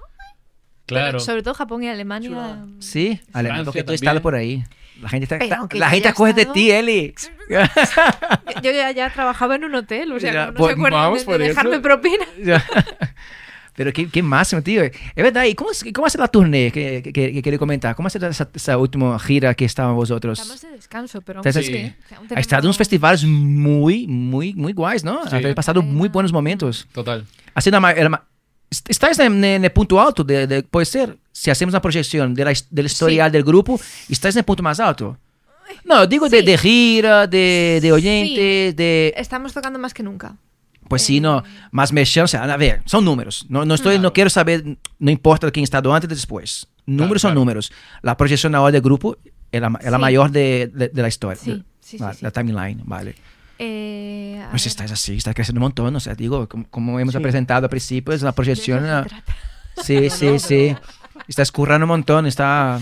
Speaker 3: Claro.
Speaker 4: Sobre todo Japón y Alemania.
Speaker 2: Chulada.
Speaker 1: Sí, Alemania,
Speaker 3: Francia
Speaker 1: porque tú
Speaker 3: también.
Speaker 1: estás por ahí. La gente, está,
Speaker 4: Pero
Speaker 1: está-
Speaker 4: aunque
Speaker 1: la
Speaker 4: yo
Speaker 1: gente
Speaker 4: haya
Speaker 1: acoge de
Speaker 4: estado-
Speaker 1: ti, Eli.
Speaker 4: Yo- Yo ya, ya trabajaba en un hotel, o sea,
Speaker 1: Ya,
Speaker 4: no se
Speaker 1: pues,
Speaker 4: acuerdan
Speaker 1: vamos
Speaker 4: de,
Speaker 1: por
Speaker 4: de
Speaker 1: eso.
Speaker 4: dejarme propina.
Speaker 1: Ya. Pero qué, qué máximo, tío. Es verdad, ¿y cómo, es- cómo hace la tournée que, que, que quería comentar? ¿Cómo hace esa, esa última gira que estaban vosotros?
Speaker 4: Estamos de descanso, pero aún
Speaker 1: Entonces,
Speaker 4: sí.
Speaker 3: sí.
Speaker 4: o sea, aún
Speaker 1: Ha estado
Speaker 4: tenemos-
Speaker 1: unos festivales muy, muy, muy guays, ¿no?
Speaker 3: Sí.
Speaker 1: Habéis pasado muy buenos momentos.
Speaker 3: Total.
Speaker 1: Haciendo ma- el ma- est- estáis en, en el punto alto, de, de- puede ser. Si hacemos una proyección de la his- del historial del grupo, estáis en el punto más alto. No, yo digo de,
Speaker 4: Sí.
Speaker 1: de gira, de, de oyentes, de...
Speaker 4: Estamos tocando más que nunca.
Speaker 1: Pues sí,
Speaker 4: Eh.
Speaker 1: no, más mechón, o sea, a ver, son números. No, no, estoy, no quiero saber, no importa quién está antes o después. Números son
Speaker 3: claro.
Speaker 1: números. La proyección ahora del grupo es la, ma- es la
Speaker 4: Sí.
Speaker 1: mayor de, de- de la historia.
Speaker 4: Sí,
Speaker 1: de-
Speaker 4: sí, sí,
Speaker 1: la,
Speaker 4: sí.
Speaker 1: la timeline, vale.
Speaker 4: Eh, a
Speaker 1: Pues
Speaker 4: ver,
Speaker 1: estáis así, está creciendo un montón. O sea, digo, como, como hemos presentado al principio, es la proyección.
Speaker 4: de eso se
Speaker 1: la-
Speaker 4: trata.
Speaker 1: Sí, sí, sí. Estás currando un montón, está.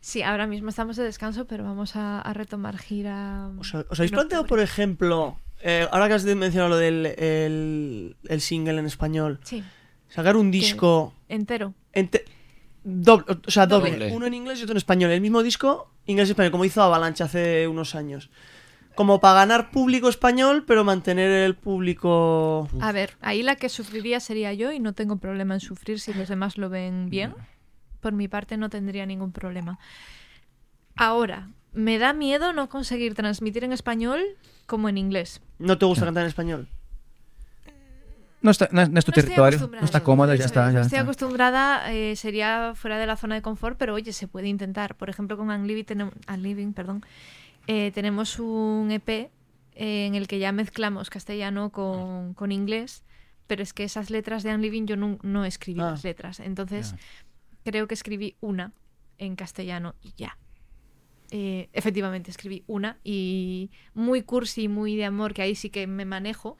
Speaker 4: Sí, ahora mismo estamos de descanso, pero vamos a, a retomar gira.
Speaker 2: ¿Os, os habéis
Speaker 4: en
Speaker 2: planteado, por
Speaker 4: octubre.
Speaker 2: ejemplo, eh, ahora que has de- mencionado lo del el, el single en español,
Speaker 4: Sí,
Speaker 2: sacar un disco
Speaker 4: entero.
Speaker 2: ente- doble, o sea, doble,
Speaker 3: Doble.
Speaker 2: uno en inglés y otro en español, el mismo disco inglés y español, como hizo Avalanche hace unos años. Como para ganar público español, pero mantener el público...
Speaker 4: A ver, ahí la que sufriría sería yo y no tengo problema en sufrir si los demás lo ven bien. Por mi parte no tendría ningún problema. Ahora, me da miedo no conseguir transmitir en español como en inglés.
Speaker 2: ¿No te gusta cantar en español?
Speaker 1: No, está, no, es- no es tu
Speaker 4: estoy
Speaker 1: territorio,
Speaker 4: acostumbrada.
Speaker 1: no está cómoda,
Speaker 4: Eso
Speaker 1: ya está.
Speaker 4: es,
Speaker 1: Ya
Speaker 4: estoy
Speaker 1: está.
Speaker 4: acostumbrada, eh, sería fuera de la zona de confort, pero oye, se puede intentar. Por ejemplo, con Unliving, tenem- Unliving, perdón, eh, tenemos un EP eh, en el que ya mezclamos castellano
Speaker 1: Ah.
Speaker 4: con, con inglés, pero es que esas letras de Unliving yo nun- no, escribí
Speaker 2: Ah.
Speaker 4: las letras. Entonces,
Speaker 1: Ya.
Speaker 4: creo que escribí una en castellano y ya. Eh, efectivamente, escribí una y muy cursi, muy de amor, que ahí sí que me manejo.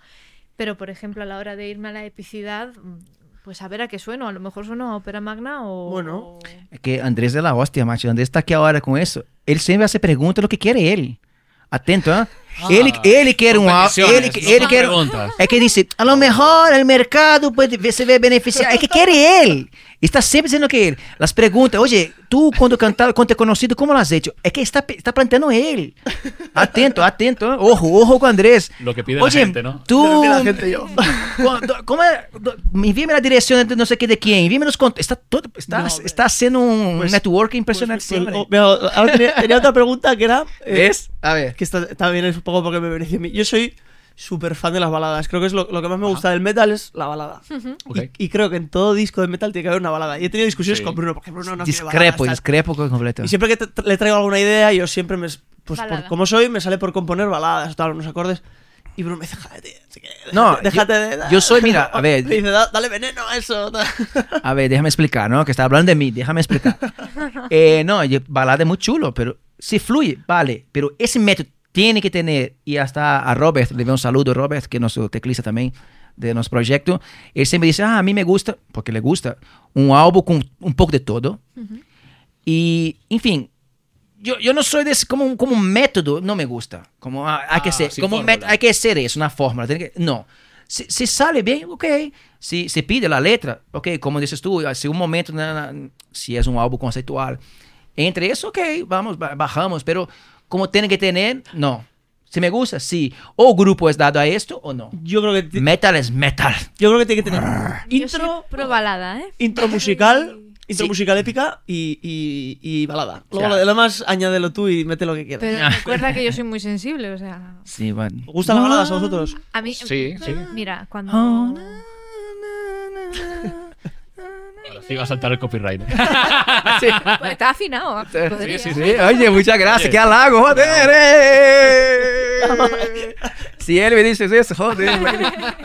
Speaker 4: Pero, por ejemplo, a la hora de irme a la epicidad, mm, pues a ver a qué sueno. A lo mejor sueno a ópera magna o...
Speaker 2: Bueno.
Speaker 4: o-
Speaker 1: Es É que Andrés de la hostia, macho. Andrés está aquí ahora con eso. Él siempre hace preguntas lo que quiere él. Atento, ¿eh?
Speaker 2: Ah,
Speaker 1: él, él quiere un um au- él,
Speaker 3: competiciones,
Speaker 1: él
Speaker 3: no
Speaker 1: quiere
Speaker 3: preguntas.
Speaker 1: Es que dice, a lo mejor el mercado puede, se ve beneficiado. Es que quiere él. Está siempre diciendo que él. Las preguntas, oye, tú cuando cantaba, cuando te he conocido, ¿cómo lo has hecho? Es que está, está planteando él. Atento, atento. ¿eh? Ojo, ojo con Andrés.
Speaker 3: Lo que pide la
Speaker 1: oye,
Speaker 3: gente, ¿no?
Speaker 1: Tú,
Speaker 2: Lo que la gente y yo.
Speaker 1: cuando- ¿Cómo era? Envíame la dirección de no sé qué de quién. Envíame los contactos. Está, todo- está,
Speaker 2: No, hombre.
Speaker 1: está haciendo un
Speaker 2: Pues-
Speaker 1: networking impresionante.
Speaker 2: Pues,
Speaker 1: siempre.
Speaker 2: oh, mira, ahora tenía, tenía otra pregunta que era. eh,
Speaker 1: ¿Ves? A ver.
Speaker 2: Que está, también es un poco porque me beneficia a mí. Yo soy súper fan de las baladas. Creo que es lo, lo que más me gusta del metal es la balada.
Speaker 3: Ok.
Speaker 2: Y, y creo que en todo disco de metal tiene que haber una balada. Y he tenido discusiones
Speaker 3: Sí.
Speaker 2: con Bruno, porque Bruno no quiere baladas,
Speaker 1: discrepo,
Speaker 2: tal.
Speaker 1: discrepo con completo.
Speaker 2: Y siempre que te- le traigo alguna idea, yo siempre me. Pues por
Speaker 4: Balada.
Speaker 2: como soy, me sale por componer baladas, tal, unos acordes. Y Bruno me dice, "Joder, así que déjate,
Speaker 1: No,
Speaker 2: déjate
Speaker 1: yo-
Speaker 2: de.
Speaker 1: yo soy, mira, a ver.
Speaker 2: Me dice, "Da- dale veneno a eso. tal.
Speaker 1: A ver, déjame explicar, ¿no? Que está hablando de mí, déjame explicar. Eh, no, yo- balada es muy chulo, pero si fluye, vale. Pero ese método tiene que tener, y hasta a Robert, le doy un saludo a Robert, que es nuestro teclista también de nuestro proyecto. Él siempre dice, ah, a mí me gusta, porque le gusta, un álbum con un poco de todo. Y, enfim, eu, eu não sou desse como um, como um método, não me gusta. Como ah, há que
Speaker 3: Ah,
Speaker 1: ser,
Speaker 3: sim,
Speaker 1: como um
Speaker 3: fórmula.
Speaker 1: método, há que ser isso na fórmula, tem que, não. Se, se sale bem, ok. Se, se pide a letra, ok. Como disse tu, se um momento, na- na- se é um álbum conceitual, entre isso, ok, vamos, ba- barramos, pero como tem que ter, não. Se me gusta, sim. Ou o grupo é dado a isto ou não.
Speaker 2: Yo creo que. ti-
Speaker 1: Metal é metal.
Speaker 2: Yo creo que tiene que tener
Speaker 4: Yo soy
Speaker 2: intro,
Speaker 4: pro balada, ¿eh?
Speaker 2: intro musical, intro
Speaker 1: Sí.
Speaker 2: musical épica y, y- y balada. Luego
Speaker 1: sea-
Speaker 2: lo demás, añádelo tú y mete lo que quieras.
Speaker 4: Pero recuerda que yo soy muy sensible, o sea...
Speaker 1: Sim, mano.
Speaker 2: ¿Os gustan las baladas a vosotros?
Speaker 4: A mí...
Speaker 3: Sí, sí.
Speaker 4: Mira, cuando...
Speaker 1: Oh, na,
Speaker 3: Ahora sí va a saltar el copyright.
Speaker 2: Ah.
Speaker 4: Bueno, Pues, Está afinado. podría.
Speaker 3: sí,
Speaker 1: Sí, oye, muchas gracias, qué halago, joder. eh. Si él me dice eso, joder. imagínate.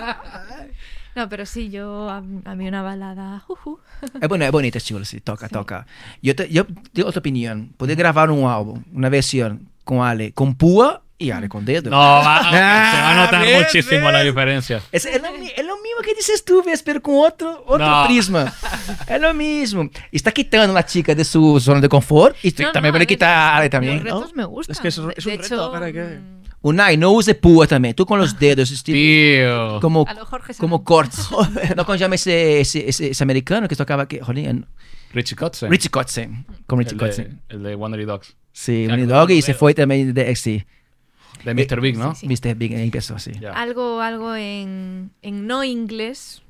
Speaker 4: No, pero sí, yo... A, a mí una balada... juju.
Speaker 1: Es bueno, es É bonito, chulo, sí, toca, toca. Yo, te- yo tengo otra opinión. Poder grabar un álbum, una versión con Ale, con púa y Ale con dedo.
Speaker 3: No, va,
Speaker 1: Ah,
Speaker 3: se va a notar
Speaker 1: ¿ves?
Speaker 3: muchísimo la diferencia.
Speaker 1: Es, es é, lo, mi- es lo mismo que dices tú, ves, pero con otro, otro
Speaker 3: No.
Speaker 1: prisma. Es lo mismo. Está quitando a la chica de su zona de confort y
Speaker 4: No,
Speaker 1: también
Speaker 4: no,
Speaker 1: puede
Speaker 4: a ver,
Speaker 1: quitar a Ale
Speaker 4: Los
Speaker 1: también.
Speaker 4: retos me
Speaker 2: Oh,
Speaker 4: gustan.
Speaker 2: Es que es un-
Speaker 4: De-
Speaker 2: es un
Speaker 4: de
Speaker 2: reto,
Speaker 4: hecho,
Speaker 2: para que-
Speaker 4: mm,
Speaker 1: Oh. Unai, no use púa también. Tú con los dedos, estilo-
Speaker 3: Tío.
Speaker 1: como,
Speaker 4: A lo Jorge Sanz.
Speaker 1: como cortes. No, ¿cómo se llama ese, ese, ese, ese americano que tocaba aquí? Jolín,
Speaker 3: Richie Kotzen.
Speaker 1: Richie Kotzen. Con Richie
Speaker 3: el,
Speaker 1: Kotzen.
Speaker 3: é de, el de Wonder Dogs.
Speaker 1: Sí,
Speaker 3: Claro,
Speaker 1: Unidog Dog y
Speaker 3: lo
Speaker 1: se
Speaker 3: veo.
Speaker 1: fue también de eh, sí,
Speaker 3: De Mr. Big, ¿no?
Speaker 4: Sí.
Speaker 1: Mr. Big ahí empezó, sí.
Speaker 3: Ya.
Speaker 4: Algo, algo en, en no inglés,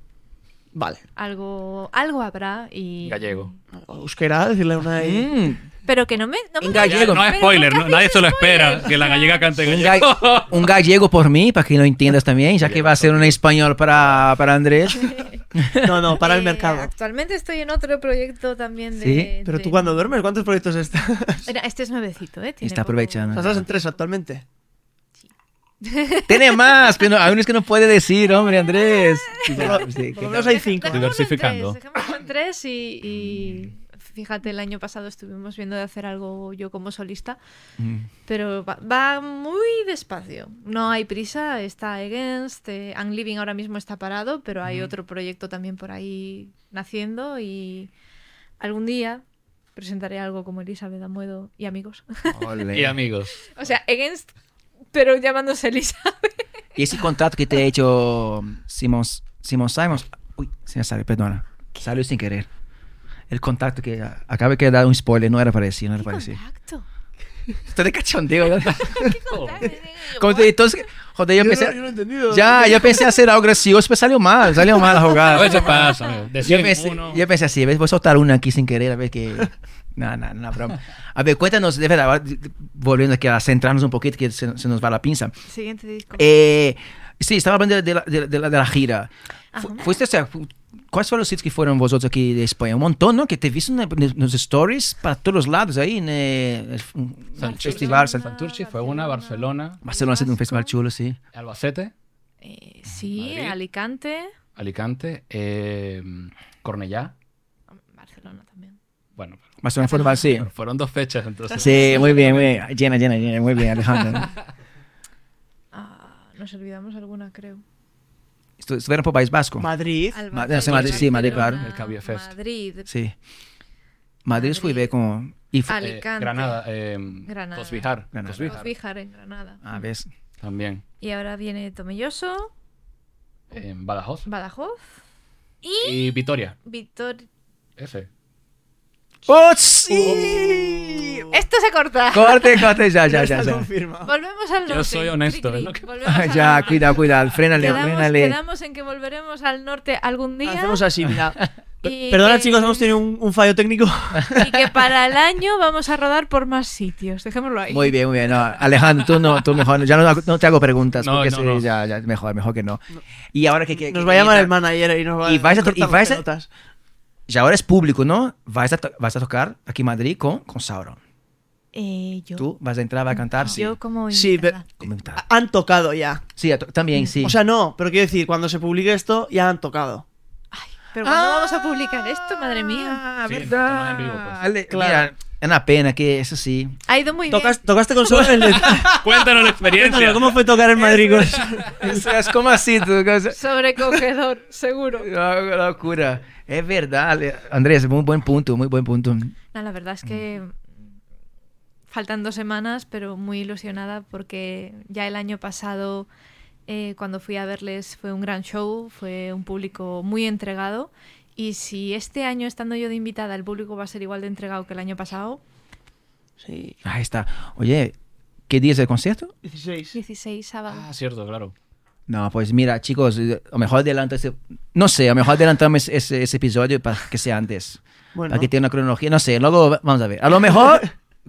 Speaker 2: Vale.
Speaker 4: algo, algo habrá y...
Speaker 3: Gallego.
Speaker 2: Euskera, decirle una ahí.
Speaker 1: Mm,
Speaker 4: Pero que no me... No me
Speaker 1: En gallego.
Speaker 3: No es
Speaker 4: Pero
Speaker 3: spoiler,
Speaker 4: nunca
Speaker 3: no- nadie
Speaker 4: has
Speaker 3: se lo
Speaker 4: hecho
Speaker 3: espera
Speaker 4: spoiler.
Speaker 3: que la gallega cante
Speaker 1: un,
Speaker 3: gallego.
Speaker 1: ga- un gallego por mí, para que lo entiendas también, ya que va a ser un español para, para Andrés.
Speaker 2: No, no, para el
Speaker 4: Eh,
Speaker 2: mercado.
Speaker 4: Actualmente estoy en otro proyecto también de...
Speaker 1: Sí,
Speaker 2: Pero tú
Speaker 4: de-
Speaker 2: cuando duermes, ¿cuántos proyectos estás?
Speaker 4: Mira, este es nuevecito, ¿eh? Tiene
Speaker 1: Está
Speaker 4: poco-
Speaker 1: aprovechando.
Speaker 2: Estás en tres actualmente.
Speaker 1: Tiene más, pero hay unos que no puede decir, hombre, Andrés. Sí, ya, sí,
Speaker 2: Por lo
Speaker 1: que-
Speaker 2: menos hay cinco.
Speaker 4: Dejémoslo en
Speaker 3: Diversificando.
Speaker 4: tres, dejémoslo en tres y, y fíjate, el año pasado estuvimos viendo de hacer algo yo como solista,
Speaker 1: Mm.
Speaker 4: pero va, va muy despacio. No hay prisa, está Against, eh, I'm Living ahora mismo está parado, pero hay otro proyecto también por ahí naciendo y algún día presentaré algo como Elizabeth Amuedo y amigos.
Speaker 1: Ole.
Speaker 3: Y amigos.
Speaker 4: o sea, Against, pero llamándose Elizabeth.
Speaker 1: Y ese contrato que te ha hecho Simon, Simon Simons. Uy, se me sale, perdona. Salió sin querer. El contacto que a- acabo de dar un spoiler, no era para decir, no era para decir.
Speaker 4: Contacto.
Speaker 1: Estoy de cachondeo. ¿no?
Speaker 4: Contacto.
Speaker 1: Como Oh. te- entonces, joder, yo,
Speaker 2: no-
Speaker 1: pensé.
Speaker 2: no he entendido.
Speaker 1: ya, yo pensé hacer algo gracioso, pero salió mal, salió mal la
Speaker 3: A
Speaker 1: jugada.
Speaker 3: veces pasa. amigo. De
Speaker 1: Yo
Speaker 3: 100,
Speaker 1: pensé,
Speaker 3: uno.
Speaker 1: yo pensé así, ¿ves? voy a soltar una aquí sin querer, a ver que. No, no, no, broma. A ver, cuéntanos, de verdad, ahora, volviendo aquí a centrarnos un poquito, que se, se nos va la pinza.
Speaker 4: Siguiente disco.
Speaker 1: Eh, sí, estaba hablando de, de la, de la- de la- de la gira. Fu-
Speaker 4: Ajá.
Speaker 1: Fuiste, o sea, fu- ¿cuáles fueron los sitios que fueron vosotros aquí de España? Un montón, ¿no? Que te viste en, en los stories para todos lados ahí en eh, el, f- un
Speaker 3: Santurce.
Speaker 1: festival. San-
Speaker 4: Barcelona,
Speaker 3: Santurce fue una, Barcelona,
Speaker 1: Barcelona ha sido un festival
Speaker 4: Vasco.
Speaker 1: chulo, sí.
Speaker 3: Albacete,
Speaker 4: Eh, sí,
Speaker 3: Madrid.
Speaker 4: Alicante,
Speaker 3: Alicante, eh, Cornellá.
Speaker 4: Barcelona también.
Speaker 3: Bueno,
Speaker 1: Barcelona fue un festival, sí.
Speaker 3: pero fueron dos fechas, entonces. eh,
Speaker 1: Sí, muy bien, muy bien. Llena, llena, llena. Muy bien, Alejandro.
Speaker 4: Ah, nos olvidamos alguna, creo.
Speaker 1: Estu- Estuvieron por País Vasco.
Speaker 2: Madrid.
Speaker 4: Albacete,
Speaker 1: no sé, Madrid, sí, Madrid,
Speaker 4: Barcelona,
Speaker 1: claro.
Speaker 3: El Cavia Fest.
Speaker 4: Madrid,
Speaker 1: Sí. Madrid fui a ver con... Y fu-
Speaker 4: Ah,
Speaker 3: Eh,
Speaker 4: Alicante.
Speaker 3: Granada, eh,
Speaker 4: Granada.
Speaker 3: Cosbijar,
Speaker 1: Granada.
Speaker 3: Cosbijar
Speaker 4: Osbijar en Granada.
Speaker 1: a ver,
Speaker 3: también.
Speaker 4: Y ahora viene Tomelloso,
Speaker 3: En em, Badajoz.
Speaker 4: Badajoz,
Speaker 3: Y Vitoria,
Speaker 4: Victoria.
Speaker 3: ese.
Speaker 1: ¡Oh, sí!
Speaker 4: Esto se corta.
Speaker 1: Corte, corte, ya, ya, ya.
Speaker 2: Está
Speaker 1: ya.
Speaker 2: confirmado.
Speaker 4: Volvemos al norte.
Speaker 3: Yo soy
Speaker 4: Cri,
Speaker 3: honesto, es
Speaker 4: cri.
Speaker 3: lo que-
Speaker 4: Volvemos al
Speaker 1: ya,
Speaker 4: norte.
Speaker 1: cuidado, cuidado. Frénale,
Speaker 4: Quedamos,
Speaker 1: frénale.
Speaker 4: quedamos en que volveremos al norte algún
Speaker 1: Ah,
Speaker 4: día.
Speaker 2: Hacemos así, mira.
Speaker 4: Y
Speaker 2: Perdona,
Speaker 4: que-
Speaker 2: chicos, hemos tenido un, un fallo técnico.
Speaker 4: Y que para el año vamos a rodar por más sitios. Dejémoslo ahí.
Speaker 1: Muy bien, muy bien. No, Alejandro, tú no, tú mejor. Ya no, no te hago preguntas
Speaker 3: No,
Speaker 1: porque
Speaker 3: no,
Speaker 1: sí,
Speaker 3: no.
Speaker 1: Ya, ya, mejor, mejor que no. Y ahora que, que-
Speaker 2: Nos
Speaker 1: que-
Speaker 2: va a llamar el manager y nos va
Speaker 1: Y vais a to-
Speaker 2: cortar
Speaker 1: y vais
Speaker 2: las
Speaker 1: a-
Speaker 2: pelotas.
Speaker 1: Y ahora es público, ¿no? Vas a, to- vas a tocar aquí en Madrid con, con Sauron.
Speaker 4: Eh, yo.
Speaker 1: Tú vas a entrar, vas a cantar. Sí.
Speaker 4: Yo como
Speaker 2: Sí,
Speaker 4: invitada.
Speaker 1: Como invitada.
Speaker 2: Han tocado ya.
Speaker 1: Sí, a to- también, sí.
Speaker 2: O sea, no, pero quiero decir, cuando se publique esto, ya han tocado.
Speaker 4: Pero ¿cuándo vamos a publicar esto? Madre mía.
Speaker 1: Ah,
Speaker 3: Sí,
Speaker 1: verdad.
Speaker 3: estamos en vivo, pues.
Speaker 1: Ale-
Speaker 2: Claro.
Speaker 1: Mira, es una pena que eso sí.
Speaker 4: Ha ido muy
Speaker 2: Tocas-
Speaker 4: bien.
Speaker 2: ¿Tocaste con Sauron en el...
Speaker 3: Cuéntanos la
Speaker 2: Cuéntanos,
Speaker 3: experiencia.
Speaker 2: ¿Cómo fue tocar en Madrid con
Speaker 1: Eso es como así, tú. cosa-
Speaker 4: Sobrecogedor, seguro.
Speaker 1: Ah, qué locura. Es verdad, Ale- Andrés, muy buen punto, muy buen punto.
Speaker 4: No, Ah, la verdad es que
Speaker 3: Mm.
Speaker 4: faltan dos semanas, pero muy ilusionada porque ya el año pasado, eh, cuando fui a verles, fue un gran show, fue un público muy entregado. Y si este año, estando yo de invitada, el público va a ser igual de entregado que el año pasado,
Speaker 2: Sí,
Speaker 1: Ahí está. Oye, ¿qué día es el concierto?
Speaker 2: 16.
Speaker 4: 16 sábados.
Speaker 3: Ah, cierto, claro.
Speaker 1: No, pues mira, chicos, eh, a lo mejor adelanto ese... No sé, a lo mejor adelantamos ese, ese episodio para que sea antes.
Speaker 2: Bueno.
Speaker 1: Para que tenga una cronología, no sé, luego va- vamos a ver. A lo mejor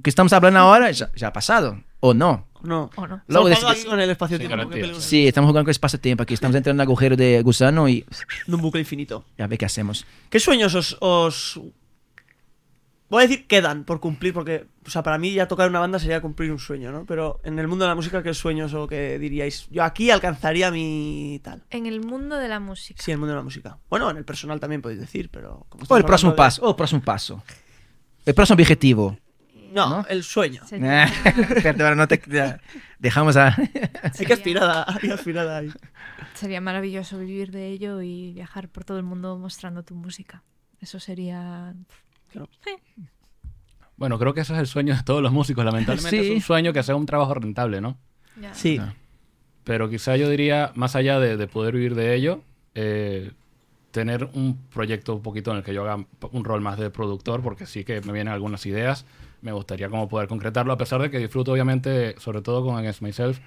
Speaker 1: que estamos hablando ahora ya, ya ha pasado, o no.
Speaker 2: No.
Speaker 4: ¿O no?
Speaker 1: Luego
Speaker 2: Luego
Speaker 1: decís-
Speaker 2: aquí con el espacio-tiempo.
Speaker 3: Sí,
Speaker 2: porque
Speaker 3: garantía.
Speaker 2: peleamos
Speaker 1: Sí, estamos jugando con espacio-tiempo aquí, estamos entrando en un agujero de gusano y
Speaker 2: En un bucle infinito.
Speaker 1: ya ve qué hacemos.
Speaker 2: ¿Qué sueños os, os- Voy a decir quedan por cumplir, porque, o sea, para mí ya tocar una banda sería cumplir un sueño, ¿no? Pero en el mundo de la música, ¿qué sueños o qué diríais? Yo aquí alcanzaría mi tal.
Speaker 4: En el mundo de la música.
Speaker 2: Sí, en el mundo de la música. Bueno, en el personal también podéis decir, pero... como
Speaker 1: O
Speaker 2: estamos
Speaker 1: Oh, el próximo
Speaker 2: hablando
Speaker 1: paso, o el próximo paso. El próximo objetivo.
Speaker 2: de- No, el sueño.
Speaker 4: Se-
Speaker 1: Nah, Perdón, no te... ya, Dejamos a...
Speaker 2: Hay que aspirar a... Hay que aspirar a...
Speaker 4: Sería maravilloso vivir de ello y viajar por todo el mundo mostrando tu música. Eso sería...
Speaker 3: Bueno, creo que ese es el sueño de todos los músicos, lamentablemente.
Speaker 1: Sí.
Speaker 3: Es un sueño que sea un trabajo rentable, ¿no?
Speaker 4: Ya.
Speaker 2: Sí.
Speaker 3: Pero quizá yo diría, más allá de, de poder vivir de ello, eh, tener un proyecto un poquito en el que yo haga un rol más de productor, porque sí que me vienen algunas ideas. Me gustaría como poder concretarlo, a pesar de que disfruto, obviamente, sobre todo con Against Myself,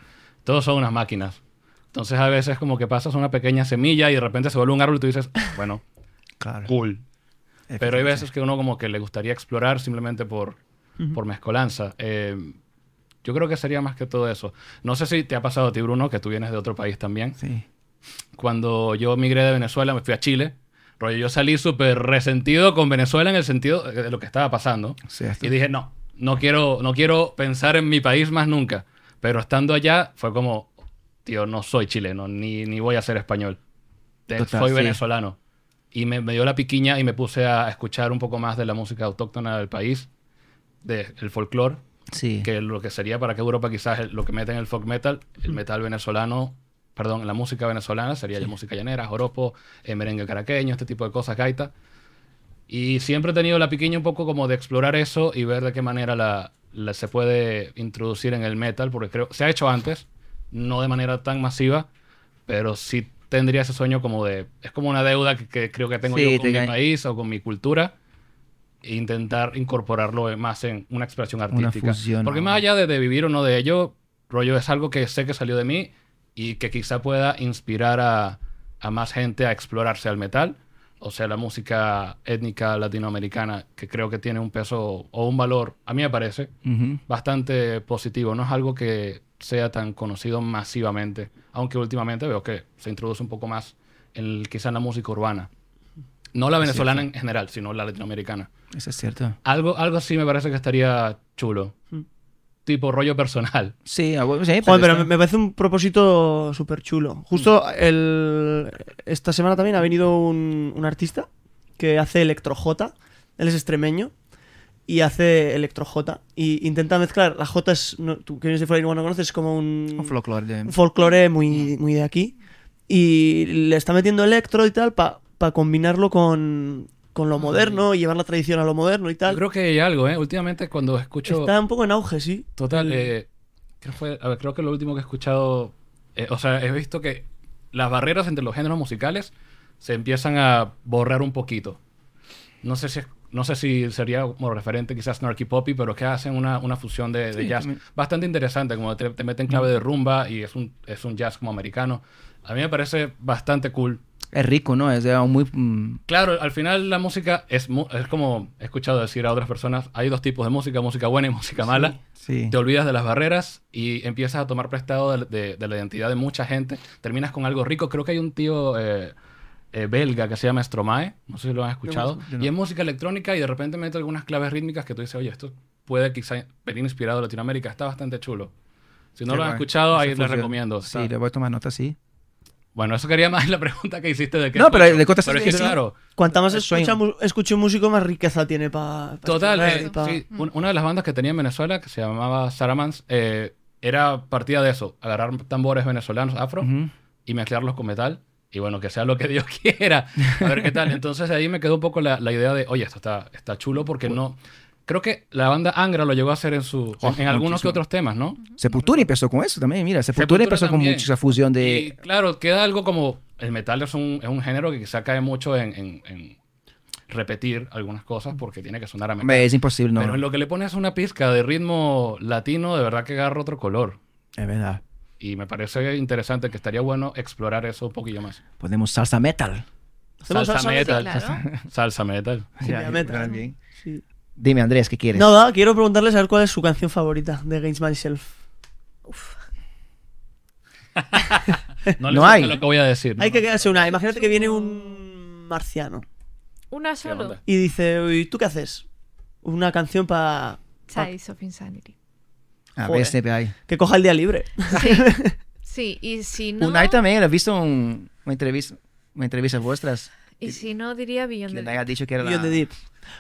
Speaker 3: todos son unas máquinas. Entonces, a veces como que pasas una pequeña semilla y de repente se vuelve un árbol y tú dices, "Ah, bueno,
Speaker 1: Claro.
Speaker 3: cool. Pero hay veces que uno como que le gustaría explorar simplemente por, por mezcolanza. Eh, yo creo que sería más que todo eso. No sé si te ha pasado a ti, Bruno, que tú vienes de otro país también.
Speaker 1: Sí.
Speaker 3: Cuando yo migré de Venezuela, me fui a Chile. Rollo, yo salí súper resentido con Venezuela en el sentido eh, de lo que estaba pasando.
Speaker 1: Cierto.
Speaker 3: Y dije, no, no quiero, no quiero pensar en mi país más nunca. Pero estando allá fue como, tío, no soy chileno, ni, ni voy a ser español. Te-
Speaker 1: Total,
Speaker 3: soy
Speaker 1: sí.
Speaker 3: venezolano. Y me, me dio la piquiña y me puse a escuchar un poco más de la música autóctona del país, del folclore,
Speaker 1: Sí.
Speaker 3: que lo que sería para que Europa quizás el- lo que meten en el folk metal, el
Speaker 1: Mm.
Speaker 3: metal venezolano, perdón, la música venezolana sería ya música llanera, joropo, eh, merengue caraqueño, este tipo de cosas, gaita. Y siempre he tenido la piquiña un poco como de explorar eso y ver de qué manera la, la se puede introducir en el metal, porque creo se ha hecho antes, no de manera tan masiva, pero sí tendría ese sueño como de es como una deuda que, que creo que tengo
Speaker 1: Sí,
Speaker 3: yo con
Speaker 1: te
Speaker 3: mi
Speaker 1: cae.
Speaker 3: país o con mi cultura e intentar incorporarlo más en una expresión artística.
Speaker 1: fusión,
Speaker 3: Porque
Speaker 1: ¿no?
Speaker 3: más allá de, de vivir o no de ello, rollo es algo que sé que salió de mí y que quizá pueda inspirar a, a más gente a explorarse al metal o sea la música étnica latinoamericana, que creo que tiene un peso o un valor, a mí me parece,
Speaker 1: Ujú.
Speaker 3: bastante positivo. No es algo que sea tan conocido masivamente, aunque últimamente veo que se introduce un poco más en, quizá en la música urbana. No la venezolana en general, sino la latinoamericana.
Speaker 1: Eso es cierto.
Speaker 3: Algo, algo así me parece que estaría chulo.
Speaker 2: Mm.
Speaker 3: Tipo rollo personal.
Speaker 1: Sí, a huevo, sí,
Speaker 2: Joder, pero
Speaker 1: está-
Speaker 2: me- me parece un propósito súper chulo. Justo el, esta semana también ha venido un, un artista que hace electro J. Él es extremeño y hace electro J. Y intenta mezclar. La J es. no- tú que vienes de fuera y no lo conoces, es como un,
Speaker 1: Un folclore de-
Speaker 2: un folclore muy, muy de aquí. Y le está metiendo electro y tal para combinarlo con, con lo moderno y llevar la tradición a lo moderno y tal.
Speaker 3: Yo creo que hay algo, ¿eh? Últimamente cuando escucho...
Speaker 2: Está un poco en auge, sí.
Speaker 3: Total, eh, creo, fue- a ver, creo que lo último que he escuchado, eh, o sea, he visto que las barreras entre los géneros musicales se empiezan a borrar un poquito. No sé si, es- no sé si sería como referente quizás Snarky Poppy, pero que hacen una, una fusión de, de
Speaker 1: Sí,
Speaker 3: jazz
Speaker 1: también.
Speaker 3: bastante interesante, como te, te meten clave de rumba y es un, es un jazz como americano. A mí me parece bastante cool.
Speaker 1: Es rico, ¿no? Es de un muy... mm,
Speaker 3: Claro, al final la música es, mu- es como he escuchado decir a otras personas, hay dos tipos de música, música buena y música mala
Speaker 1: sí.
Speaker 3: te olvidas de las barreras y empiezas a tomar prestado de, de- de la identidad de mucha gente. Terminas con algo rico. Creo que hay un tío eh, eh, belga que se llama Stromae. No sé si lo han escuchado.
Speaker 1: yo no.
Speaker 3: Y es música electrónica y de repente mete algunas claves rítmicas que tú dices, oye, esto puede quizá venir inspirado de Latinoamérica. Está bastante chulo. Si no
Speaker 1: Qué
Speaker 3: lo han
Speaker 1: guay.
Speaker 3: escuchado,
Speaker 1: Eso
Speaker 3: ahí les
Speaker 1: funciona.
Speaker 3: recomiendo.
Speaker 1: Sí,
Speaker 3: Está-
Speaker 1: le voy a tomar nota, sí.
Speaker 3: Bueno, eso quería más la pregunta que hiciste de que...
Speaker 1: No, pero le contestas
Speaker 3: Pero es que,
Speaker 1: bien, sí.
Speaker 3: claro,
Speaker 2: Cuanta más
Speaker 1: Sueño.
Speaker 2: escucha, mu- escuche un músico, más riqueza tiene para.
Speaker 3: Total, eh,
Speaker 4: Correcto.
Speaker 3: sí, un- una de las bandas que tenía en Venezuela, que se llamaba Saramans, eh, era partida de eso, agarrar tambores venezolanos afro
Speaker 1: Ujú.
Speaker 3: y mezclarlos con metal. Y bueno, que sea lo que Dios quiera. A ver qué tal. Entonces ahí me quedó un poco la, la idea de, oye, esto está, está chulo porque no... Creo que la banda Angra lo llegó a hacer en su en, en algunos que
Speaker 1: Oh, muchísimo.
Speaker 3: otros temas, ¿no?
Speaker 1: Sepultura empezó con eso también, mira. Sepultura,
Speaker 3: Sepultura
Speaker 1: empezó
Speaker 3: también.
Speaker 1: con mucha fusión
Speaker 3: Y
Speaker 1: de...
Speaker 3: claro, queda algo como... El metal es un, es un género que quizá cae mucho en, en- en repetir algunas cosas porque tiene que sonar a metal.
Speaker 1: Hombre, Es imposible, no.
Speaker 3: Pero en lo que le pones una pizca de ritmo latino, de verdad que agarra otro color.
Speaker 1: Es verdad.
Speaker 3: Y me parece interesante que estaría bueno explorar eso un poquillo más.
Speaker 1: Podemos salsa metal.
Speaker 2: Hacemos
Speaker 3: Salsa
Speaker 2: salsa
Speaker 4: Sí,
Speaker 3: metal.
Speaker 4: claro.
Speaker 3: Salsa metal.
Speaker 2: Cumbia metal.
Speaker 1: También.
Speaker 2: Sí.
Speaker 1: Dime, Andrés, ¿qué quieres?
Speaker 2: Nada, quiero preguntarles a ver cuál es su canción favorita de Games Myself.
Speaker 1: No
Speaker 3: No, le
Speaker 1: hay.
Speaker 3: hay. lo que voy a decir.
Speaker 2: Hay que quedarse una. Imagínate que viene un marciano
Speaker 4: Una
Speaker 3: ¿Qué
Speaker 4: solo.
Speaker 3: onda?
Speaker 2: y dice, ¿y tú qué haces? Una canción para
Speaker 4: Size of Insanity.
Speaker 1: A
Speaker 2: Joder.
Speaker 1: ver, este, siempre hay.
Speaker 2: que coja el día libre.
Speaker 4: Sí. Sí, y si no,
Speaker 1: Unai también, ¿has visto un- una entrevista? Una entrevista vuestras
Speaker 4: y si no diría Beyond
Speaker 1: que
Speaker 4: the
Speaker 1: Unai ha dicho que era la...
Speaker 2: Beyond the Deep.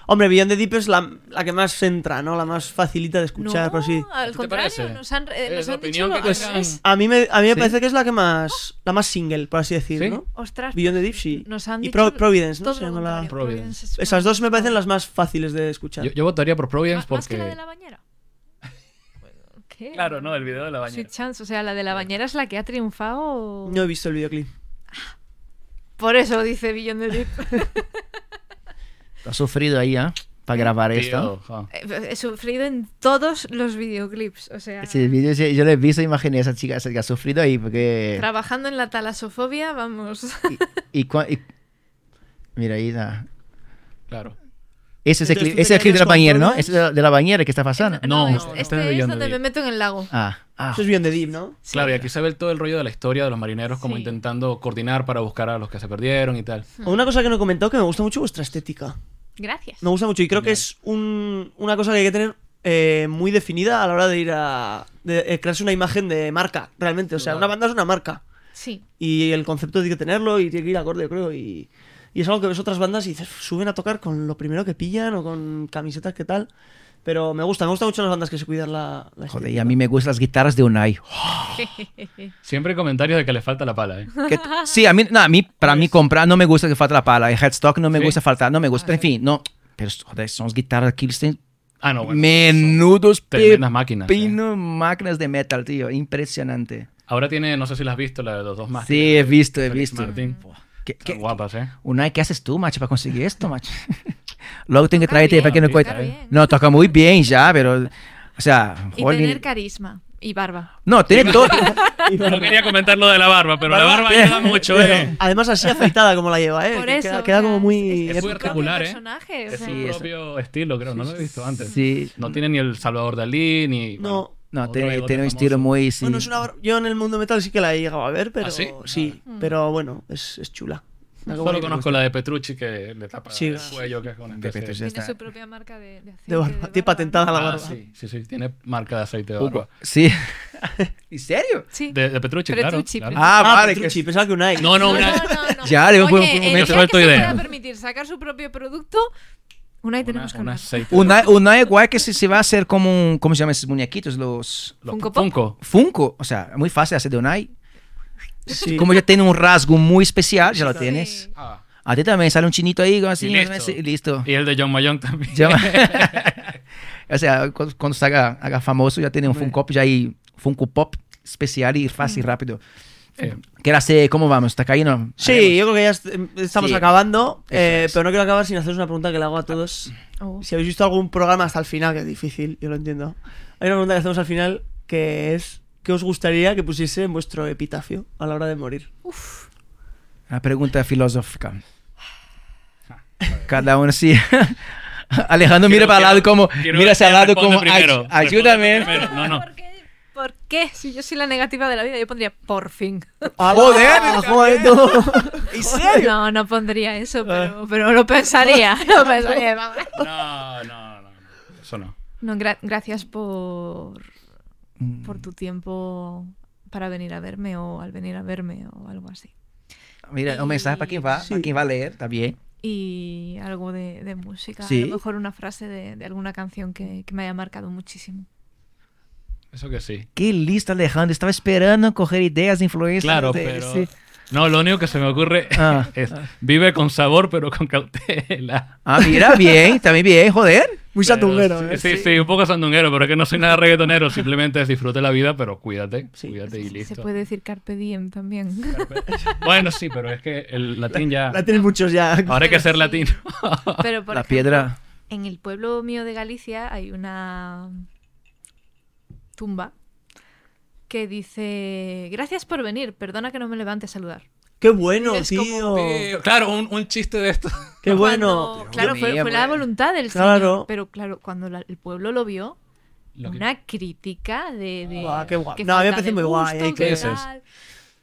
Speaker 2: Hombre, Beyond the Deep es la, la que más entra, ¿no? La más facilita de escuchar,
Speaker 4: no,
Speaker 2: por así.
Speaker 4: al
Speaker 3: te
Speaker 4: contrario,
Speaker 3: parece?
Speaker 4: nos han, eh, nos
Speaker 3: Es la
Speaker 4: han dicho
Speaker 3: opinión
Speaker 4: lo
Speaker 3: que
Speaker 4: al
Speaker 3: cuentan.
Speaker 4: revés.
Speaker 2: A mí me, a mí me
Speaker 1: ¿Sí?
Speaker 2: parece que es la que más la más single, por así decir,
Speaker 3: ¿Sí?
Speaker 2: ¿no?
Speaker 4: Ostras,
Speaker 2: Beyond the Deep, sí.
Speaker 4: nos han
Speaker 2: y
Speaker 4: dicho
Speaker 2: Pro- Providence, ¿no?
Speaker 4: todo
Speaker 2: Se
Speaker 4: lo
Speaker 2: llama la-
Speaker 4: contrario.
Speaker 3: Providence.
Speaker 4: es
Speaker 2: Esas
Speaker 4: una-
Speaker 2: dos me parecen las más fáciles de escuchar.
Speaker 3: Yo, yo votaría por Providence
Speaker 4: Más, más que la de
Speaker 3: porque...
Speaker 4: la bañera. Bueno, ¿Qué?
Speaker 3: Claro, no, el video de la
Speaker 4: Sweet
Speaker 3: bañera.
Speaker 4: Chance, o sea, la de la bañera es la que ha triunfado.
Speaker 2: No he visto el videoclip.
Speaker 4: Por eso dice Beyond the Deep.
Speaker 1: Ha sufrido ahí, ¿ah? Para grabar esto.
Speaker 3: Tío, ja.
Speaker 4: Eh, He sufrido en todos los videoclips. O sea,
Speaker 2: Este
Speaker 1: Sí, el vídeo, sí, yo le he visto imágenes a esa chica esa que ha sufrido ahí porque...
Speaker 4: trabajando en la talasofobia, vamos.
Speaker 1: Y, y cua- y- Mira, ahí está.
Speaker 3: Claro.
Speaker 1: Ese es el
Speaker 2: Entonces,
Speaker 1: clip,
Speaker 2: ¿tú te
Speaker 1: ese es el clip de
Speaker 2: quedarías
Speaker 1: la
Speaker 2: con
Speaker 1: bañera, ¿no? Ese
Speaker 2: Providence?
Speaker 1: de la- de la bañera que está pasando.
Speaker 3: No,
Speaker 4: es-
Speaker 3: no, no.
Speaker 4: este
Speaker 3: Este es
Speaker 4: es
Speaker 3: Beyond
Speaker 4: donde
Speaker 3: the
Speaker 4: me
Speaker 3: Deep.
Speaker 4: meto en el lago.
Speaker 1: Ah, ah.
Speaker 2: Eso es Beyond the Deep, ¿no?
Speaker 3: Claro, y aquí se ve todo el rollo de la historia de los marineros como
Speaker 4: Sí.
Speaker 3: intentando coordinar para buscar a los que se perdieron y tal.
Speaker 4: Hmm.
Speaker 2: O Una cosa que no he comentado que me gusta mucho vuestra estética.
Speaker 4: Gracias.
Speaker 2: Me gusta mucho y creo que es un- una cosa que hay que tener eh, muy definida a la hora de ir a de, eh, crearse una imagen de marca, realmente. O sea, una banda es una marca
Speaker 4: Sí.
Speaker 2: y el concepto tiene que tenerlo y tiene que ir acorde, yo creo. Y, y es algo que ves otras bandas y dices, suben a tocar con lo primero que pillan o con camisetas que tal. Pero me gusta, me gusta mucho las bandas que se cuidan la, la
Speaker 1: Joder, y
Speaker 2: estética.
Speaker 1: a mí me gustan las guitarras de Unai.
Speaker 3: Siempre hay comentarios de que le falta la pala, ¿eh?
Speaker 1: Que- sí, a mí, no, a mí, para mí comprar no me gusta que falte la pala. El headstock no me
Speaker 3: Sí.
Speaker 1: gusta faltar, no me gusta. Pero en fin, no. Pero joder, son las guitarras Kirsten.
Speaker 3: Ah, no, bueno.
Speaker 1: Menudos
Speaker 3: tremendas máquinas, eh.
Speaker 1: pepino, máquinas de metal, tío. Impresionante.
Speaker 3: Ahora tiene, no sé si la has visto, la de los dos más.
Speaker 1: sí, he visto, he visto.
Speaker 3: Martín.
Speaker 1: ¿Qué,
Speaker 3: Están
Speaker 1: qué-
Speaker 3: guapas, ¿eh?
Speaker 1: Unai, ¿qué haces tú, macho, para conseguir esto, macho? Luego tengo que
Speaker 4: Tocar
Speaker 1: traerte
Speaker 4: bien,
Speaker 1: para que no
Speaker 4: tocar
Speaker 1: cuente.
Speaker 4: bien.
Speaker 1: No, toca muy bien ya, pero. O sea,
Speaker 4: Y
Speaker 1: joder,
Speaker 4: tener carisma. Y barba.
Speaker 1: No, tiene todo.
Speaker 3: No quería comentar lo de la barba, pero la barba
Speaker 1: ¿Qué?
Speaker 3: ayuda mucho, ¿eh?
Speaker 2: Además, así afeitada como la lleva, ¿eh?
Speaker 4: Por
Speaker 2: Que
Speaker 4: eso.
Speaker 2: queda, queda
Speaker 4: o sea,
Speaker 2: como muy.
Speaker 3: es
Speaker 4: su
Speaker 3: muy
Speaker 4: propio
Speaker 3: particular, ¿eh?
Speaker 4: personaje, o
Speaker 3: Es
Speaker 4: sea,
Speaker 1: Sí,
Speaker 3: su
Speaker 1: eso.
Speaker 3: propio estilo, creo. No lo he visto antes.
Speaker 1: Sí.
Speaker 3: No tiene ni el Salvador Dalí, ni...
Speaker 2: No.
Speaker 1: No,
Speaker 3: otro
Speaker 1: tiene,
Speaker 3: bigote
Speaker 1: tiene un
Speaker 3: famoso.
Speaker 1: estilo muy. Sí.
Speaker 2: Bueno, es una bar- yo en el mundo metal sí que la he llegado a ver, pero.
Speaker 3: ¿Ah, sí?
Speaker 1: Mm.
Speaker 2: pero bueno, es, es chula. Una
Speaker 3: Solo
Speaker 2: guay.
Speaker 3: conozco la de Petrucci que le tapa
Speaker 2: Sí.
Speaker 3: el cuello, que es una
Speaker 1: De
Speaker 3: especie
Speaker 1: Petrucci.
Speaker 4: tiene
Speaker 1: está.
Speaker 4: su propia marca de, de aceite.
Speaker 2: De barba. Tiene patentada la
Speaker 3: Ah,
Speaker 2: barba.
Speaker 3: sí, sí, sí, tiene marca de aceite de
Speaker 1: Hugo.
Speaker 3: barba.
Speaker 1: Sí. ¿En serio?
Speaker 4: Sí.
Speaker 3: De, de Petrucci,
Speaker 4: Petrucci,
Speaker 3: claro. claro.
Speaker 1: Ah,
Speaker 2: Ah,
Speaker 1: vale.
Speaker 2: Petrucci,
Speaker 1: que-
Speaker 2: pensaba que una
Speaker 3: No, no,
Speaker 4: No,
Speaker 3: una,
Speaker 4: no, no, no.
Speaker 1: Ya, le fue un-
Speaker 4: Oye,
Speaker 1: un-
Speaker 4: el
Speaker 1: me
Speaker 4: día
Speaker 3: suelto
Speaker 4: que se
Speaker 3: idea.
Speaker 4: pueda permitir sacar su propio producto, Unai
Speaker 3: una,
Speaker 4: tenemos que
Speaker 3: un
Speaker 4: hablar.
Speaker 3: aceite.
Speaker 1: Unai, Unai é igual que se, se vai ser como um. Como se chama esses bonequitos? Los.
Speaker 3: Los
Speaker 4: Funko Pop.
Speaker 3: Funko.
Speaker 1: Funko? Ou seja, é muito fácil hacer de Unai.
Speaker 2: Sí.
Speaker 1: Como já tem um rasgo muito especial, já lo tienes.
Speaker 4: Sí.
Speaker 3: Ah,
Speaker 1: A ti também sale um chinito aí, como assim,
Speaker 3: Y listo.
Speaker 1: mas- listo.
Speaker 3: y el de John Mayón también.
Speaker 1: Já- Ou seja, quando, quando se haga, haga famoso, já tem um Funko Pop, já aí. Funko Pop especial e fácil e rápido.
Speaker 3: Eh,
Speaker 1: Quer ser, como vamos? Tá caindo?
Speaker 2: Sí, yo creo que ya est- em, estamos
Speaker 1: Sí.
Speaker 2: acabando, eh,
Speaker 1: es.
Speaker 2: pero no quiero acabar sin haceros una pregunta que le hago a todos.
Speaker 4: Oh.
Speaker 2: Si habéis visto algún programa hasta el final, que es difícil, yo lo entiendo. Hay una pregunta que hacemos al final que es ¿qué os gustaría que pusiese en vuestro epitafio a la hora de morir?
Speaker 1: A pergunta filosófica. Cada uno sí. Alejandro mira
Speaker 3: Ah, Quiero-
Speaker 1: para el lado
Speaker 3: quiero-
Speaker 1: como.
Speaker 3: quiero
Speaker 1: mira
Speaker 3: ver
Speaker 1: hacia el
Speaker 3: quién
Speaker 1: lado
Speaker 3: responde
Speaker 1: como. "Ay,
Speaker 3: primero.
Speaker 1: ayúdame.
Speaker 3: Responde primero. No, no.
Speaker 4: ¿Por qué? ¿Por qué? Si yo soy la negativa de la vida, yo pondría por fin.
Speaker 1: Joder,
Speaker 2: ¡Ah, joder, no! ¿En serio? Ah.
Speaker 4: No, no pondría eso, pero, pero lo pensaría. Lo pensaría. vamos.
Speaker 3: No, no, no. no, Eso no.
Speaker 4: No, gra- gracias por,
Speaker 1: Mm,
Speaker 4: por tu tiempo para venir a verme o al venir a verme o algo así.
Speaker 1: Mira, un mensaje para quien va, para quien va a leer, está bien.
Speaker 4: Y algo de, de música,
Speaker 1: Sí.
Speaker 4: a lo mejor una frase de, de alguna canción que, que me haya marcado muchísimo.
Speaker 3: Eso que sí.
Speaker 1: Qué listo, Alejandro. Estaba esperando coger ideas, influencias.
Speaker 3: Claro,
Speaker 1: de-
Speaker 3: pero.
Speaker 1: sí.
Speaker 3: No, lo único que se me ocurre
Speaker 1: Ah.
Speaker 3: es vive con sabor, pero con cautela.
Speaker 1: Ah, mira, bien, también bien, joder.
Speaker 2: Muy
Speaker 3: Pero
Speaker 2: sandunguero, ¿eh?
Speaker 3: sí, sí, sí, un poco sandunguero, pero es que no soy nada reggaetonero. Simplemente es disfrute la vida, pero cuídate.
Speaker 2: Sí.
Speaker 3: Cuídate y listo.
Speaker 4: Se puede decir carpe diem también.
Speaker 3: Bueno, sí, pero es que el latín ya.
Speaker 2: La tienen muchos ya.
Speaker 3: Ahora hay que
Speaker 4: Pero
Speaker 3: ser
Speaker 4: sí.
Speaker 3: latino.
Speaker 4: Pero por
Speaker 1: La
Speaker 4: ejemplo,
Speaker 1: piedra.
Speaker 4: En el pueblo mío de Galicia hay una tumba que dice, gracias por venir, perdona que no me levante a saludar.
Speaker 2: ¡Qué bueno,
Speaker 4: Es como-
Speaker 2: tío!
Speaker 3: Eh, Claro, un, un chiste de esto.
Speaker 2: ¡Qué
Speaker 4: Cuando-
Speaker 2: bueno!
Speaker 4: claro,
Speaker 1: Dios
Speaker 4: fue,
Speaker 1: mío,
Speaker 4: fue la
Speaker 1: pues.
Speaker 4: voluntad del
Speaker 2: Claro.
Speaker 4: señor, pero claro, cuando la- el pueblo lo vio,
Speaker 3: Lo que-
Speaker 4: una crítica de... de-
Speaker 2: Buah, Ah, qué guay.
Speaker 4: que
Speaker 2: No, a mí me
Speaker 4: falta
Speaker 2: parece
Speaker 4: de
Speaker 2: muy guay,
Speaker 4: gusto,
Speaker 2: ¿eh?
Speaker 4: que
Speaker 3: ¿Qué es eso?
Speaker 4: tal.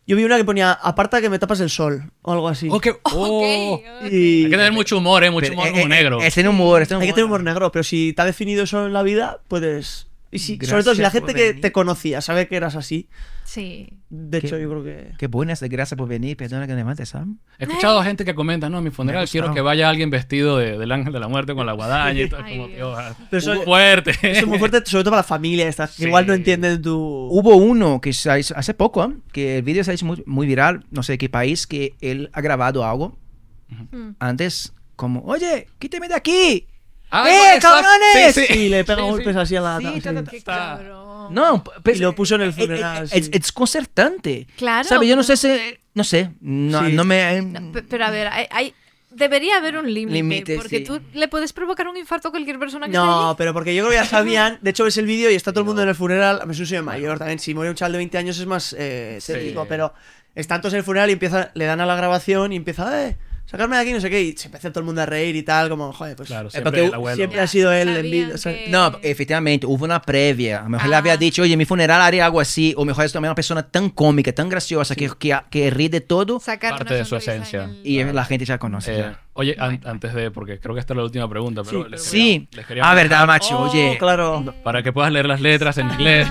Speaker 2: Yo vi una que ponía, aparta que me tapas el sol, o algo así.
Speaker 3: Oh, qué- oh.
Speaker 4: Ok, ok.
Speaker 2: Y-
Speaker 3: Hay que tener mucho humor, ¿eh? Mucho
Speaker 1: Pero,
Speaker 3: humor
Speaker 1: eh,
Speaker 3: como
Speaker 1: eh,
Speaker 3: negro.
Speaker 1: Es en humor, es en humor.
Speaker 2: Hay que tener humor negro, pero si te ha definido eso en la vida, puedes... Y si, sobre
Speaker 1: Gracias
Speaker 2: todo si la
Speaker 1: por
Speaker 2: gente que
Speaker 1: venir.
Speaker 2: te conocía sabe que eras así.
Speaker 4: Sí.
Speaker 2: De
Speaker 1: Qué-
Speaker 2: hecho, yo creo que...
Speaker 1: Qué buenas, gracias por venir. Perdona que me levante, Sam.
Speaker 3: He escuchado gente que comenta, no, a mi
Speaker 1: Me ha
Speaker 3: funeral
Speaker 1: gustado.
Speaker 3: quiero que vaya alguien vestido de- del ángel de la muerte con la guadaña y todo.
Speaker 4: Ay,
Speaker 3: como,
Speaker 4: Dios.
Speaker 3: tío, ah,
Speaker 2: Pero eso-
Speaker 3: muy fuerte.
Speaker 2: Eso es muy fuerte, sobre todo para la familia, esta, que
Speaker 3: Sí.
Speaker 2: igual no entienden tu...
Speaker 1: Hubo uno que se hizo hace poco, ¿eh? que el vídeo se ha hecho muy, muy viral, no sé qué país, que él ha grabado algo
Speaker 4: Mm.
Speaker 1: antes como, oye, quíteme de aquí.
Speaker 3: Ah,
Speaker 1: ¡Eh,
Speaker 3: bueno, exacto.
Speaker 1: cabrones!
Speaker 3: Sí, sí.
Speaker 2: Y le pega
Speaker 3: Sí, sí.
Speaker 2: golpes así a la...
Speaker 1: Sí, ta-
Speaker 2: ta-
Speaker 1: ta-
Speaker 2: sí.
Speaker 4: Qué
Speaker 3: Está-
Speaker 4: cabrón.
Speaker 1: No, pues, eh,
Speaker 2: Y lo puso en el funeral,
Speaker 1: Es,
Speaker 2: sí.
Speaker 1: es desconcertante.
Speaker 4: Claro,
Speaker 1: ¿Sabes? Yo no sé
Speaker 4: pero-
Speaker 1: si... No sé. No,
Speaker 2: Sí.
Speaker 1: no me...
Speaker 4: No, pe- Pero a ver, hay, hay- debería haber un límite.
Speaker 1: Límite,
Speaker 4: porque
Speaker 1: sí.
Speaker 4: tú le puedes provocar un infarto a cualquier persona que esté
Speaker 2: No,
Speaker 4: allí.
Speaker 2: pero porque yo creo que ya sabían. De hecho, ves el vídeo y está todo el mundo en el funeral. A mí es un señor mayor también. Si muere un chaval de 20 años es más eh,
Speaker 3: Sí.
Speaker 2: tétrico, pero están todos en el funeral y empieza, le dan a la grabación y empieza, eh, sacarme de aquí, no sé qué. Y se empieza todo el mundo a reír y tal, como, joder, pues.
Speaker 3: Claro,
Speaker 1: Eh,
Speaker 3: siempre
Speaker 1: porque
Speaker 3: el
Speaker 1: u-
Speaker 3: abuelo.
Speaker 2: Siempre ha sido él
Speaker 4: Sabían
Speaker 2: en vida. o sea,
Speaker 4: que-
Speaker 1: No, efectivamente, hubo una previa. A lo mejor le
Speaker 4: eh, Ah.
Speaker 1: había dicho, oye, mi funeral haré algo así. O mejor es también una persona tan cómica, tan graciosa, que, que, que ríe de todo.
Speaker 4: Sacar
Speaker 3: Parte
Speaker 4: una
Speaker 3: de su
Speaker 4: sonrisa en
Speaker 3: esencia.
Speaker 4: el-
Speaker 1: Y la gente ya conoce.
Speaker 3: Eh,
Speaker 1: ya.
Speaker 3: oye, an- antes de, porque creo que esta es la última pregunta, pero les
Speaker 1: Sí.
Speaker 3: quería- les quería
Speaker 1: Ah,
Speaker 3: preguntar,
Speaker 1: verdad, macho.
Speaker 2: oh,
Speaker 1: oye,
Speaker 2: claro.
Speaker 3: Para que puedas leer las letras en inglés.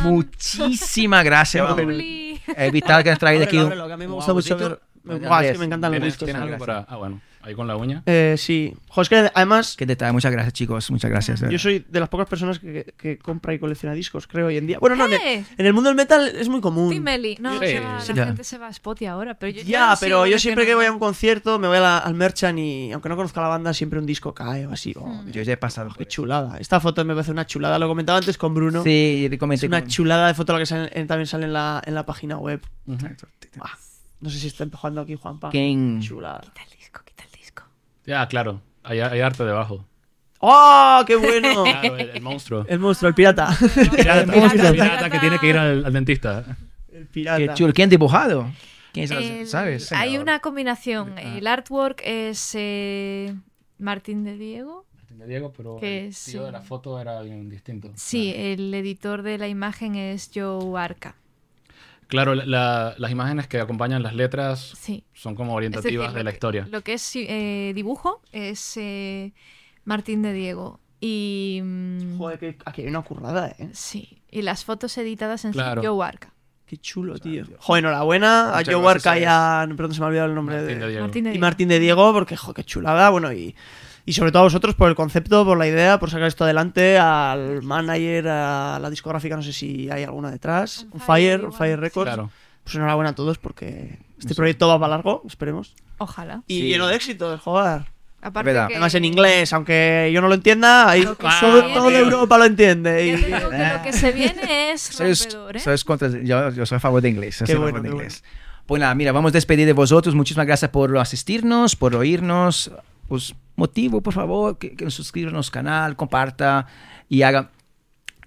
Speaker 1: muchísimas gracias por venir.
Speaker 4: Publi.
Speaker 1: Es vital que has traído aquí
Speaker 2: Ábrelo,
Speaker 1: un...
Speaker 2: ábrelo, que a mí me
Speaker 1: un
Speaker 2: gusta mucho
Speaker 1: abuelito.
Speaker 2: ver. me-
Speaker 1: Bueno,
Speaker 2: guau, es que
Speaker 1: Andrés,
Speaker 2: me encantan los
Speaker 3: ¿Tienes,
Speaker 2: discos.
Speaker 3: tienes algo
Speaker 1: gracias.
Speaker 3: para.? Ah, bueno, ahí con la uña.
Speaker 2: Eh, sí. Jo, es que además,
Speaker 1: Qué detalle, muchas gracias, chicos. Muchas gracias.
Speaker 2: yo soy de las pocas personas que, que- que compra y colecciona discos, creo, hoy en día. Bueno, no, en el,
Speaker 4: ¿Qué?
Speaker 2: en el mundo del metal es muy común.
Speaker 4: Sí, Meli. No,
Speaker 3: Sí.
Speaker 4: se va-
Speaker 1: Sí,
Speaker 4: la
Speaker 1: ya.
Speaker 4: gente se va a Spotify ahora. Pero yo,
Speaker 2: Ya,
Speaker 4: no
Speaker 2: pero
Speaker 4: sigo
Speaker 2: yo siempre que voy a un
Speaker 4: coleccionando.
Speaker 2: concierto me voy a la- al Merchant y aunque no conozca la banda, siempre un disco cae o así. Oh,
Speaker 4: Hmm.
Speaker 1: Yo ya he pasado. por
Speaker 2: qué
Speaker 1: eso.
Speaker 2: chulada. Esta foto me parece una chulada. Lo comentaba antes con Bruno.
Speaker 1: Sí, le
Speaker 2: es
Speaker 1: comenté.
Speaker 2: una
Speaker 1: con-
Speaker 2: chulada de foto la que sale- en- también sale en la, en la página web.
Speaker 1: Ujú.
Speaker 2: Buah, no sé si está empujando aquí Juanpa.
Speaker 1: Quien-
Speaker 2: Chulada.
Speaker 4: Quita el disco, quita el disco.
Speaker 3: Ya, claro. Hay, hay arte debajo.
Speaker 2: ¡Oh, qué bueno!
Speaker 3: Claro, el, el monstruo.
Speaker 2: El monstruo, el pirata.
Speaker 3: Pirata,
Speaker 4: El
Speaker 3: pirata,
Speaker 4: pirata.
Speaker 3: pirata que tiene que ir al, al dentista.
Speaker 2: El pirata.
Speaker 1: Qué chulo. ¿Quién dibujado? ¿Quién sabe?
Speaker 4: El-
Speaker 1: ¿Sabes?
Speaker 4: Hay
Speaker 3: Señor.
Speaker 4: una combinación.
Speaker 3: Ah.
Speaker 4: El artwork es eh, Martín de Diego.
Speaker 3: De Diego, pero
Speaker 4: Que
Speaker 3: el
Speaker 4: sí.
Speaker 3: tío de la foto era alguien distinto.
Speaker 4: Sí, el editor de la imagen es Joe Arca.
Speaker 3: Claro, la- la- las imágenes que acompañan las letras
Speaker 4: Sí.
Speaker 3: son como
Speaker 4: Es decir,
Speaker 3: orientativas
Speaker 4: lo
Speaker 3: de la
Speaker 4: que-
Speaker 3: historia.
Speaker 4: Lo que es eh, dibujo es eh, Martín de Diego. Y. mm,
Speaker 2: Joder, que aquí hay una currada, eh.
Speaker 4: Sí. Y las fotos editadas en
Speaker 3: Claro.
Speaker 4: Joe Arca.
Speaker 2: Qué chulo, tío. Joder, enhorabuena a
Speaker 3: Muchas
Speaker 2: Joe
Speaker 3: gracias,
Speaker 2: Warca y
Speaker 3: Alex.
Speaker 2: a... Perdón, se me ha olvidado el nombre
Speaker 3: Martín de Diego.
Speaker 4: Martín de
Speaker 2: y
Speaker 4: Diego.
Speaker 2: Martín de Diego, porque, jo, qué chulada, bueno, y, y sobre todo a vosotros por el concepto, por la idea, por sacar esto adelante, al manager, a la discográfica, no sé si hay alguna detrás, On
Speaker 4: On
Speaker 2: Fire, On
Speaker 4: Fire, igual.
Speaker 2: Fire Records.
Speaker 3: Claro.
Speaker 2: Pues enhorabuena a todos porque este proyecto va para largo, esperemos.
Speaker 4: Ojalá.
Speaker 2: Y
Speaker 1: Sí.
Speaker 2: lleno de éxitos, joder.
Speaker 4: Aparte
Speaker 1: verdad.
Speaker 4: que-
Speaker 2: Además en inglés, aunque yo no lo entienda, ahí
Speaker 4: Lo que
Speaker 2: sobre
Speaker 4: viene.
Speaker 2: todo Europa lo entiende.
Speaker 4: Ya
Speaker 2: y-
Speaker 4: te digo que
Speaker 2: "Ah".
Speaker 4: lo que se viene es
Speaker 1: Sois-
Speaker 4: rompedor, ¿eh?
Speaker 1: sois contra- yo, yo soy a favor de inglés. yo
Speaker 2: Qué
Speaker 1: soy a
Speaker 2: bueno,
Speaker 1: favor de
Speaker 2: qué
Speaker 1: inglés. Pues nada, mira, vamos a despedir de vosotros. Muchísimas gracias por asistirnos, por oírnos. Pues motivo, por favor, que, que nos suscriban al canal, comparta y haga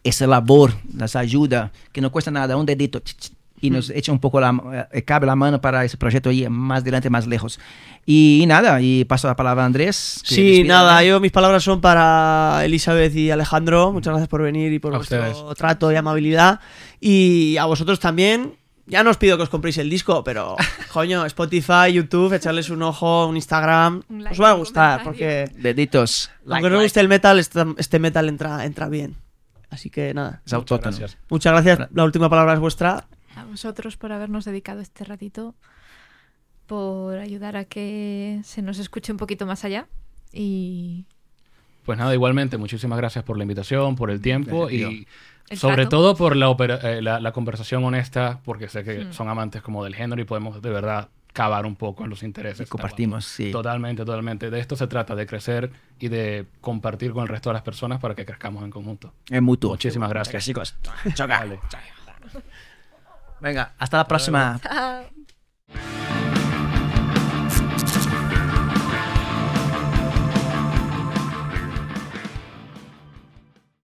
Speaker 1: esa labor, las ayuda, que no cuesta nada, un dedito. ch, ch, Y nos
Speaker 2: Mm.
Speaker 1: echa un poco la, eh, cabe la mano para ese proyecto ahí más adelante, más lejos. Y nada, y paso la palabra a Andrés. que
Speaker 2: Sí,
Speaker 1: despida.
Speaker 2: nada, yo mis palabras son para Elizabeth y Alejandro. Muchas gracias por venir y por
Speaker 3: A
Speaker 2: vuestro
Speaker 3: ustedes.
Speaker 2: trato y amabilidad. Y a vosotros también. Ya no os pido que os compréis el disco, pero coño, Spotify, YouTube, echarles un ojo, un Instagram.
Speaker 4: Un like,
Speaker 2: os va a
Speaker 4: un
Speaker 2: gustar,
Speaker 4: comentario.
Speaker 2: porque
Speaker 1: Deditos.
Speaker 2: aunque no os guste el metal, este, este metal entra, entra bien. Así que nada.
Speaker 1: Es autóctono.
Speaker 3: Gracias.
Speaker 2: Muchas gracias. La última palabra es vuestra.
Speaker 4: A vosotros por habernos dedicado este ratito, por ayudar a que se nos escuche un poquito más allá. Y
Speaker 3: Pues nada, igualmente, muchísimas gracias por la invitación, por el tiempo
Speaker 1: Gracias, tío.
Speaker 3: y
Speaker 4: El
Speaker 3: sobre
Speaker 4: trato.
Speaker 3: todo por la, opera- eh, la, la conversación honesta, porque sé que
Speaker 4: Mm.
Speaker 3: son amantes como del género y podemos de verdad cavar un poco en los intereses.
Speaker 1: Y
Speaker 3: Está
Speaker 1: compartimos,
Speaker 3: guapo.
Speaker 1: sí.
Speaker 3: Totalmente, totalmente. De esto se trata, de crecer y de compartir con el resto de las personas para que crezcamos en conjunto.
Speaker 1: Es mutuo.
Speaker 3: Muchísimas gracias.
Speaker 1: chicos. Choca.
Speaker 3: Vale.
Speaker 1: Venga, hasta la próxima.
Speaker 4: Ah,